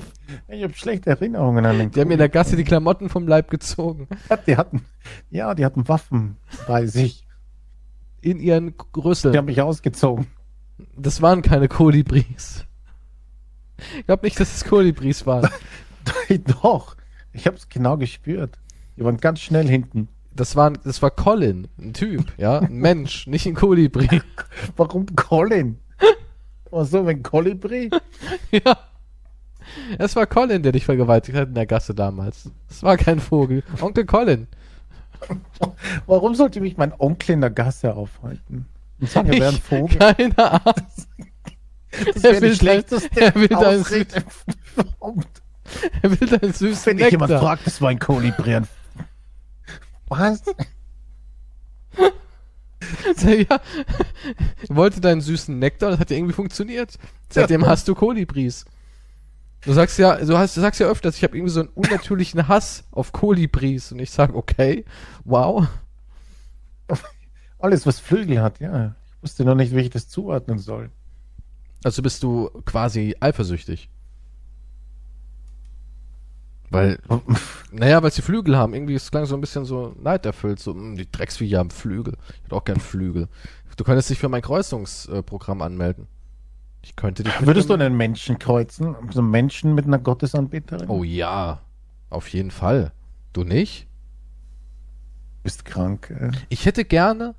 [SPEAKER 2] Ich habe schlechte Erinnerungen an den
[SPEAKER 1] Die haben mir in der Gasse die Klamotten vom Leib gezogen.
[SPEAKER 2] Kolibris. Die hatten, ja, die hatten Waffen bei sich.
[SPEAKER 1] In ihren
[SPEAKER 2] Die
[SPEAKER 1] Rüsseln.
[SPEAKER 2] haben mich ausgezogen.
[SPEAKER 1] Das waren keine Kolibris. Ich glaube nicht, dass es Kolibris waren.
[SPEAKER 2] Doch, ich habe es genau gespürt. Die waren ganz schnell hinten.
[SPEAKER 1] Das, waren, das war Colin, ein Typ, ja, ein Mensch, nicht ein Kolibri.
[SPEAKER 2] Warum Colin? Was so ein Kolibri?
[SPEAKER 1] Ja. Es war Colin, der dich vergewaltigt hat in der Gasse damals. Es war kein Vogel. Onkel Colin.
[SPEAKER 2] Warum sollte mich mein Onkel in der Gasse aufhalten? Und sagen, er wäre ein
[SPEAKER 1] Ich,
[SPEAKER 2] Vogel.
[SPEAKER 1] keine Ahnung.
[SPEAKER 2] Das
[SPEAKER 1] will
[SPEAKER 2] wäre die
[SPEAKER 1] dein-
[SPEAKER 2] schlechteste
[SPEAKER 1] er will dein
[SPEAKER 2] Ausrede. überhaupt.
[SPEAKER 1] Er will deinen süßen
[SPEAKER 2] Wenn dich jemand fragt, das war ein Kolibri. ein- Was?
[SPEAKER 1] Ja. Er wollte deinen süßen Nektar, das hat ja irgendwie funktioniert. Seitdem hast du Kolibris. Du sagst ja, du, hast, du sagst ja öfters, ich habe irgendwie so einen unnatürlichen Hass auf Kolibris. Und ich sage, okay, wow.
[SPEAKER 2] Alles, was Flügel hat, ja. Ich wusste noch nicht, wie ich das zuordnen soll.
[SPEAKER 1] Also bist du quasi eifersüchtig. Weil, naja, weil sie Flügel haben. Irgendwie ist es klang so ein bisschen so neiderfüllt. So, mh, die Drecksviecher haben Flügel. Ich hätte auch gern Flügel. Du könntest dich für mein Kreuzungsprogramm anmelden. Ich könnte dich. mit
[SPEAKER 2] Würdest du
[SPEAKER 1] einem-
[SPEAKER 2] einen Menschen kreuzen? So einen Menschen mit einer Gottesanbeterin?
[SPEAKER 1] Oh ja. Auf jeden Fall. Du nicht?
[SPEAKER 2] Du bist krank. Äh.
[SPEAKER 1] Ich hätte gerne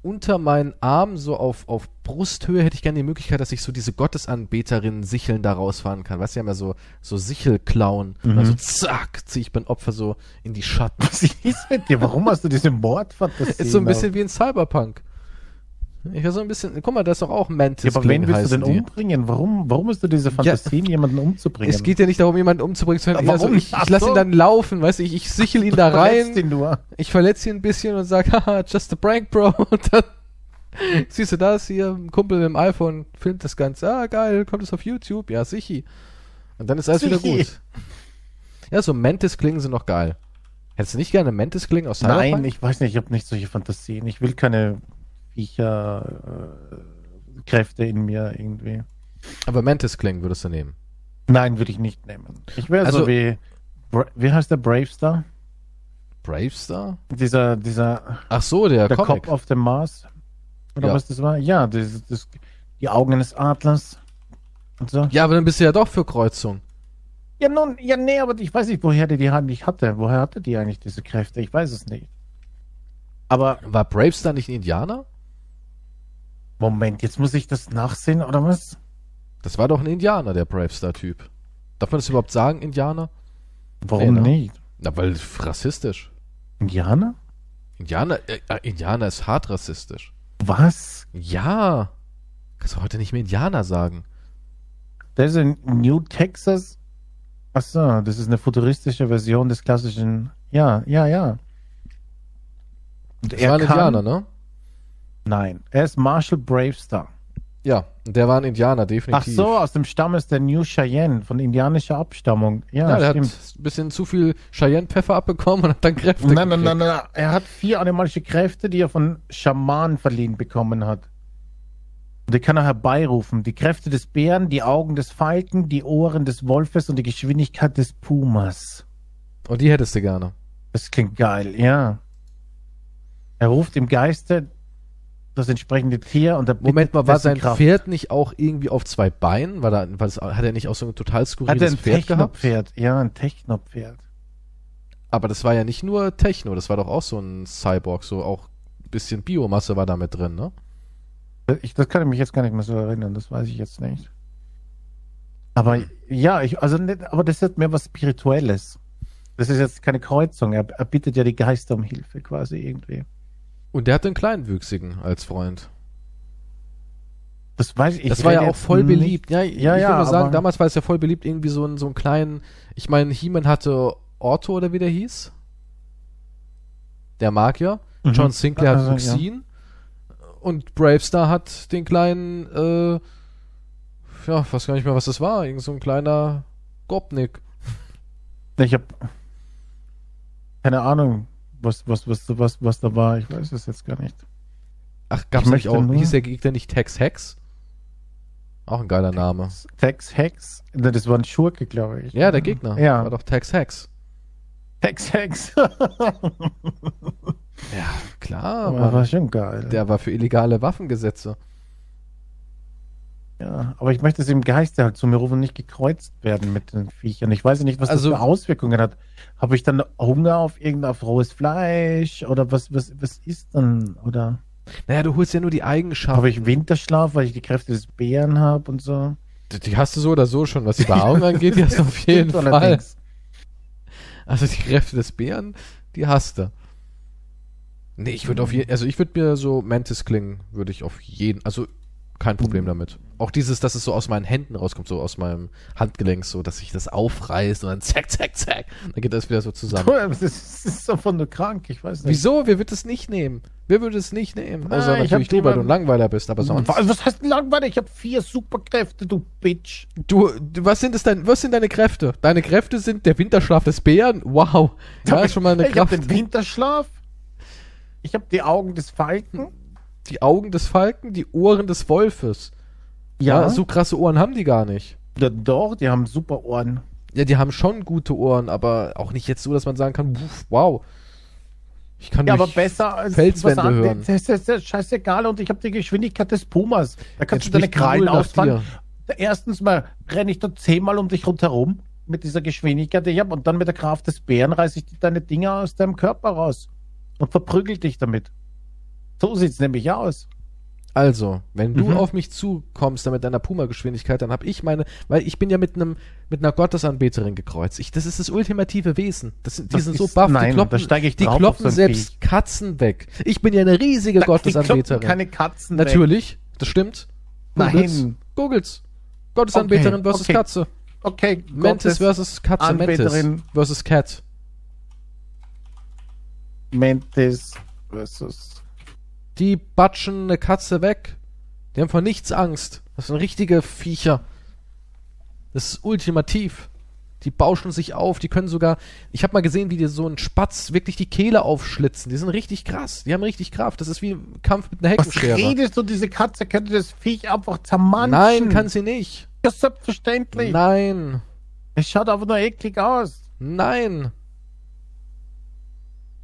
[SPEAKER 1] unter meinen Arm, so auf, auf Brusthöhe, hätte ich gerne die Möglichkeit, dass ich so diese Gottesanbeterinnen Sicheln da rausfahren kann. Weißt du, die haben ja so, so Sichelklauen.
[SPEAKER 2] Mhm.
[SPEAKER 1] Und dann so zack, ziehe ich mein Opfer so in die Schatten.
[SPEAKER 2] Was ist mit dir? Warum hast du diese Mordfantasie?
[SPEAKER 1] Ist so ein bisschen wie in Cyberpunk. Ich war so ein bisschen, guck mal, da ist doch auch Mantis.
[SPEAKER 2] Ja, aber wen
[SPEAKER 1] King
[SPEAKER 2] willst du
[SPEAKER 1] heißen
[SPEAKER 2] denn
[SPEAKER 1] die.
[SPEAKER 2] umbringen? Warum, warum hast du diese Fantasien, jemanden umzubringen?
[SPEAKER 1] Es geht ja nicht darum, jemanden umzubringen, sondern
[SPEAKER 2] Aber
[SPEAKER 1] eher so,
[SPEAKER 2] warum?
[SPEAKER 1] ich, ich
[SPEAKER 2] Ach
[SPEAKER 1] lasse
[SPEAKER 2] so.
[SPEAKER 1] ihn dann laufen, weißt du, ich, ich sichel ihn da
[SPEAKER 2] Du verletzt
[SPEAKER 1] rein,
[SPEAKER 2] ihn nur.
[SPEAKER 1] ich verletze ihn ein bisschen und sage, haha, just a prank, bro. Und dann Siehst du das hier? Ein Kumpel mit dem iPhone filmt das Ganze. Ah, geil, kommt es auf YouTube? Ja, sichi. Und dann ist alles wieder
[SPEAKER 2] Sichi.
[SPEAKER 1] gut. Ja, so Mantis-Klingen sind noch geil. Hättest du nicht gerne Mantis-Klingen aus Cyberpunk?
[SPEAKER 2] Nein, ich weiß nicht, ich habe nicht solche Fantasien. Ich will keine Viecherkräfte äh, Kräfte in mir irgendwie.
[SPEAKER 1] Aber Mantis-Klingen würdest du nehmen.
[SPEAKER 2] Nein, würde ich nicht nehmen. Ich wäre
[SPEAKER 1] Also-
[SPEAKER 2] so wie. Bra wie heißt der Bravestar?
[SPEAKER 1] Bravestar?
[SPEAKER 2] Dieser, dieser
[SPEAKER 1] Ach so, der,
[SPEAKER 2] der
[SPEAKER 1] Comic.
[SPEAKER 2] Cop auf dem Mars. Oder
[SPEAKER 1] Ja.
[SPEAKER 2] was das war? Ja, das, das, die Augen eines Adlers. Und so.
[SPEAKER 1] Ja, aber dann bist du ja doch für Kreuzung.
[SPEAKER 2] Ja, nun, ja, nee, aber ich weiß nicht, woher die die eigentlich hatte. Woher hatte die eigentlich diese Kräfte? Ich weiß es nicht. Aber
[SPEAKER 1] War Bravestar nicht ein Indianer?
[SPEAKER 2] Moment, jetzt muss ich das nachsehen, oder was?
[SPEAKER 1] Das war doch ein Indianer, der Bravestar-Typ. Darf man das überhaupt sagen, Indianer?
[SPEAKER 2] Warum
[SPEAKER 1] Räder.
[SPEAKER 2] nicht?
[SPEAKER 1] Na, weil rassistisch.
[SPEAKER 2] Indianer?
[SPEAKER 1] Indianer, äh, äh, Indianer ist hart rassistisch.
[SPEAKER 2] Was?
[SPEAKER 1] Ja. Kannst du heute nicht mehr Indianer sagen.
[SPEAKER 2] Das ist in New Texas. Achso, das ist eine futuristische Version des klassischen. Ja, ja, ja. Und
[SPEAKER 1] Das war ein Indianer, ne?
[SPEAKER 2] Nein, er ist Marshall Bravestar.
[SPEAKER 1] Ja, und der war ein Indianer,
[SPEAKER 2] Ach
[SPEAKER 1] definitiv.
[SPEAKER 2] so, aus dem Stamm ist der New Cheyenne von indianischer Abstammung. Ja,
[SPEAKER 1] Ja, der
[SPEAKER 2] stimmt.
[SPEAKER 1] hat ein bisschen zu viel Cheyenne-Pfeffer abbekommen und hat dann Kräfte
[SPEAKER 2] Nein, nein,
[SPEAKER 1] gekriegt.
[SPEAKER 2] nein, nein, nein. Er hat vier animalische Kräfte, die er von Schamanen verliehen bekommen hat. Und die kann er herbeirufen. Die Kräfte des Bären, die Augen des Falken, die Ohren des Wolfes und die Geschwindigkeit des Pumas.
[SPEAKER 1] Und die hättest du gerne.
[SPEAKER 2] Das klingt geil, ja. Er ruft im Geiste das entsprechende Tier und der
[SPEAKER 1] Moment mal, war sein
[SPEAKER 2] Kraft.
[SPEAKER 1] Pferd nicht auch irgendwie auf zwei Beinen? War da, war das, hat er nicht auch so ein total
[SPEAKER 2] Hat er
[SPEAKER 1] skurriles
[SPEAKER 2] ein
[SPEAKER 1] Pferd gehabt?
[SPEAKER 2] Technopferd? Ja, ein Technopferd.
[SPEAKER 1] Aber das war ja nicht nur Techno, das war doch auch so ein Cyborg, so auch ein bisschen Biomasse war da mit drin, ne?
[SPEAKER 2] Ich, das kann ich mich jetzt gar nicht mehr so erinnern, das weiß ich jetzt nicht. Aber ja, ich, also nicht, aber das hat mehr was Spirituelles. Das ist jetzt keine Kreuzung, er, er bittet ja die Geister um Hilfe quasi irgendwie.
[SPEAKER 1] Und der hatte einen Kleinwüchsigen als Freund.
[SPEAKER 2] Das weiß ich
[SPEAKER 1] das war ja
[SPEAKER 2] rede
[SPEAKER 1] auch
[SPEAKER 2] jetzt
[SPEAKER 1] voll
[SPEAKER 2] nicht-
[SPEAKER 1] beliebt. Ja,
[SPEAKER 2] Ja,
[SPEAKER 1] ich will
[SPEAKER 2] ja,
[SPEAKER 1] nur sagen,
[SPEAKER 2] aber-
[SPEAKER 1] damals war es ja voll beliebt, irgendwie so, einen- so einen kleinen. Ich meine, He-Man hatte Orto oder wie der hieß. Der Magier.
[SPEAKER 2] Mhm.
[SPEAKER 1] John Sinclair
[SPEAKER 2] Also,
[SPEAKER 1] hat
[SPEAKER 2] ja.
[SPEAKER 1] Luxin. Und Bravestar hat den kleinen, äh, ja, ich weiß gar nicht mehr, was das war. Irgend so ein kleiner Gopnik.
[SPEAKER 2] Ich habe keine Ahnung, was, was, was, was, was da war, ich weiß es jetzt gar nicht.
[SPEAKER 1] Ach, gab's
[SPEAKER 2] Ich
[SPEAKER 1] nicht
[SPEAKER 2] möchte
[SPEAKER 1] auch,
[SPEAKER 2] nur-
[SPEAKER 1] hieß der Gegner nicht Tex Hex? Auch ein geiler Name.
[SPEAKER 2] Tex Hex, Ne, das war ein Schurke, glaube ich.
[SPEAKER 1] Ja, der Gegner.
[SPEAKER 2] Ja.
[SPEAKER 1] War doch Tex Hex.
[SPEAKER 2] Tex Hex.
[SPEAKER 1] Ja, klar.
[SPEAKER 2] aber
[SPEAKER 1] Aber
[SPEAKER 2] war schon geil.
[SPEAKER 1] der war für illegale Waffengesetze.
[SPEAKER 2] Ja, aber ich möchte es im Geiste halt zu mir rufen und nicht gekreuzt werden mit den Viechern. Ich weiß ja nicht, was
[SPEAKER 1] Also-
[SPEAKER 2] das für Auswirkungen hat. Habe ich dann Hunger auf irgendein auf rohes Fleisch oder was, was, was ist dann? Oder
[SPEAKER 1] Naja, du holst ja nur die Eigenschaften.
[SPEAKER 2] habe ich Winterschlaf, weil ich die Kräfte des Bären habe und so?
[SPEAKER 1] Die- Die hast du so oder so schon, was die Behaarung angeht, die hast du auf jeden
[SPEAKER 2] Stimmt
[SPEAKER 1] Fall.
[SPEAKER 2] allerdings.
[SPEAKER 1] Also die Kräfte des Bären, die hast du. Nee, ich würde auf jeden, also ich würde mir so Mantis klingen, würde ich auf jeden, also kein Problem damit. Auch dieses, dass es so aus meinen Händen rauskommt, so aus meinem Handgelenk, so, dass ich das aufreißt und dann zack, zack, zack, dann geht das wieder so zusammen.
[SPEAKER 2] Toll, aber Das ist, das ist davon nur krank, ich weiß nicht.
[SPEAKER 1] Wieso? Wer wird es nicht nehmen? Wer würde es nicht nehmen?
[SPEAKER 2] Nein,
[SPEAKER 1] Außer
[SPEAKER 2] ich hab
[SPEAKER 1] natürlich Ah, du, Mhm. weil du ein
[SPEAKER 2] niemanden-
[SPEAKER 1] Langweiler bist, aber sonst.
[SPEAKER 2] Was, was heißt denn langweilig? Ich habe vier Superkräfte, du Bitch.
[SPEAKER 1] Du, du was sind es dein, was sind deine Kräfte? Deine Kräfte sind der Winterschlaf des Bären. Wow. Da ist schon mal eine
[SPEAKER 2] ich habe
[SPEAKER 1] Kraft.
[SPEAKER 2] den Winterschlaf. Ich habe die Augen des Falken.
[SPEAKER 1] Die Augen des Falken, die Ohren des Wolfes. Ja. so krasse Ohren haben die gar nicht.
[SPEAKER 2] Ja, Doch, die haben super Ohren.
[SPEAKER 1] Ja, die haben schon gute Ohren, aber auch nicht jetzt so, dass man sagen kann, wuff, wow. Ich kann
[SPEAKER 2] Ja,
[SPEAKER 1] durch
[SPEAKER 2] aber besser als
[SPEAKER 1] Felswände
[SPEAKER 2] was anderes.
[SPEAKER 1] hören.
[SPEAKER 2] Das ist, das ist scheißegal und ich habe die Geschwindigkeit des Pumas. Da kannst
[SPEAKER 1] Jetzt
[SPEAKER 2] du deine
[SPEAKER 1] spricht Raoul
[SPEAKER 2] Krallen
[SPEAKER 1] nach
[SPEAKER 2] ausfahren. Erstens mal renne ich da zehnmal um dich rundherum mit dieser Geschwindigkeit, die ich habe, und dann mit der Kraft des Bären reiße ich dir deine Dinger aus deinem Körper raus und verprügel dich damit. So sieht's nämlich aus.
[SPEAKER 1] Also, wenn du
[SPEAKER 2] Mhm.
[SPEAKER 1] auf mich zukommst, dann mit deiner Puma-Geschwindigkeit, dann hab ich meine, weil ich bin ja mit einem, mit einer Gottesanbeterin gekreuzt. Ich, das ist das ultimative Wesen. Das sind, die
[SPEAKER 2] Das
[SPEAKER 1] sind so
[SPEAKER 2] ist-
[SPEAKER 1] baff, die
[SPEAKER 2] nein,
[SPEAKER 1] kloppen,
[SPEAKER 2] da steige ich
[SPEAKER 1] die
[SPEAKER 2] drauf auf
[SPEAKER 1] kloppen
[SPEAKER 2] so ein
[SPEAKER 1] selbst Katzen weg. Ich bin ja eine riesige
[SPEAKER 2] kloppen
[SPEAKER 1] Gottesanbeterin.
[SPEAKER 2] keine Katzen. weg.
[SPEAKER 1] Natürlich, das stimmt.
[SPEAKER 2] Nein.
[SPEAKER 1] Googles. Gottesanbeterin
[SPEAKER 2] Okay,
[SPEAKER 1] versus
[SPEAKER 2] okay.
[SPEAKER 1] Katze.
[SPEAKER 2] Okay,
[SPEAKER 1] Mantis
[SPEAKER 2] Gottes
[SPEAKER 1] versus Katze. Mantis
[SPEAKER 2] Anbeterin.
[SPEAKER 1] versus Cat.
[SPEAKER 2] Mantis versus
[SPEAKER 1] Die batschen eine Katze weg. Die haben vor nichts Angst. Das sind richtige Viecher. Das ist ultimativ. Die bauschen sich auf, die können sogar. Ich habe mal gesehen, wie dir so ein Spatz wirklich die Kehle aufschlitzen. Die sind richtig krass. Die haben richtig Kraft. Das ist wie ein Kampf mit einer
[SPEAKER 2] Was
[SPEAKER 1] Heckenschere.
[SPEAKER 2] redest du? Diese Katze könnte das Viech einfach zermanschen.
[SPEAKER 1] Nein, kann sie nicht.
[SPEAKER 2] Das ist selbstverständlich.
[SPEAKER 1] Nein.
[SPEAKER 2] Es schaut einfach nur eklig aus.
[SPEAKER 1] Nein.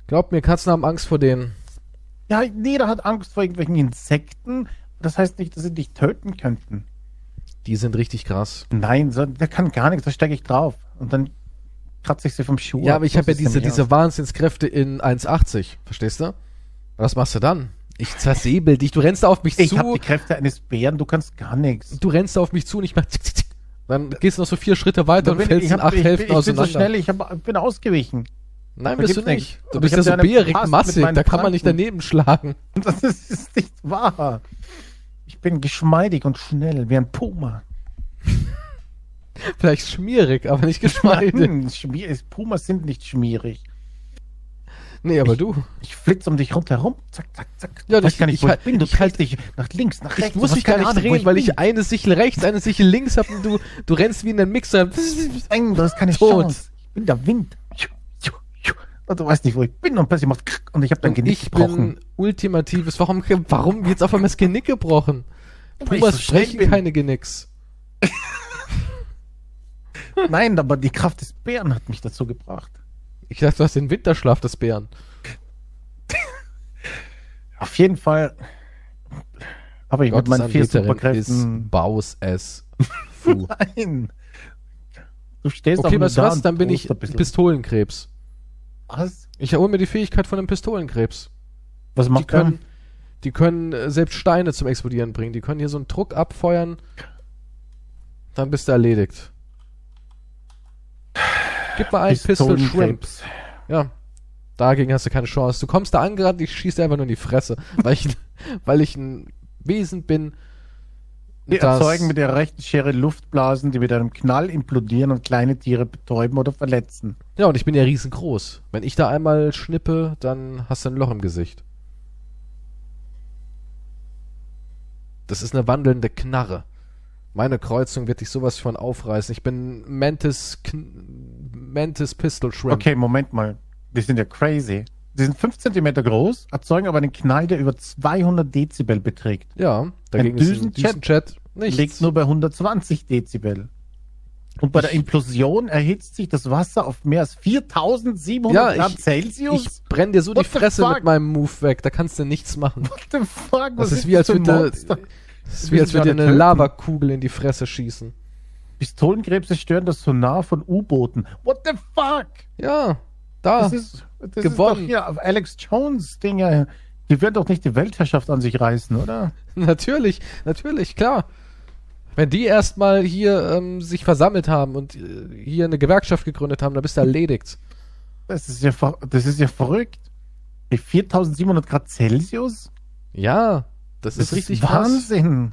[SPEAKER 1] Glaub mir, Katzen haben Angst vor denen.
[SPEAKER 2] Ja, jeder hat Angst vor irgendwelchen Insekten. Das heißt nicht, dass sie dich töten könnten.
[SPEAKER 1] Die sind richtig krass.
[SPEAKER 2] Nein, so, der kann gar nichts. Da steige ich drauf. Und dann kratze ich sie vom Schuh.
[SPEAKER 1] ja,
[SPEAKER 2] ab.
[SPEAKER 1] aber ich
[SPEAKER 2] So
[SPEAKER 1] habe ja
[SPEAKER 2] sieht's
[SPEAKER 1] diese,
[SPEAKER 2] nämlich aus.
[SPEAKER 1] diese Wahnsinnskräfte in 1,80. Verstehst du? Was machst du dann? Ich zersäbel dich. Du rennst da auf mich
[SPEAKER 2] Ich habe
[SPEAKER 1] zu.
[SPEAKER 2] die Kräfte eines Bären. Du kannst gar nichts.
[SPEAKER 1] Du rennst da auf mich zu und ich mach zick, zick, zick. Dann gehst du noch so vier Schritte weiter
[SPEAKER 2] Da
[SPEAKER 1] und
[SPEAKER 2] bin-
[SPEAKER 1] fällst
[SPEAKER 2] ich,
[SPEAKER 1] in
[SPEAKER 2] hab,
[SPEAKER 1] acht
[SPEAKER 2] ich, bin-
[SPEAKER 1] Hälften
[SPEAKER 2] ich bin so
[SPEAKER 1] auseinander.
[SPEAKER 2] schnell, ich hab, bin ausgewichen.
[SPEAKER 1] Nein,
[SPEAKER 2] Da
[SPEAKER 1] bist du
[SPEAKER 2] gibt's
[SPEAKER 1] nicht.
[SPEAKER 2] nichts.
[SPEAKER 1] Du
[SPEAKER 2] Aber
[SPEAKER 1] bist
[SPEAKER 2] ich
[SPEAKER 1] ja
[SPEAKER 2] hab
[SPEAKER 1] so
[SPEAKER 2] dir eine
[SPEAKER 1] bärig,
[SPEAKER 2] verpasst mit
[SPEAKER 1] massig. Da
[SPEAKER 2] meinen
[SPEAKER 1] kann man nicht
[SPEAKER 2] Pranken.
[SPEAKER 1] daneben schlagen.
[SPEAKER 2] Das ist, ist nicht wahr. Ich bin geschmeidig und schnell wie ein Puma.
[SPEAKER 1] Vielleicht schmierig, aber nicht geschmeidig.
[SPEAKER 2] Nein, Schmier ist, Pumas sind nicht schmierig.
[SPEAKER 1] Nee, aber du.
[SPEAKER 2] Ich flitze um dich rundherum. Zack, zack, zack.
[SPEAKER 1] Ja,
[SPEAKER 2] Du weißt
[SPEAKER 1] ich-
[SPEAKER 2] gar nicht,
[SPEAKER 1] ich
[SPEAKER 2] wo
[SPEAKER 1] halt-
[SPEAKER 2] ich bin. Du
[SPEAKER 1] ich halt-
[SPEAKER 2] drehst dich nach links, nach rechts.
[SPEAKER 1] Ich muss
[SPEAKER 2] Du hast
[SPEAKER 1] mich gar
[SPEAKER 2] keine
[SPEAKER 1] nicht
[SPEAKER 2] Ahnung, wo
[SPEAKER 1] drehen, weil ich
[SPEAKER 2] bin.
[SPEAKER 1] eine Sichel rechts, eine Sichel links habe und du, du rennst wie in den Mixer.
[SPEAKER 2] Eng, du hast keine
[SPEAKER 1] Tot.
[SPEAKER 2] Chance. Ich bin der Wind. Und du weißt nicht, wo ich bin. Und plötzlich macht krack und ich habe dein
[SPEAKER 1] Und
[SPEAKER 2] Genick
[SPEAKER 1] ich bin
[SPEAKER 2] gebrochen.
[SPEAKER 1] ultimatives. Warum, warum jetzt auf einmal das Genick gebrochen?
[SPEAKER 2] Weil ich
[SPEAKER 1] Pumas
[SPEAKER 2] so schnell
[SPEAKER 1] sprechen
[SPEAKER 2] bin.
[SPEAKER 1] keine Genicks.
[SPEAKER 2] Nein, aber die Kraft des Bären hat mich dazu gebracht.
[SPEAKER 1] Ich dachte, du hast den Winterschlaf des Bären.
[SPEAKER 2] Auf jeden Fall habe ich mit meinen vier
[SPEAKER 1] Anbeterin
[SPEAKER 2] Superkräften.
[SPEAKER 1] ist Baus es. Fu.
[SPEAKER 2] Nein. Du stehst
[SPEAKER 1] okay,
[SPEAKER 2] auch nur
[SPEAKER 1] weißt du
[SPEAKER 2] da
[SPEAKER 1] was?
[SPEAKER 2] und
[SPEAKER 1] Dann bin ich
[SPEAKER 2] drohst ein bisschen.
[SPEAKER 1] Pistolenkrebs.
[SPEAKER 2] was?
[SPEAKER 1] Ich erhole mir die Fähigkeit von einem Pistolenkrebs.
[SPEAKER 2] Was
[SPEAKER 1] Die
[SPEAKER 2] macht er?
[SPEAKER 1] können, die können äh, selbst Steine zum Explodieren bringen. Die können hier so einen Druck abfeuern. Dann bist du erledigt. Gib mal einen Pistol Shrimp.
[SPEAKER 2] Pistolenkrebs.
[SPEAKER 1] Ja. Dagegen hast du keine Chance. Du kommst da angerannt, ich schieße dir einfach nur in die Fresse, weil ich, weil ich ein Wesen bin.
[SPEAKER 2] Die
[SPEAKER 1] das-
[SPEAKER 2] erzeugen mit ihrer rechten Schere Luftblasen, die mit einem Knall implodieren und kleine Tiere betäuben oder verletzen.
[SPEAKER 1] Ja, und ich bin ja riesengroß. Wenn ich da einmal schnippe, dann hast du ein Loch im Gesicht. Das ist eine wandelnde Knarre. Meine Kreuzung wird dich sowas von aufreißen. Ich bin Mantis, Kn Mantis Pistol Shrimp.
[SPEAKER 2] Okay, Moment mal. Die sind ja crazy. Die sind 5 cm groß, erzeugen aber einen Knall, der über 200 Dezibel beträgt.
[SPEAKER 1] Ja, dagegen
[SPEAKER 2] Ein
[SPEAKER 1] ist ein
[SPEAKER 2] Düsenjet
[SPEAKER 1] Düsenchat nichts.
[SPEAKER 2] Liegt nur bei 120 Dezibel. Und bei der Implosion erhitzt sich das Wasser auf mehr als 4700
[SPEAKER 1] Ja, ich-
[SPEAKER 2] Grad
[SPEAKER 1] ich
[SPEAKER 2] Celsius.
[SPEAKER 1] brenn dir so
[SPEAKER 2] What
[SPEAKER 1] die
[SPEAKER 2] the
[SPEAKER 1] Fresse
[SPEAKER 2] fuck?
[SPEAKER 1] mit meinem Move weg. Da kannst du nichts machen.
[SPEAKER 2] What the fuck?
[SPEAKER 1] Das
[SPEAKER 2] was
[SPEAKER 1] ist wie als
[SPEAKER 2] für ein
[SPEAKER 1] würde
[SPEAKER 2] Monster?
[SPEAKER 1] das ist
[SPEAKER 2] Wir
[SPEAKER 1] wie als würde
[SPEAKER 2] müssen
[SPEAKER 1] dir
[SPEAKER 2] alle
[SPEAKER 1] eine
[SPEAKER 2] töten.
[SPEAKER 1] Lavakugel in die Fresse schießen.
[SPEAKER 2] Pistolenkrebse stören das Sonar von U-Booten. What the fuck?
[SPEAKER 1] Ja, da.
[SPEAKER 2] Das ist, das
[SPEAKER 1] Ah, gewonnen.
[SPEAKER 2] ist doch hier auf Alex Jones Dinger. Die werden doch nicht die Weltherrschaft an sich reißen, oder?
[SPEAKER 1] Natürlich, natürlich, klar. Wenn die erstmal hier ähm, sich versammelt haben und äh, hier eine Gewerkschaft gegründet haben, dann bist du erledigt.
[SPEAKER 2] Das ist ja, ver- das ist ja verrückt. Bei 4700 Grad Celsius?
[SPEAKER 1] Ja, das, ist richtig krass.
[SPEAKER 2] Wahnsinn.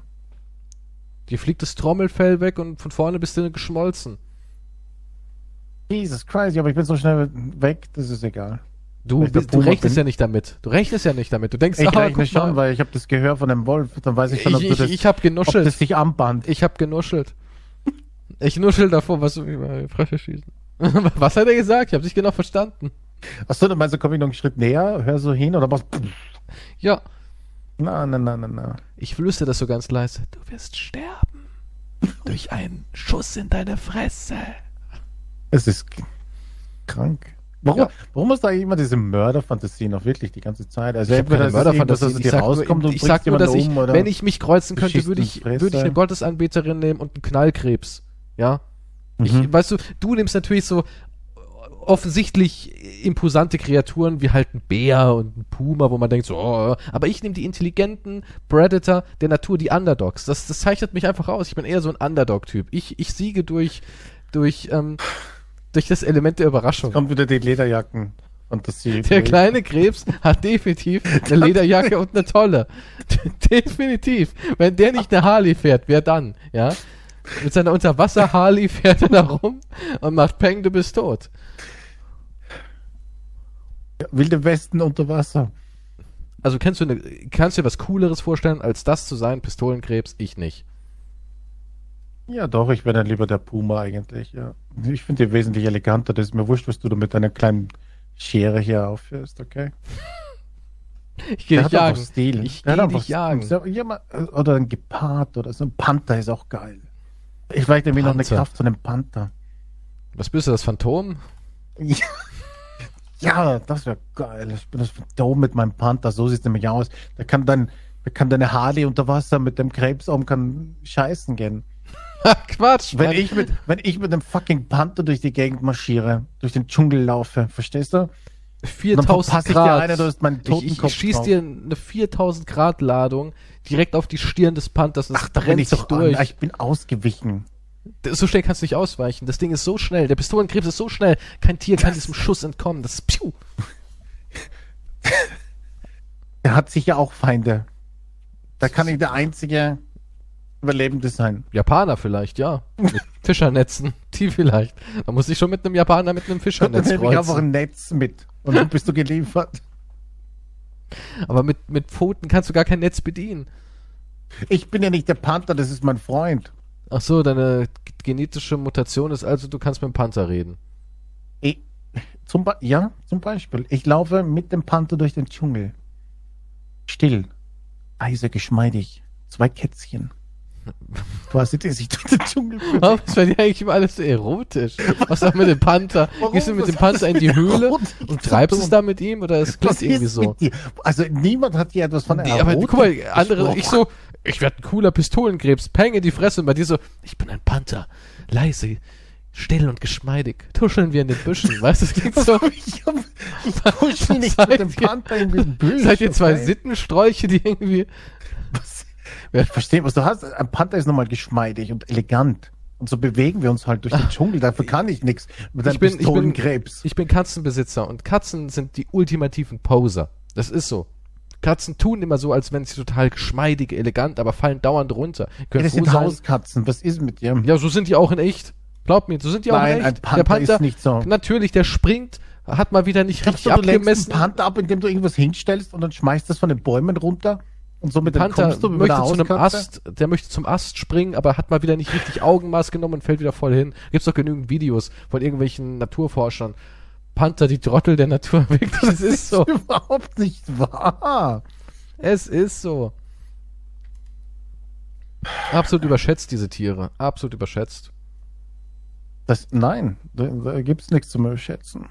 [SPEAKER 1] Die fliegt das Trommelfell weg und von vorne bist du geschmolzen.
[SPEAKER 2] Jesus Christ, ja, aber ich bin so schnell weg, das ist egal.
[SPEAKER 1] Du,
[SPEAKER 2] Weil ich der
[SPEAKER 1] bist, du
[SPEAKER 2] Puma
[SPEAKER 1] rechnest
[SPEAKER 2] bin.
[SPEAKER 1] ja nicht damit. Du rechnest ja nicht damit. Du denkst,
[SPEAKER 2] Ich
[SPEAKER 1] ah,
[SPEAKER 2] rechne
[SPEAKER 1] guck
[SPEAKER 2] schon,
[SPEAKER 1] mal,
[SPEAKER 2] weil ich habe das Gehör von dem Wolf, dann weiß ich schon, ob,
[SPEAKER 1] ich,
[SPEAKER 2] du
[SPEAKER 1] ich,
[SPEAKER 2] das,
[SPEAKER 1] ich hab
[SPEAKER 2] ob
[SPEAKER 1] genuschelt.
[SPEAKER 2] das sich anband.
[SPEAKER 1] Ich hab genuschelt. Ich nuschel davor, was du über Frösche schießen. was hat er gesagt? Ich hab's nicht genau verstanden.
[SPEAKER 2] Achso, dann meinst du, komm ich noch einen Schritt näher, hör so hin oder was?
[SPEAKER 1] Ja,
[SPEAKER 2] Na, na, na, na, na.
[SPEAKER 1] Ich flüstere das so ganz leise. Du wirst sterben. durch einen Schuss in deine Fresse.
[SPEAKER 2] Es ist k- krank. Warum,
[SPEAKER 1] Ja.
[SPEAKER 2] warum hast du eigentlich immer diese Mörderfantasie noch wirklich die ganze Zeit? Also
[SPEAKER 1] Ich hab
[SPEAKER 2] entweder
[SPEAKER 1] keine
[SPEAKER 2] ist es irgendwas, dass
[SPEAKER 1] Mörderfantasie.
[SPEAKER 2] es
[SPEAKER 1] Ich
[SPEAKER 2] dir
[SPEAKER 1] sag nur,
[SPEAKER 2] rauskommt und
[SPEAKER 1] ich sag nur
[SPEAKER 2] bringst
[SPEAKER 1] dass ich,
[SPEAKER 2] jemanden um, oder?
[SPEAKER 1] wenn ich mich kreuzen könnte, würde ich,
[SPEAKER 2] Geschichtenpresse.
[SPEAKER 1] würde ich eine Gottesanbeterin nehmen und einen Knallkrebs. Ja. Ich,
[SPEAKER 2] Mhm.
[SPEAKER 1] weißt du, du nimmst natürlich so offensichtlich imposante Kreaturen wie halt ein Bär und ein Puma, wo man denkt so, oh, aber ich nehme die intelligenten Predator der Natur, die Underdogs. Das, das zeichnet mich einfach aus. Ich bin eher so ein Underdog-Typ. Ich, ich siege durch, durch, ähm, durch das Element der Überraschung.
[SPEAKER 2] kommt wieder die Lederjacken-Fantasie.
[SPEAKER 1] Der kleine Krebs hat definitiv eine Lederjacke und eine tolle. definitiv. Wenn der nicht eine Harley fährt, wer dann? Ja? Mit seiner Unterwasser-Harley fährt er da rum und macht Peng, du bist tot.
[SPEAKER 2] Wilde Westen unter Wasser.
[SPEAKER 1] Also kennst du eine, kannst du dir was Cooleres vorstellen, als das zu sein, Pistolenkrebs? Ich nicht.
[SPEAKER 2] Ja, doch, ich wäre dann lieber der Puma eigentlich, ja. Ich finde die wesentlich eleganter, das ist mir wurscht, was du da mit deiner kleinen Schere hier aufhörst, okay?
[SPEAKER 1] Ich gehe
[SPEAKER 2] Der
[SPEAKER 1] nicht
[SPEAKER 2] hat
[SPEAKER 1] jagen.
[SPEAKER 2] einfach Stil.
[SPEAKER 1] Ich
[SPEAKER 2] Der hat
[SPEAKER 1] geh
[SPEAKER 2] einfach
[SPEAKER 1] nicht jagen.
[SPEAKER 2] So, ja, mal- äh, Oder ein Gepard oder so ein Panther ist auch geil. Ich weiß nämlich noch eine
[SPEAKER 1] Panther.
[SPEAKER 2] Kraft von einem Panther.
[SPEAKER 1] Was bist du, das Phantom?
[SPEAKER 2] Ja, ja das wäre geil. Ich bin das Phantom mit meinem Panther, so sieht's nämlich aus. Da kann dann, da kann deine Harley unter Wasser mit dem Krebs um kann scheißen gehen.
[SPEAKER 1] Ha, Quatsch.
[SPEAKER 2] Wenn
[SPEAKER 1] Mann.
[SPEAKER 2] ich mit, wenn ich mit einem fucking Panther durch die Gegend marschiere, durch den Dschungel laufe, verstehst du? Dann
[SPEAKER 1] 4000
[SPEAKER 2] verpasse ich dir
[SPEAKER 1] Grad.
[SPEAKER 2] eine, du hast meinen
[SPEAKER 1] ich ich,
[SPEAKER 2] Totenkopf
[SPEAKER 1] ich schieß
[SPEAKER 2] drauf.
[SPEAKER 1] dir eine 4000 Grad Ladung direkt auf die Stirn des Panthers und es
[SPEAKER 2] Ach, da bin
[SPEAKER 1] brennt
[SPEAKER 2] ich
[SPEAKER 1] sich
[SPEAKER 2] doch durch.
[SPEAKER 1] durch.
[SPEAKER 2] An. Ich bin ausgewichen.
[SPEAKER 1] Das- So schnell kannst du nicht ausweichen. Das Ding ist so schnell. Der Pistolenkrebs ist so schnell. Kein Tier kann diesem Schuss entkommen. Das ist piu.
[SPEAKER 2] Der hat sicher auch Feinde. Da kann ich der einzige Überlebende sein.
[SPEAKER 1] Japaner vielleicht, ja. Mit Fischernetzen. Die vielleicht. Da muss ich schon mit einem Japaner mit einem
[SPEAKER 2] Dann
[SPEAKER 1] Fischernetz
[SPEAKER 2] nehme ich einfach
[SPEAKER 1] kreuzen.
[SPEAKER 2] ein Netz mit und dann bist du geliefert.
[SPEAKER 1] Aber mit, mit Pfoten kannst du gar kein Netz bedienen.
[SPEAKER 2] Ich bin ja nicht der Panther, das ist mein Freund.
[SPEAKER 1] Ach so, deine g- genetische Mutation ist also, du kannst mit dem Panzer reden.
[SPEAKER 2] Ich, zum Be ja, zum Beispiel. Ich laufe mit dem Panther durch den Dschungel. Still, leise, geschmeidig. Zwei Kätzchen. Quasi, die sich durch den Dschungel bewegen.
[SPEAKER 1] Warum ist bei dir eigentlich immer alles so erotisch? Was auch mit dem Panther?
[SPEAKER 2] Warum?
[SPEAKER 1] Gehst du mit
[SPEAKER 2] Was
[SPEAKER 1] dem
[SPEAKER 2] hat
[SPEAKER 1] Panther
[SPEAKER 2] das
[SPEAKER 1] in die
[SPEAKER 2] mit
[SPEAKER 1] Höhle
[SPEAKER 2] Erotik
[SPEAKER 1] und
[SPEAKER 2] zu
[SPEAKER 1] treibst
[SPEAKER 2] tun?
[SPEAKER 1] es da mit ihm? Oder es
[SPEAKER 2] Was
[SPEAKER 1] klingt irgendwie
[SPEAKER 2] ist
[SPEAKER 1] so?
[SPEAKER 2] mit dir? Also niemand hat hier etwas von
[SPEAKER 1] Nee, aber
[SPEAKER 2] Erotik
[SPEAKER 1] guck mal, andere,
[SPEAKER 2] gesprochen.
[SPEAKER 1] ich so, ich werde ein cooler Pistolenkrebs, peng in die Fresse und bei dir so, ich bin ein Panther, leise, still und geschmeidig, tuscheln wir in den Büschen, weißt du, das klingt so,
[SPEAKER 2] ich hab, ich kuschel nicht
[SPEAKER 1] Seid
[SPEAKER 2] mit dem
[SPEAKER 1] ihr-
[SPEAKER 2] Panther in den Büsch.
[SPEAKER 1] seid ihr zwei
[SPEAKER 2] okay?
[SPEAKER 1] Sittensträuche, die irgendwie,
[SPEAKER 2] Was- Ich verstehe, was du hast. Ein Panther ist nochmal geschmeidig und elegant. Und so bewegen wir uns halt durch den Dschungel. Dafür kann ich nichts. Mit
[SPEAKER 1] Ah. ich bin, ich bin,
[SPEAKER 2] Pistolenkrebs.
[SPEAKER 1] ich bin Katzenbesitzer und Katzen sind die ultimativen Poser, das ist so. Katzen tun immer so, als wären sie total geschmeidig, elegant, aber fallen dauernd runter.
[SPEAKER 2] Ja,
[SPEAKER 1] Können
[SPEAKER 2] das
[SPEAKER 1] froh
[SPEAKER 2] sind
[SPEAKER 1] sein-
[SPEAKER 2] Hauskatzen. Was ist mit dir?
[SPEAKER 1] Ja, so sind die auch in echt. Glaub mir, so sind die auch
[SPEAKER 2] Nein,
[SPEAKER 1] in echt.
[SPEAKER 2] ein Panther ist nicht so.
[SPEAKER 1] Natürlich, der springt, hat mal wieder nicht
[SPEAKER 2] Glaubst
[SPEAKER 1] richtig
[SPEAKER 2] du, du lenkst
[SPEAKER 1] abgemessen.
[SPEAKER 2] einen Panther ab, indem du irgendwas hinstellst und dann schmeißt das von den Bäumen runter? Und somit
[SPEAKER 1] Panther
[SPEAKER 2] entkommst du mit
[SPEAKER 1] möchte
[SPEAKER 2] einer
[SPEAKER 1] zu einem Ast,
[SPEAKER 2] Hauskatze?
[SPEAKER 1] der möchte zum Ast springen, aber hat mal wieder nicht richtig Augenmaß genommen und fällt wieder voll hin. Gibt's doch genügend Videos von irgendwelchen Naturforschern. Panther, die Trottel der Natur, wirklich, es ist so.
[SPEAKER 2] Das ist überhaupt nicht wahr.
[SPEAKER 1] Es ist so. Absolut überschätzt, diese Tiere. Absolut überschätzt.
[SPEAKER 2] Das, nein, da, da gibt's nichts zu überschätzen.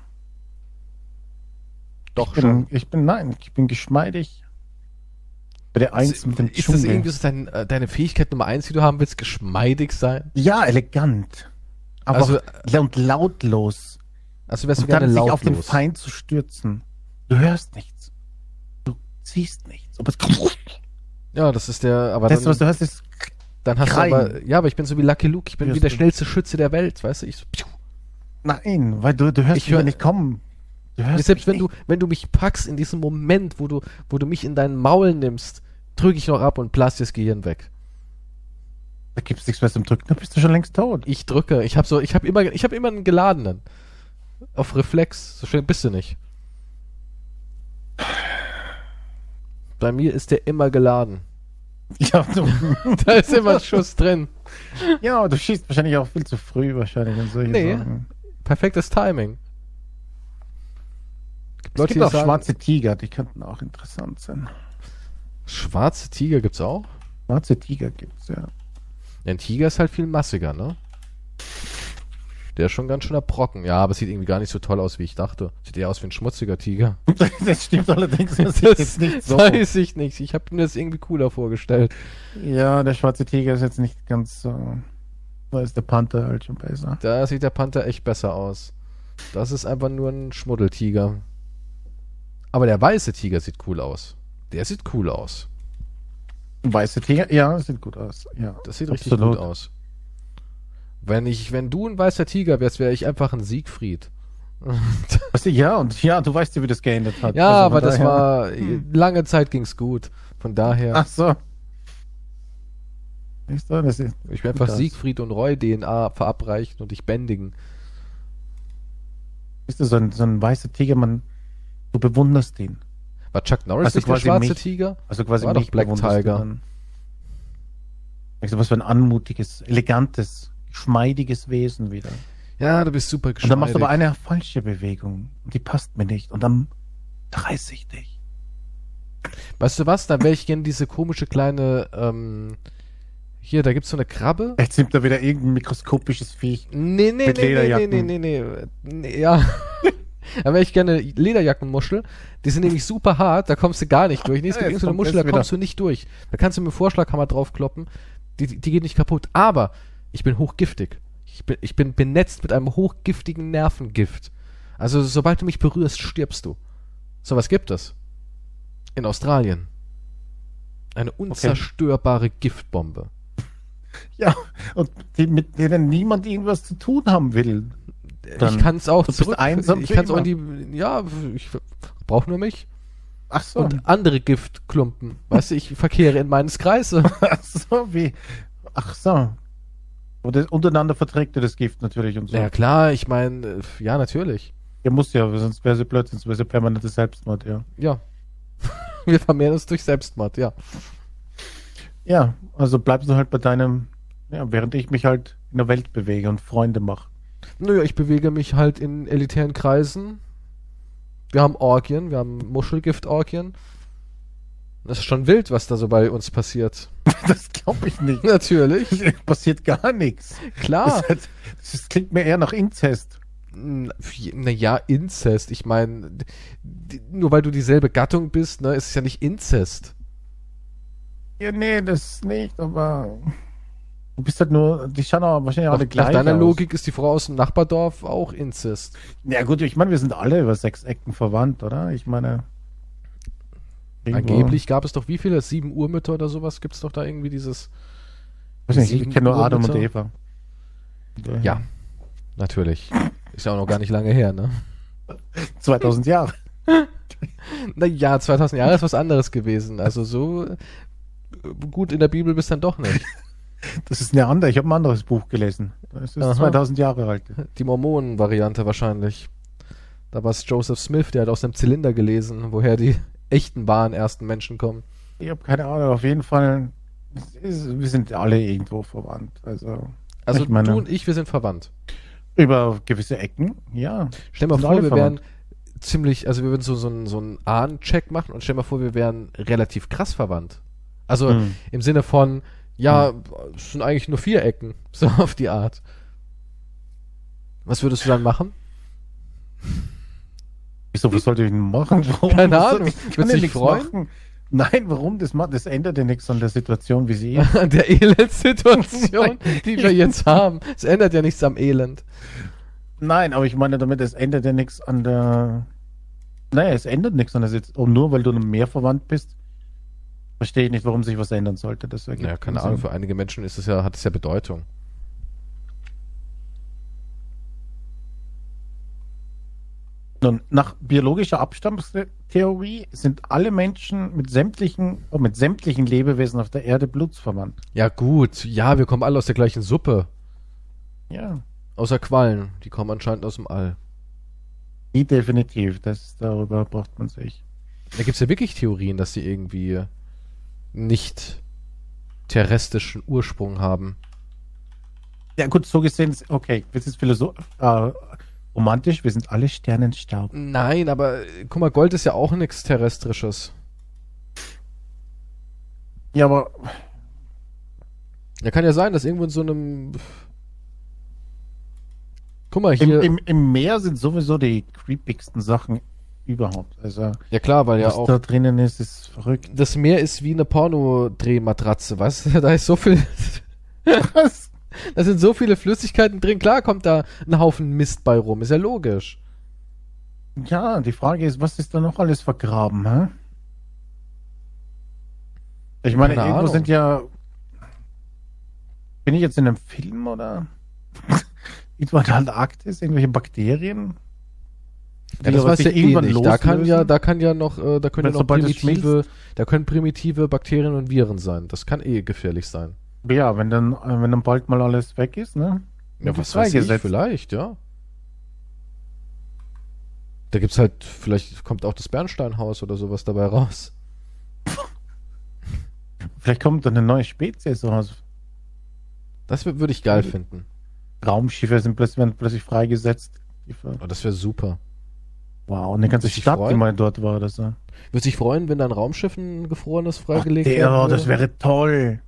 [SPEAKER 1] Doch
[SPEAKER 2] Ich
[SPEAKER 1] schon.
[SPEAKER 2] bin, ich bin, nein, ich bin geschmeidig. Ich bin der Eins mit dem
[SPEAKER 1] ist das
[SPEAKER 2] Dschungel.
[SPEAKER 1] irgendwie so dein, äh, deine Fähigkeit Nummer eins, die du haben willst, geschmeidig sein?
[SPEAKER 2] Ja, elegant. Aber
[SPEAKER 1] Also,
[SPEAKER 2] auch la- und lautlos.
[SPEAKER 1] Also wärst du
[SPEAKER 2] Und
[SPEAKER 1] gerne
[SPEAKER 2] dann sich auf den
[SPEAKER 1] lautlos.
[SPEAKER 2] Feind zu stürzen. Du hörst nichts. Du siehst nichts. Aber es
[SPEAKER 1] Ja, das ist der, aber
[SPEAKER 2] das,
[SPEAKER 1] dann,
[SPEAKER 2] was du hörst, ist
[SPEAKER 1] dann hast
[SPEAKER 2] Kreien.
[SPEAKER 1] du aber, ja, aber ich bin so wie Lucky Luke, ich bin
[SPEAKER 2] Hörst
[SPEAKER 1] wie der
[SPEAKER 2] du.
[SPEAKER 1] schnellste Schütze der Welt, weißt du? Ich so, piu.
[SPEAKER 2] nein, weil du, du hörst
[SPEAKER 1] Ich
[SPEAKER 2] mich
[SPEAKER 1] hör-
[SPEAKER 2] nicht kommen. Du hörst
[SPEAKER 1] selbst wenn
[SPEAKER 2] mich
[SPEAKER 1] du, wenn du mich packst in diesem Moment, wo du, wo du mich in deinen Maul nimmst, drücke ich noch ab und blas dir das Gehirn weg.
[SPEAKER 2] nicht. Da gibt's nichts mehr zum Drücken, da bist du schon längst tot.
[SPEAKER 1] Ich drücke, ich habe so, ich habe immer, ich habe immer einen geladenen. Auf Reflex, so schnell bist du nicht. Bei mir ist der immer geladen.
[SPEAKER 2] Ja, du,
[SPEAKER 1] Da ist immer ein Schuss drin.
[SPEAKER 2] ja, aber du schießt wahrscheinlich auch viel zu früh wahrscheinlich und solche
[SPEAKER 1] Nee.
[SPEAKER 2] Sachen.
[SPEAKER 1] Perfektes Timing. Gibt
[SPEAKER 2] Es
[SPEAKER 1] Leute,
[SPEAKER 2] gibt
[SPEAKER 1] die
[SPEAKER 2] auch
[SPEAKER 1] sagen-
[SPEAKER 2] schwarze Tiger, die könnten auch interessant sein.
[SPEAKER 1] Schwarze Tiger gibt's auch?
[SPEAKER 2] Schwarze Tiger gibt's, ja.
[SPEAKER 1] Ja, Ein Tiger ist halt viel massiger, ne? Der ist schon ganz schöner Brocken. Ja, aber sieht irgendwie gar nicht so toll aus, wie ich dachte. Sieht eher aus wie ein schmutziger Tiger.
[SPEAKER 2] Das stimmt allerdings, das ist jetzt nicht so.
[SPEAKER 1] weiß ich nicht. Ich habe mir das irgendwie cooler vorgestellt.
[SPEAKER 2] Ja, der schwarze Tiger ist jetzt nicht ganz so. Da ist der Panther halt schon besser.
[SPEAKER 1] Da sieht der Panther echt besser aus. Das ist einfach nur ein Schmuddeltiger. Aber der weiße Tiger sieht cool aus. Der sieht cool aus.
[SPEAKER 2] Weiße Tiger, ja, das sieht gut aus. Ja,
[SPEAKER 1] Das sieht richtig
[SPEAKER 2] Absolut.
[SPEAKER 1] gut aus. Wenn ich, wenn du ein weißer Tiger wärst, wäre ich einfach ein Siegfried.
[SPEAKER 2] Weißt du, ja, und ja, du weißt ja, wie das geändert hat.
[SPEAKER 1] Ja,
[SPEAKER 2] Also von
[SPEAKER 1] aber das
[SPEAKER 2] daher- Hm. Ah,
[SPEAKER 1] war lange Zeit ging's gut. Von daher,
[SPEAKER 2] Ach so. Siehst du, das ist.
[SPEAKER 1] ich werde einfach
[SPEAKER 2] das.
[SPEAKER 1] Siegfried und Roy DNA verabreichen und dich bändigen.
[SPEAKER 2] Siehst du, so ein, so ein weißer Tiger, man. Du bewunderst ihn.
[SPEAKER 1] War Chuck Norris
[SPEAKER 2] Also
[SPEAKER 1] nicht der
[SPEAKER 2] quasi
[SPEAKER 1] schwarze
[SPEAKER 2] mich.
[SPEAKER 1] Tiger?
[SPEAKER 2] Also quasi
[SPEAKER 1] War doch
[SPEAKER 2] mich
[SPEAKER 1] Black
[SPEAKER 2] bewunderst du
[SPEAKER 1] Tiger.
[SPEAKER 2] dann. Also was für ein anmutiges, elegantes, schmeidiges Wesen wieder.
[SPEAKER 1] Ja, du bist super
[SPEAKER 2] Und dann machst du aber
[SPEAKER 1] geschmeidig.
[SPEAKER 2] eine falsche Bewegung. Und die passt mir nicht. Und dann reiß ich dich.
[SPEAKER 1] Weißt du was? Dann wäre ich gerne diese komische kleine, ähm, hier, da gibt's so eine Krabbe.
[SPEAKER 2] Jetzt nimmt er wieder irgendein mikroskopisches Viech.
[SPEAKER 1] Nee, nee,
[SPEAKER 2] Mit
[SPEAKER 1] nee, nee, nee,
[SPEAKER 2] Lederjacken.
[SPEAKER 1] nee, nee, nee, ja. Dann wäre ich gerne Lederjackenmuschel. Die sind nämlich super hart, da kommst du gar nicht durch. Nee, es
[SPEAKER 2] Ah, Ja,
[SPEAKER 1] gibt
[SPEAKER 2] jetzt
[SPEAKER 1] irgendeine
[SPEAKER 2] kommt
[SPEAKER 1] Muschel, da
[SPEAKER 2] es wieder.
[SPEAKER 1] kommst du nicht durch. Da kannst du mit dem Vorschlaghammer draufkloppen. Die, die, die geht nicht kaputt. Aber ich bin hochgiftig. Ich bin, ich bin benetzt mit einem hochgiftigen Nervengift. Also, sobald du mich berührst, stirbst du. So was gibt es. In Australien. Eine unzerstörbare Giftbombe.
[SPEAKER 2] Ja, und die, mit denen niemand irgendwas zu tun haben will. Dann-
[SPEAKER 1] ich kann es auch
[SPEAKER 2] Du bist
[SPEAKER 1] zurück.
[SPEAKER 2] einsam
[SPEAKER 1] ich
[SPEAKER 2] für
[SPEAKER 1] kann es auch in die. Ja, ich brauche nur mich.
[SPEAKER 2] Ach so.
[SPEAKER 1] Und andere Giftklumpen. Weißt du, ich verkehre in meines Kreise.
[SPEAKER 2] ach so, wie. Ach so. Und das, untereinander verträgt er das Gift natürlich und so.
[SPEAKER 1] Ja, klar, ich meine, ja, natürlich.
[SPEAKER 2] Ihr muss ja, sonst wäre sie blöd, sonst wäre sie permanente Selbstmord, ja.
[SPEAKER 1] Ja. Wir vermehren uns durch Selbstmord, ja.
[SPEAKER 2] Ja, also bleibst du halt bei deinem, ja, während ich mich halt in der Welt bewege und Freunde mache.
[SPEAKER 1] Naja, ich bewege mich halt in elitären Kreisen. Wir haben Orgien, wir haben Muschelgiftorgien. Das ist schon wild, was da so bei uns passiert.
[SPEAKER 2] Das glaube ich nicht.
[SPEAKER 1] Natürlich,
[SPEAKER 2] Passiert gar nichts.
[SPEAKER 1] klar.
[SPEAKER 2] Das, hat, das klingt mir eher nach Inzest.
[SPEAKER 1] Naja, Inzest. Ich meine, d- nur weil du dieselbe Gattung bist, ne, ist es ja nicht Inzest.
[SPEAKER 2] Ja, nee, das nicht, aber du bist halt nur, die schauen aber wahrscheinlich
[SPEAKER 1] Nach,
[SPEAKER 2] alle gleich
[SPEAKER 1] nach deiner
[SPEAKER 2] aus.
[SPEAKER 1] Logik ist die Frau aus dem Nachbardorf auch Inzest.
[SPEAKER 2] Ja gut, ich meine, wir sind alle über sechs Ecken verwandt, oder? Ich meine... irgendwo-
[SPEAKER 1] Angeblich gab es doch wie viele? Sieben Urmütter oder sowas? Gibt es doch da irgendwie dieses.
[SPEAKER 2] Weiß nicht, ich kenne nur Adam und
[SPEAKER 1] Urmütter?
[SPEAKER 2] Eva.
[SPEAKER 1] Ja, natürlich. Ist ja auch noch gar nicht lange her, ne?
[SPEAKER 2] 2000 Jahre.
[SPEAKER 1] Naja, 2000 Jahre ist was anderes gewesen. Also so äh, gut in der Bibel bist dann doch nicht.
[SPEAKER 2] Das ist eine andere, ich habe ein anderes Buch gelesen. Das ist
[SPEAKER 1] Aha.
[SPEAKER 2] 2000 Jahre alt.
[SPEAKER 1] Die Mormonen-Variante wahrscheinlich. Da war es Joseph Smith, der hat aus einem Zylinder gelesen, woher die echten wahren ersten Menschen kommen.
[SPEAKER 2] Ich habe keine Ahnung, auf jeden Fall, es ist, wir sind alle irgendwo verwandt. Also
[SPEAKER 1] Also
[SPEAKER 2] Ich meine-
[SPEAKER 1] du und ich, wir sind verwandt.
[SPEAKER 2] über gewisse Ecken, ja.
[SPEAKER 1] Stell dir mal
[SPEAKER 2] Sind
[SPEAKER 1] vor,
[SPEAKER 2] alle
[SPEAKER 1] wir wären ziemlich, also wir würden so, so einen, so einen Ahn-Check machen und stell dir mal vor, wir wären relativ krass verwandt. Also
[SPEAKER 2] Hm.
[SPEAKER 1] im Sinne von, ja, es sind eigentlich nur vier Ecken, so auf die Art. Was würdest du dann machen?
[SPEAKER 2] Wieso, was sollte ich denn machen? Warum?
[SPEAKER 1] Keine
[SPEAKER 2] Was soll-
[SPEAKER 1] Ahnung.
[SPEAKER 2] ich kann
[SPEAKER 1] Würdest
[SPEAKER 2] ja
[SPEAKER 1] dich
[SPEAKER 2] nichts
[SPEAKER 1] freuen?
[SPEAKER 2] Machen. Nein, warum? Das, macht, das ändert ja nichts an der Situation, wie sie ist.
[SPEAKER 1] An der Elendssituation, die wir jetzt haben. Es ändert ja nichts am Elend.
[SPEAKER 2] Nein, aber ich meine damit, es ändert ja nichts an der. Naja, es ändert nichts an der Situation. Und nur weil du mehr verwandt bist, verstehe ich nicht, warum sich was ändern sollte. Das ergibt
[SPEAKER 1] Naja, keine
[SPEAKER 2] keinen
[SPEAKER 1] Ahnung,
[SPEAKER 2] Sinn.
[SPEAKER 1] für einige Menschen ist es ja, hat es ja Bedeutung.
[SPEAKER 2] Nun, nach biologischer Abstammungstheorie sind alle Menschen mit sämtlichen, oh, mit sämtlichen Lebewesen auf der Erde blutsverwandt.
[SPEAKER 1] Ja gut, ja, wir kommen alle aus der gleichen Suppe.
[SPEAKER 2] Ja.
[SPEAKER 1] Außer Quallen, die kommen anscheinend aus dem All.
[SPEAKER 2] Die definitiv. Das, darüber braucht man sich.
[SPEAKER 1] Da gibt es ja wirklich Theorien, dass sie irgendwie nicht terrestrischen Ursprung haben.
[SPEAKER 2] Ja, gut, so gesehen, ist- okay, das ist philosophisch, äh, romantisch, wir sind alle Sternenstaub.
[SPEAKER 1] Nein, aber äh, guck mal, Gold ist ja auch nichts Terrestrisches.
[SPEAKER 2] Ja, aber
[SPEAKER 1] Ja, kann ja sein, dass irgendwo in so einem. Guck mal,
[SPEAKER 2] im,
[SPEAKER 1] hier.
[SPEAKER 2] im, im Meer sind sowieso die creepigsten Sachen überhaupt. Also,
[SPEAKER 1] ja, klar, weil ja
[SPEAKER 2] was
[SPEAKER 1] auch.
[SPEAKER 2] da drinnen ist, ist verrückt.
[SPEAKER 1] Das Meer ist wie eine Pornodrehmatratze, weißt du? Da ist so viel.
[SPEAKER 2] Was?
[SPEAKER 1] Da sind so viele Flüssigkeiten drin. Klar kommt da ein Haufen Mist bei rum. Ist ja logisch.
[SPEAKER 2] Ja, die Frage ist, was ist da noch alles vergraben, hä? Ich meine,
[SPEAKER 1] Keine
[SPEAKER 2] irgendwo
[SPEAKER 1] Ahnung.
[SPEAKER 2] sind ja. Bin ich jetzt in einem Film oder? Irgendwo in der Antarktis, irgendwelche Bakterien?
[SPEAKER 1] Ja, das
[SPEAKER 2] aber
[SPEAKER 1] weiß
[SPEAKER 2] sich
[SPEAKER 1] ja eh
[SPEAKER 2] irgendwann
[SPEAKER 1] nicht. Da kann
[SPEAKER 2] loslösen?
[SPEAKER 1] ja, da kann ja noch, äh, da können ja
[SPEAKER 2] Wenn
[SPEAKER 1] noch
[SPEAKER 2] sobald es
[SPEAKER 1] primitive, da können primitive Bakterien und Viren sein. Das kann eh gefährlich sein.
[SPEAKER 2] Ja, wenn dann, äh, wenn dann bald mal alles weg ist, ne?
[SPEAKER 1] Ja,
[SPEAKER 2] Wird
[SPEAKER 1] was weiß ich,
[SPEAKER 2] freigesetzt.
[SPEAKER 1] vielleicht, ja. Da gibt's halt, vielleicht kommt auch das Bernsteinhaus oder sowas dabei raus.
[SPEAKER 2] Vielleicht kommt dann eine neue Spezies raus.
[SPEAKER 1] Das wür- würde ich geil finden.
[SPEAKER 2] Raumschiffe sind plötzlich, werden plötzlich freigesetzt.
[SPEAKER 1] Oh, das wäre super.
[SPEAKER 2] Wow, eine ganze
[SPEAKER 1] Muss ich
[SPEAKER 2] Stadt, die
[SPEAKER 1] freuen?
[SPEAKER 2] mal dort war, das. Ja.
[SPEAKER 1] Würde sich freuen, wenn da ein Raumschiff ein gefrorenes
[SPEAKER 2] Ach,
[SPEAKER 1] freigelegt
[SPEAKER 2] der,
[SPEAKER 1] werden
[SPEAKER 2] das
[SPEAKER 1] würde?
[SPEAKER 2] wäre toll.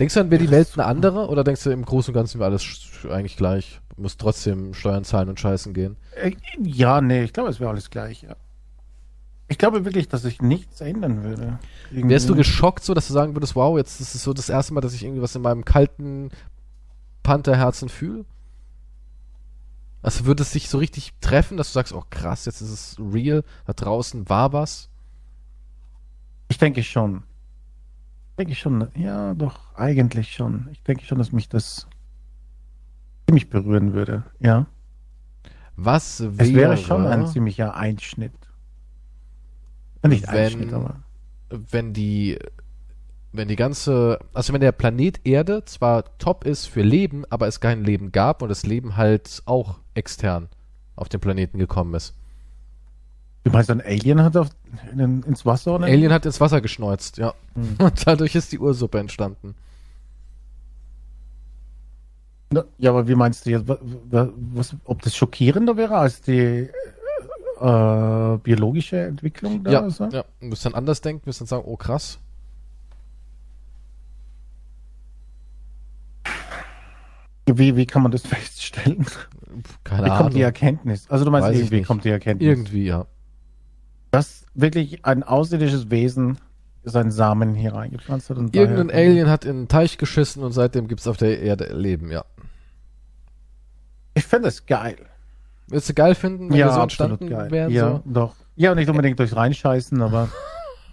[SPEAKER 1] Denkst du dann, wäre die
[SPEAKER 2] Ja,
[SPEAKER 1] Welt eine
[SPEAKER 2] super.
[SPEAKER 1] andere oder denkst du, im Großen und Ganzen wäre alles sch- eigentlich gleich? Muss trotzdem Steuern zahlen und scheißen gehen.
[SPEAKER 2] Äh, Ja, nee, ich glaube, es wäre alles gleich. Ja. Ich glaube wirklich, dass ich nichts ändern würde. Irgendwie.
[SPEAKER 1] Wärst du geschockt, so dass du sagen würdest, wow, jetzt ist es so das erste Mal, dass ich irgendwie was in meinem kalten Pantherherzen fühle? Also würde es dich so richtig treffen, dass du sagst, oh krass, jetzt ist es real, da draußen war was?
[SPEAKER 2] Ich denke schon. Ich denke schon, ja, doch, eigentlich schon. Ich denke schon, dass mich das ziemlich berühren würde. Ja.
[SPEAKER 1] Was
[SPEAKER 2] Es wäre schon ein ziemlicher Einschnitt. Nicht
[SPEAKER 1] Wenn-
[SPEAKER 2] Einschnitt, aber.
[SPEAKER 1] wenn die wenn die ganze, also wenn der Planet Erde zwar top ist für Leben, aber es kein Leben gab und das Leben halt auch extern auf den Planeten gekommen ist.
[SPEAKER 2] Du meinst, ein Alien hat auf, in, ins Wasser oder?
[SPEAKER 1] Alien hat ins Wasser geschneuzt, ja.
[SPEAKER 2] Hm.
[SPEAKER 1] Und dadurch ist die Ursuppe entstanden.
[SPEAKER 2] Na, Ja, aber wie meinst du jetzt, wa- wa- was, ob das schockierender wäre als die äh, biologische Entwicklung? Da
[SPEAKER 1] Ja,
[SPEAKER 2] so?
[SPEAKER 1] ja. Du musst dann anders denken, musst dann sagen, oh krass.
[SPEAKER 2] Wie, wie kann man das feststellen?
[SPEAKER 1] Pff, Keine
[SPEAKER 2] wie kommt die
[SPEAKER 1] Ahnung.
[SPEAKER 2] Erkenntnis? Also du meinst,
[SPEAKER 1] Weiß ich
[SPEAKER 2] irgendwie
[SPEAKER 1] nicht.
[SPEAKER 2] kommt die Erkenntnis.
[SPEAKER 1] Irgendwie, ja.
[SPEAKER 2] Dass wirklich ein außerirdisches Wesen seinen Samen hier reingepflanzt hat. Und
[SPEAKER 1] Irgendein
[SPEAKER 2] daher-
[SPEAKER 1] Alien hat in einen Teich geschissen und seitdem gibt's auf der Erde Leben, ja.
[SPEAKER 2] Ich fände es geil.
[SPEAKER 1] Würdest du geil finden, wenn wir so entstanden wären?
[SPEAKER 2] Ja,
[SPEAKER 1] So?
[SPEAKER 2] doch. Ja, nicht unbedingt durchs Reinscheißen, aber.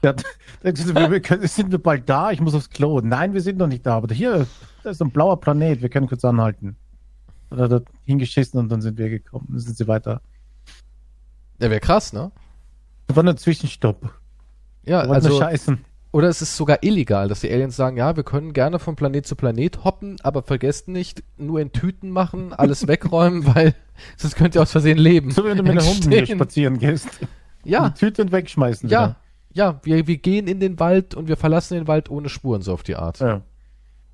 [SPEAKER 2] ja, wir, wir können, sind wir bald da? Ich muss aufs Klo. Nein, wir sind noch nicht da. Aber hier, da ist ein blauer Planet. Wir können kurz anhalten. Oder dort hingeschissen und dann sind wir gekommen. Dann sind sie weiter.
[SPEAKER 1] Ja, wäre krass, ne?
[SPEAKER 2] Das war nur ein Zwischenstopp. Wir
[SPEAKER 1] Ja,
[SPEAKER 2] wollten nur
[SPEAKER 1] also
[SPEAKER 2] scheißen.
[SPEAKER 1] Oder es ist sogar illegal, dass die Aliens sagen, ja, wir können gerne von Planet zu Planet hoppen, aber vergesst nicht, nur in Tüten machen, alles wegräumen, weil sonst könnt ihr aus Versehen leben.
[SPEAKER 2] So wie wenn du mit einer Hunde
[SPEAKER 1] Entstehen.
[SPEAKER 2] spazieren gehst.
[SPEAKER 1] Ja,
[SPEAKER 2] Die Tüte und wegschmeißen.
[SPEAKER 1] ja, ja, wir, wir gehen in den Wald und wir verlassen den Wald ohne Spuren, so auf die Art.
[SPEAKER 2] wieder. ja.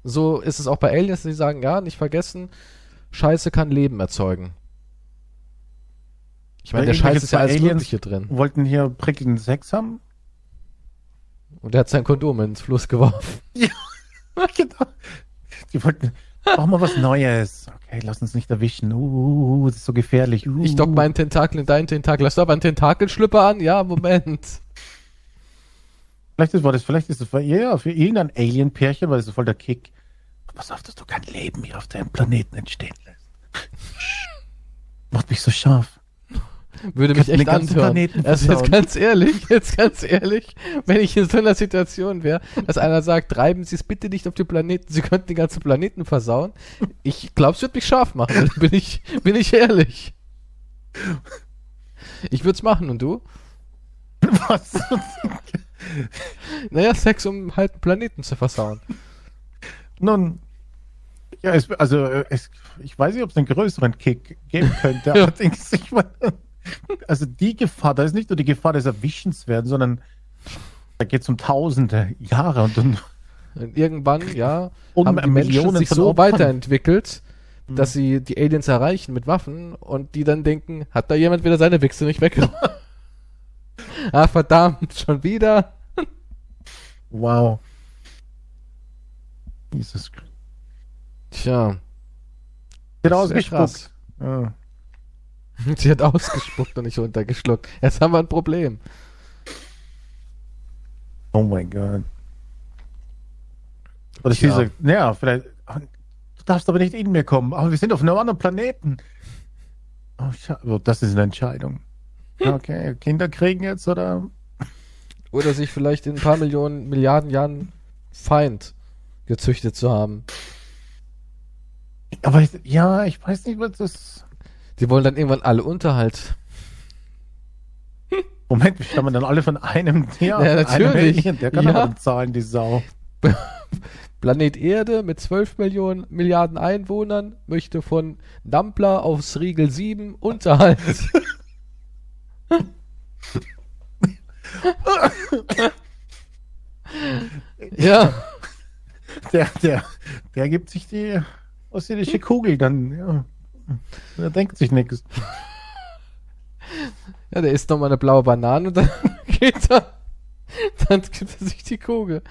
[SPEAKER 1] So ist es auch bei Aliens, die sagen, ja, nicht vergessen, Scheiße kann Leben erzeugen. Ich meine, der
[SPEAKER 2] Irgendwelche
[SPEAKER 1] Scheiß ist ja
[SPEAKER 2] zwei
[SPEAKER 1] alles
[SPEAKER 2] Aliens-
[SPEAKER 1] Mögliche drin.
[SPEAKER 2] Wollten hier prickelnden Sex haben?
[SPEAKER 1] Und er hat sein Kondom ins Fluss geworfen.
[SPEAKER 2] genau. Die wollten, machen wir was Neues. Okay, lass uns nicht erwischen. Uh, Uh, uh, das ist so gefährlich. Uh,
[SPEAKER 1] Ich dock meinen Tentakel in deinen Tentakel. Hast du aber einen Tentakelschlüpper an? Ja, Moment.
[SPEAKER 2] Vielleicht ist, war das, vielleicht ist das, ja, ja, für irgendein Alien-Pärchen war das voll der Kick. Pass auf, dass du kein Leben hier auf deinem Planeten entstehen lässt. Macht mich so scharf.
[SPEAKER 1] Würde mich
[SPEAKER 2] Kannst
[SPEAKER 1] echt
[SPEAKER 2] den ganzen
[SPEAKER 1] anhören.
[SPEAKER 2] Planeten
[SPEAKER 1] Also jetzt
[SPEAKER 2] versauen.
[SPEAKER 1] ganz ehrlich, jetzt ganz ehrlich, wenn ich in so einer Situation wäre, dass einer sagt, treiben Sie es bitte nicht auf den Planeten, Sie könnten den ganzen Planeten versauen. Ich glaube, es wird mich scharf machen, bin ich, bin ich ehrlich. Ich würde es machen und du?
[SPEAKER 2] Was?
[SPEAKER 1] Naja, Sex, um halt einen Planeten zu versauen.
[SPEAKER 2] Nun, ja, es, also äh, es, ich weiß nicht, ob es einen größeren Kick geben könnte.
[SPEAKER 1] Ja.
[SPEAKER 2] Allerdings, ich meine, also die Gefahr, da ist nicht nur die Gefahr des Erwischens werden, sondern da geht es um Tausende Jahre und dann
[SPEAKER 1] Und irgendwann, ja,
[SPEAKER 2] um
[SPEAKER 1] haben die Menschen sich
[SPEAKER 2] von
[SPEAKER 1] so
[SPEAKER 2] Opfern. Hm.
[SPEAKER 1] weiterentwickelt, dass sie die Aliens erreichen mit Waffen und die dann denken, hat da jemand wieder seine Wichse nicht weggeräumt? ah, verdammt, schon wieder.
[SPEAKER 2] Wow. Jesus Christ.
[SPEAKER 1] Tja, das ist
[SPEAKER 2] Wird
[SPEAKER 1] ja
[SPEAKER 2] ausgespuckt.
[SPEAKER 1] krass.
[SPEAKER 2] Ja.
[SPEAKER 1] Sie hat ausgespuckt und nicht runtergeschluckt. Jetzt haben wir ein Problem.
[SPEAKER 2] Oh mein Gott. Oder
[SPEAKER 1] Tja.
[SPEAKER 2] diese, naja, vielleicht. Du darfst aber nicht in mir kommen. Aber wir sind auf einem anderen Planeten. Oh, scha- oh, das ist eine Entscheidung.
[SPEAKER 1] Hm.
[SPEAKER 2] Okay, Kinder kriegen jetzt oder?
[SPEAKER 1] Oder sich vielleicht in ein paar Millionen, Milliarden Jahren Feind gezüchtet zu haben.
[SPEAKER 2] Aber ich, ja, ich weiß nicht, was das.
[SPEAKER 1] Die wollen dann irgendwann alle Unterhalt.
[SPEAKER 2] Moment, wir stammen dann alle von einem Tier.
[SPEAKER 1] Ja,
[SPEAKER 2] von einem
[SPEAKER 1] natürlich.
[SPEAKER 2] Alien. Der kann
[SPEAKER 1] Ja.
[SPEAKER 2] aber dann zahlen, die Sau.
[SPEAKER 1] Planet Erde mit 12 Millionen Milliarden Einwohnern möchte von Dampler aufs Riegel 7 Unterhalt. Ja.
[SPEAKER 2] Der, der, der gibt sich die ostsirische Kugel dann, ja. Der denkt sich nichts.
[SPEAKER 1] Ja, der isst nochmal eine blaue Banane und dann geht er. Dann gibt er sich die Kugel.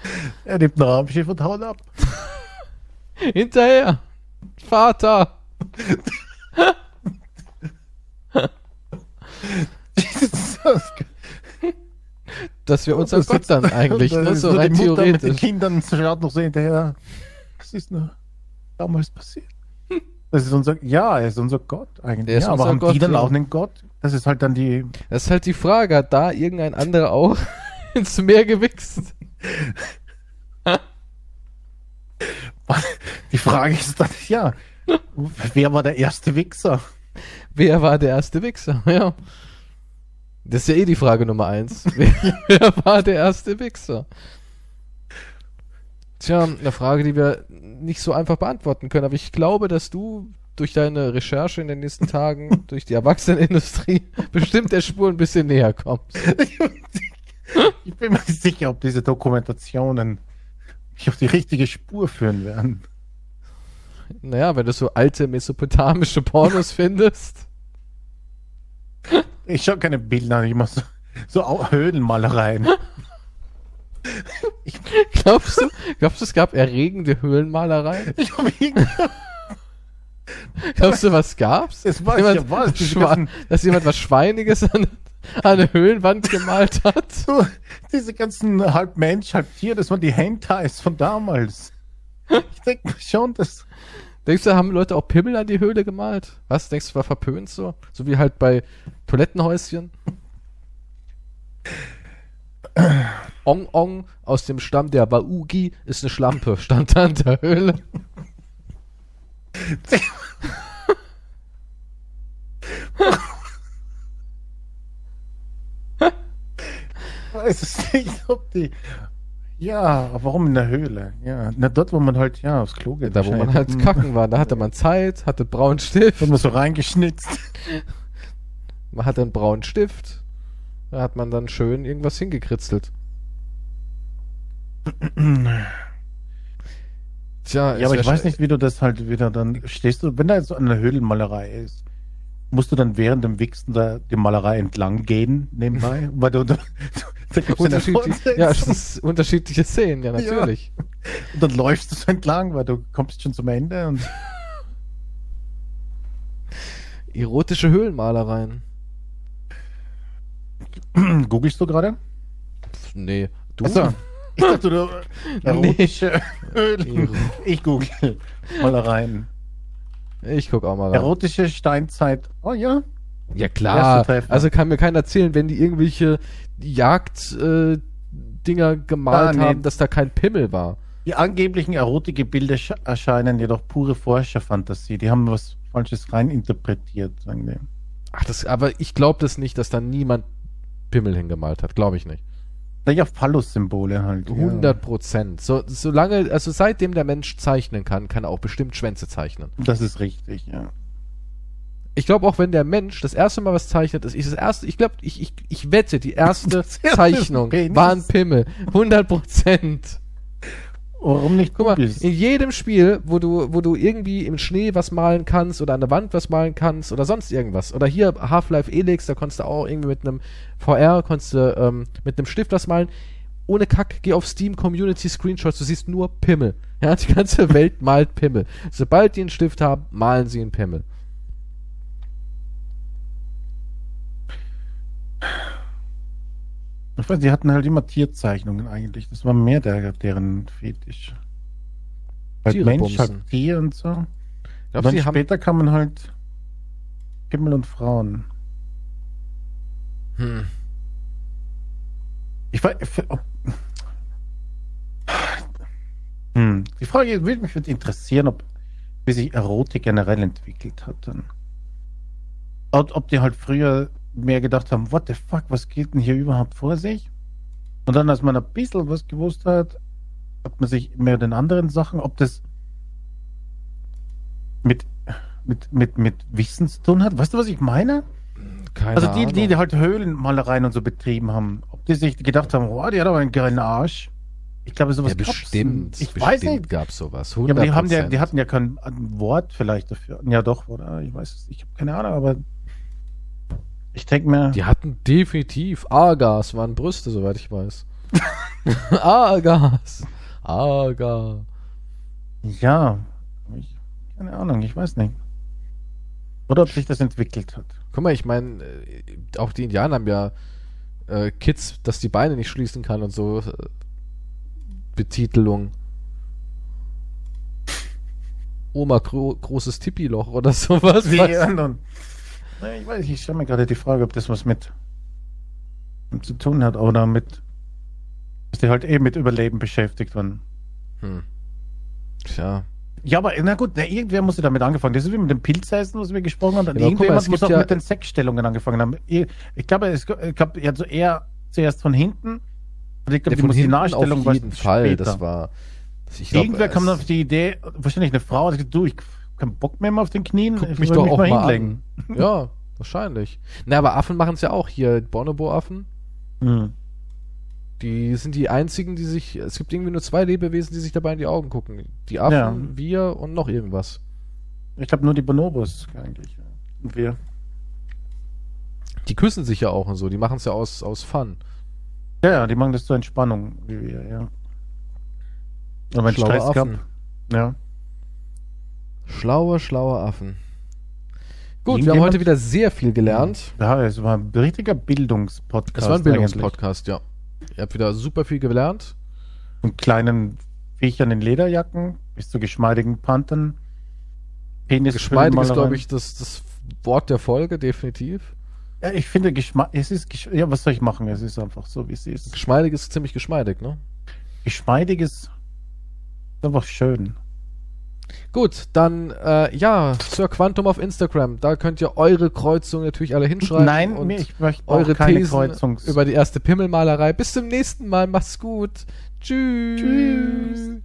[SPEAKER 2] Er nimmt ein Raumschiff und haut ab.
[SPEAKER 1] Hinterher. Vater.
[SPEAKER 2] Das ist-
[SPEAKER 1] Dass wir uns als Gott dann eigentlich,
[SPEAKER 2] Das
[SPEAKER 1] ne?
[SPEAKER 2] ist
[SPEAKER 1] So
[SPEAKER 2] nur die
[SPEAKER 1] rein
[SPEAKER 2] Mutter mit den
[SPEAKER 1] theoretisch.
[SPEAKER 2] Kindern schaut noch so hinterher. Das ist nur damals passiert. Das ist unser, ja, er ist unser Gott eigentlich.
[SPEAKER 1] Der ist
[SPEAKER 2] ja, aber
[SPEAKER 1] unser
[SPEAKER 2] haben
[SPEAKER 1] Gott,
[SPEAKER 2] die dann
[SPEAKER 1] ja.
[SPEAKER 2] auch einen Gott? Das ist halt dann die,
[SPEAKER 1] Das ist halt die Frage, hat da irgendein anderer auch ins Meer gewichst?
[SPEAKER 2] die Frage ist dann, ja, wer war der erste Wichser?
[SPEAKER 1] Wer war der erste Wichser? Ja. Das ist ja eh die Frage Nummer eins. Wer, wer war der erste Wichser? Tja, eine Frage, die wir nicht so einfach beantworten können, aber ich glaube, dass du durch deine Recherche in den nächsten Tagen, durch die Erwachsenenindustrie, bestimmt der Spur ein bisschen näher kommst.
[SPEAKER 2] Ich bin mir nicht sicher, ob diese Dokumentationen mich auf die richtige Spur führen werden.
[SPEAKER 1] Naja, wenn du so alte mesopotamische Pornos findest.
[SPEAKER 2] Ich schaue keine Bilder an, ich mache so, so Au- Höhlenmalereien.
[SPEAKER 1] Glaubst du, glaubst du, es gab erregende Höhlenmalereien?
[SPEAKER 2] Ich habe irgendwie
[SPEAKER 1] Glaubst du, was gab's?
[SPEAKER 2] Das weiß ich ja, was, diese
[SPEAKER 1] Schwa
[SPEAKER 2] ganzen-
[SPEAKER 1] dass jemand was Schweiniges an, an eine Höhlenwand gemalt hat.
[SPEAKER 2] so, diese ganzen halb Mensch, halb Tier, das waren die Hentais von damals. Ich denke schon, dass
[SPEAKER 1] Denkst du, haben Leute auch Pimmel an die Höhle gemalt? Was? Denkst du, war verpönt so? So wie halt bei Toilettenhäuschen? Ong Ong aus dem Stamm der Waugi ist eine Schlampe, stand da in der Höhle.
[SPEAKER 2] weiß es nicht, ob die. Ja, aber warum in der Höhle? Ja, na dort, wo man halt ja aufs Klo geht.
[SPEAKER 1] Da, wo man halt
[SPEAKER 2] wahrscheinlich. Hm.
[SPEAKER 1] kacken war, da hatte man Zeit, hatte einen braunen Stift.
[SPEAKER 2] Wird man so reingeschnitzt.
[SPEAKER 1] Man hatte einen braunen Stift. Da hat man dann schön irgendwas hingekritzelt. Tja,
[SPEAKER 2] Ja, aber
[SPEAKER 1] wär
[SPEAKER 2] ich weiß
[SPEAKER 1] schon-
[SPEAKER 2] nicht, wie du das halt wieder dann stehst du, wenn da jetzt so eine Höhlenmalerei ist, musst du dann während dem Wichsen da die Malerei entlang gehen nebenbei, weil du da, da gibt's eine
[SPEAKER 1] Unterschiedlich,
[SPEAKER 2] Fortsetzung.
[SPEAKER 1] ja, es ist unterschiedliche Szenen, ja,
[SPEAKER 2] Ja.
[SPEAKER 1] natürlich.
[SPEAKER 2] Und dann läufst du so entlang, weil du kommst schon zum Ende und
[SPEAKER 1] Erotische Höhlenmalereien.
[SPEAKER 2] googelst du gerade?
[SPEAKER 1] Pff, nee. Du?
[SPEAKER 2] Achso. Ich dachte, du erotische Höhlen.
[SPEAKER 1] Ero-
[SPEAKER 2] Ich google Malereien.
[SPEAKER 1] Ich guck auch mal rein.
[SPEAKER 2] Erotische Steinzeit. Oh ja.
[SPEAKER 1] Ja klar,
[SPEAKER 2] Erste Treffer.
[SPEAKER 1] also kann mir keiner erzählen, wenn die irgendwelche Jagd-Dinger gemalt
[SPEAKER 2] Ah, nee.
[SPEAKER 1] haben, dass da kein Pimmel war.
[SPEAKER 2] Die angeblichen Erotikgebilde sch- erscheinen jedoch pure Forscherfantasie. Die haben was Falsches reininterpretiert, sagen die.
[SPEAKER 1] Ach, das, aber ich glaube das nicht, dass da niemand Pimmel hingemalt hat. Glaube ich nicht.
[SPEAKER 2] Naja, Phallus-Symbole halt.
[SPEAKER 1] 100 Prozent. So, solange, also seitdem der Mensch zeichnen kann, kann er auch bestimmt Schwänze zeichnen.
[SPEAKER 2] Ja. Das ist richtig, ja.
[SPEAKER 1] Ich glaube auch, wenn der Mensch das erste Mal was zeichnet, das ist das erste, ich glaube, ich, ich, ich wette, die erste
[SPEAKER 2] Das erste
[SPEAKER 1] Zeichnung
[SPEAKER 2] Penis.
[SPEAKER 1] war ein Pimmel. 100 Prozent.
[SPEAKER 2] Warum nicht
[SPEAKER 1] Guck mal,
[SPEAKER 2] googelst?
[SPEAKER 1] in jedem Spiel, wo du, wo du irgendwie im Schnee was malen kannst oder an der Wand was malen kannst oder sonst irgendwas. Oder hier Half-Life Elix, da konntest du auch irgendwie mit einem VR, konntest du ähm, mit einem Stift was malen. Ohne Kack, geh auf Steam Community Screenshots, du siehst nur Pimmel. Ja, die ganze Welt malt Pimmel. Sobald die einen Stift haben, malen sie einen Pimmel.
[SPEAKER 2] Ich weiß, die hatten halt immer Tierzeichnungen eigentlich. Das war mehr der, deren Fetisch. Halt
[SPEAKER 1] Tiere
[SPEAKER 2] Mensch,
[SPEAKER 1] bumsen.
[SPEAKER 2] halt Tier und so.
[SPEAKER 1] Ich
[SPEAKER 2] Und
[SPEAKER 1] glaub,
[SPEAKER 2] dann
[SPEAKER 1] sie haben,
[SPEAKER 2] später kamen halt Pimmel und Frauen.
[SPEAKER 1] hm,
[SPEAKER 2] Ich weiß. oh. Hm. Die Frage ist, würde mich würde interessieren, ob wie sich Erotik generell entwickelt hat. Dann. Ob, ob die halt früher mehr gedacht haben, what the fuck, was geht denn hier überhaupt vor sich? Und dann, als man ein bisschen was gewusst hat, hat man sich mehr den anderen Sachen, ob das mit, mit, mit, mit Wissen zu tun hat. Weißt du, was ich meine?
[SPEAKER 1] Keine
[SPEAKER 2] Also die, die,
[SPEAKER 1] Ahnung.
[SPEAKER 2] die halt Höhlenmalereien und so betrieben haben, ob die sich gedacht haben, wow, die hat aber einen geilen Arsch. Ich glaube, sowas
[SPEAKER 1] ja,
[SPEAKER 2] gab's.
[SPEAKER 1] bestimmt.
[SPEAKER 2] Ich
[SPEAKER 1] bestimmt
[SPEAKER 2] weiß nicht.
[SPEAKER 1] gab es sowas.
[SPEAKER 2] Ja, aber die, haben ja,
[SPEAKER 1] 100%.
[SPEAKER 2] die hatten ja kein Wort vielleicht dafür. Ja, doch, oder? Ich weiß es. Ich habe keine Ahnung, aber ich denke mir,
[SPEAKER 1] Die hatten definitiv Argas, waren Brüste, soweit ich weiß. Argas. Arga.
[SPEAKER 2] ja, ich, keine Ahnung, ich weiß nicht. Oder ob sich das entwickelt hat.
[SPEAKER 1] Guck mal, ich meine, äh, auch die Indianer haben ja äh, Kids, dass die Beine nicht schließen kann und so. Äh, Betitelung. Oma, gro großes Tippiloch oder sowas.
[SPEAKER 2] Die
[SPEAKER 1] weißt du?
[SPEAKER 2] anderen. Naja, ich weiß, ich stelle mir gerade die Frage, ob das was mit mit zu tun hat oder mit, dass die halt eben mit Überleben beschäftigt waren.
[SPEAKER 1] Hm. Tja.
[SPEAKER 2] Ja, aber na gut, na, irgendwer musste damit angefangen. Das ist wie mit dem Pilzeisen, was wir gesprochen haben.
[SPEAKER 1] aber guck mal,
[SPEAKER 2] Irgendjemand
[SPEAKER 1] es
[SPEAKER 2] muss auch
[SPEAKER 1] gibt ja-
[SPEAKER 2] mit den Sexstellungen angefangen haben. Ich, ich glaube, es g- ich glaube, ja, so eher zuerst von hinten. Und ich glaube,
[SPEAKER 1] Ja, von
[SPEAKER 2] die
[SPEAKER 1] hinten
[SPEAKER 2] Musikinarstellung
[SPEAKER 1] auf jeden Fall.
[SPEAKER 2] später.
[SPEAKER 1] Das war. Ich glaub,
[SPEAKER 2] irgendwer kam
[SPEAKER 1] es-
[SPEAKER 2] dann auf die Idee, wahrscheinlich eine Frau, die sagt, du, ich hab keinen Bock mehr auf den Knien,
[SPEAKER 1] Guck
[SPEAKER 2] ich
[SPEAKER 1] mich
[SPEAKER 2] will
[SPEAKER 1] doch auch mal
[SPEAKER 2] hinlegen.
[SPEAKER 1] an. Ja, wahrscheinlich. Na, aber Affen machen es ja auch hier. Bonobo-Affen.
[SPEAKER 2] Hm.
[SPEAKER 1] Die sind die einzigen, die sich. Es gibt irgendwie nur zwei Lebewesen, die sich dabei in die Augen gucken. Die Affen,
[SPEAKER 2] Ja.
[SPEAKER 1] wir und noch irgendwas.
[SPEAKER 2] Ich glaube, nur die Bonobos eigentlich. Und wir.
[SPEAKER 1] Die küssen sich ja auch und so. Die machen es ja aus, aus Fun.
[SPEAKER 2] Ja, ja, die machen das zur Entspannung, wie wir, ja. Und wenn
[SPEAKER 1] Schlaue
[SPEAKER 2] Stress
[SPEAKER 1] Affen.
[SPEAKER 2] gab, ja.
[SPEAKER 1] Schlaue, schlaue Affen. Gut, wir haben
[SPEAKER 2] Irgendjemand-
[SPEAKER 1] heute wieder sehr viel gelernt.
[SPEAKER 2] Ja, es war ein richtiger Bildungspodcast.
[SPEAKER 1] Es war ein
[SPEAKER 2] Hm. eigentlich.
[SPEAKER 1] Bildungspodcast, ja. Ihr habt wieder super viel gelernt.
[SPEAKER 2] von kleinen Viechern in Lederjacken bis zu geschmeidigen Panthern. Penis
[SPEAKER 1] Geschmeidig ist, glaube ich, das, das Wort der Folge, definitiv.
[SPEAKER 2] Ja, ich finde, Geschma es ist. Gesch ja, was soll ich machen? Es ist einfach so, wie es ist.
[SPEAKER 1] Geschmeidig ist ziemlich geschmeidig, ne?
[SPEAKER 2] Geschmeidig ist einfach schön.
[SPEAKER 1] Gut, dann, äh, ja, Sir Quantum auf Instagram. Da könnt ihr eure Kreuzungen natürlich alle hinschreiben.
[SPEAKER 2] Nein,
[SPEAKER 1] und
[SPEAKER 2] mir- ich möchte auch
[SPEAKER 1] eure
[SPEAKER 2] keine
[SPEAKER 1] Thesen
[SPEAKER 2] Kreuzungs.
[SPEAKER 1] über die erste Pimmelmalerei. Bis zum nächsten Mal. Macht's gut. Tschüss.
[SPEAKER 2] Tschüss.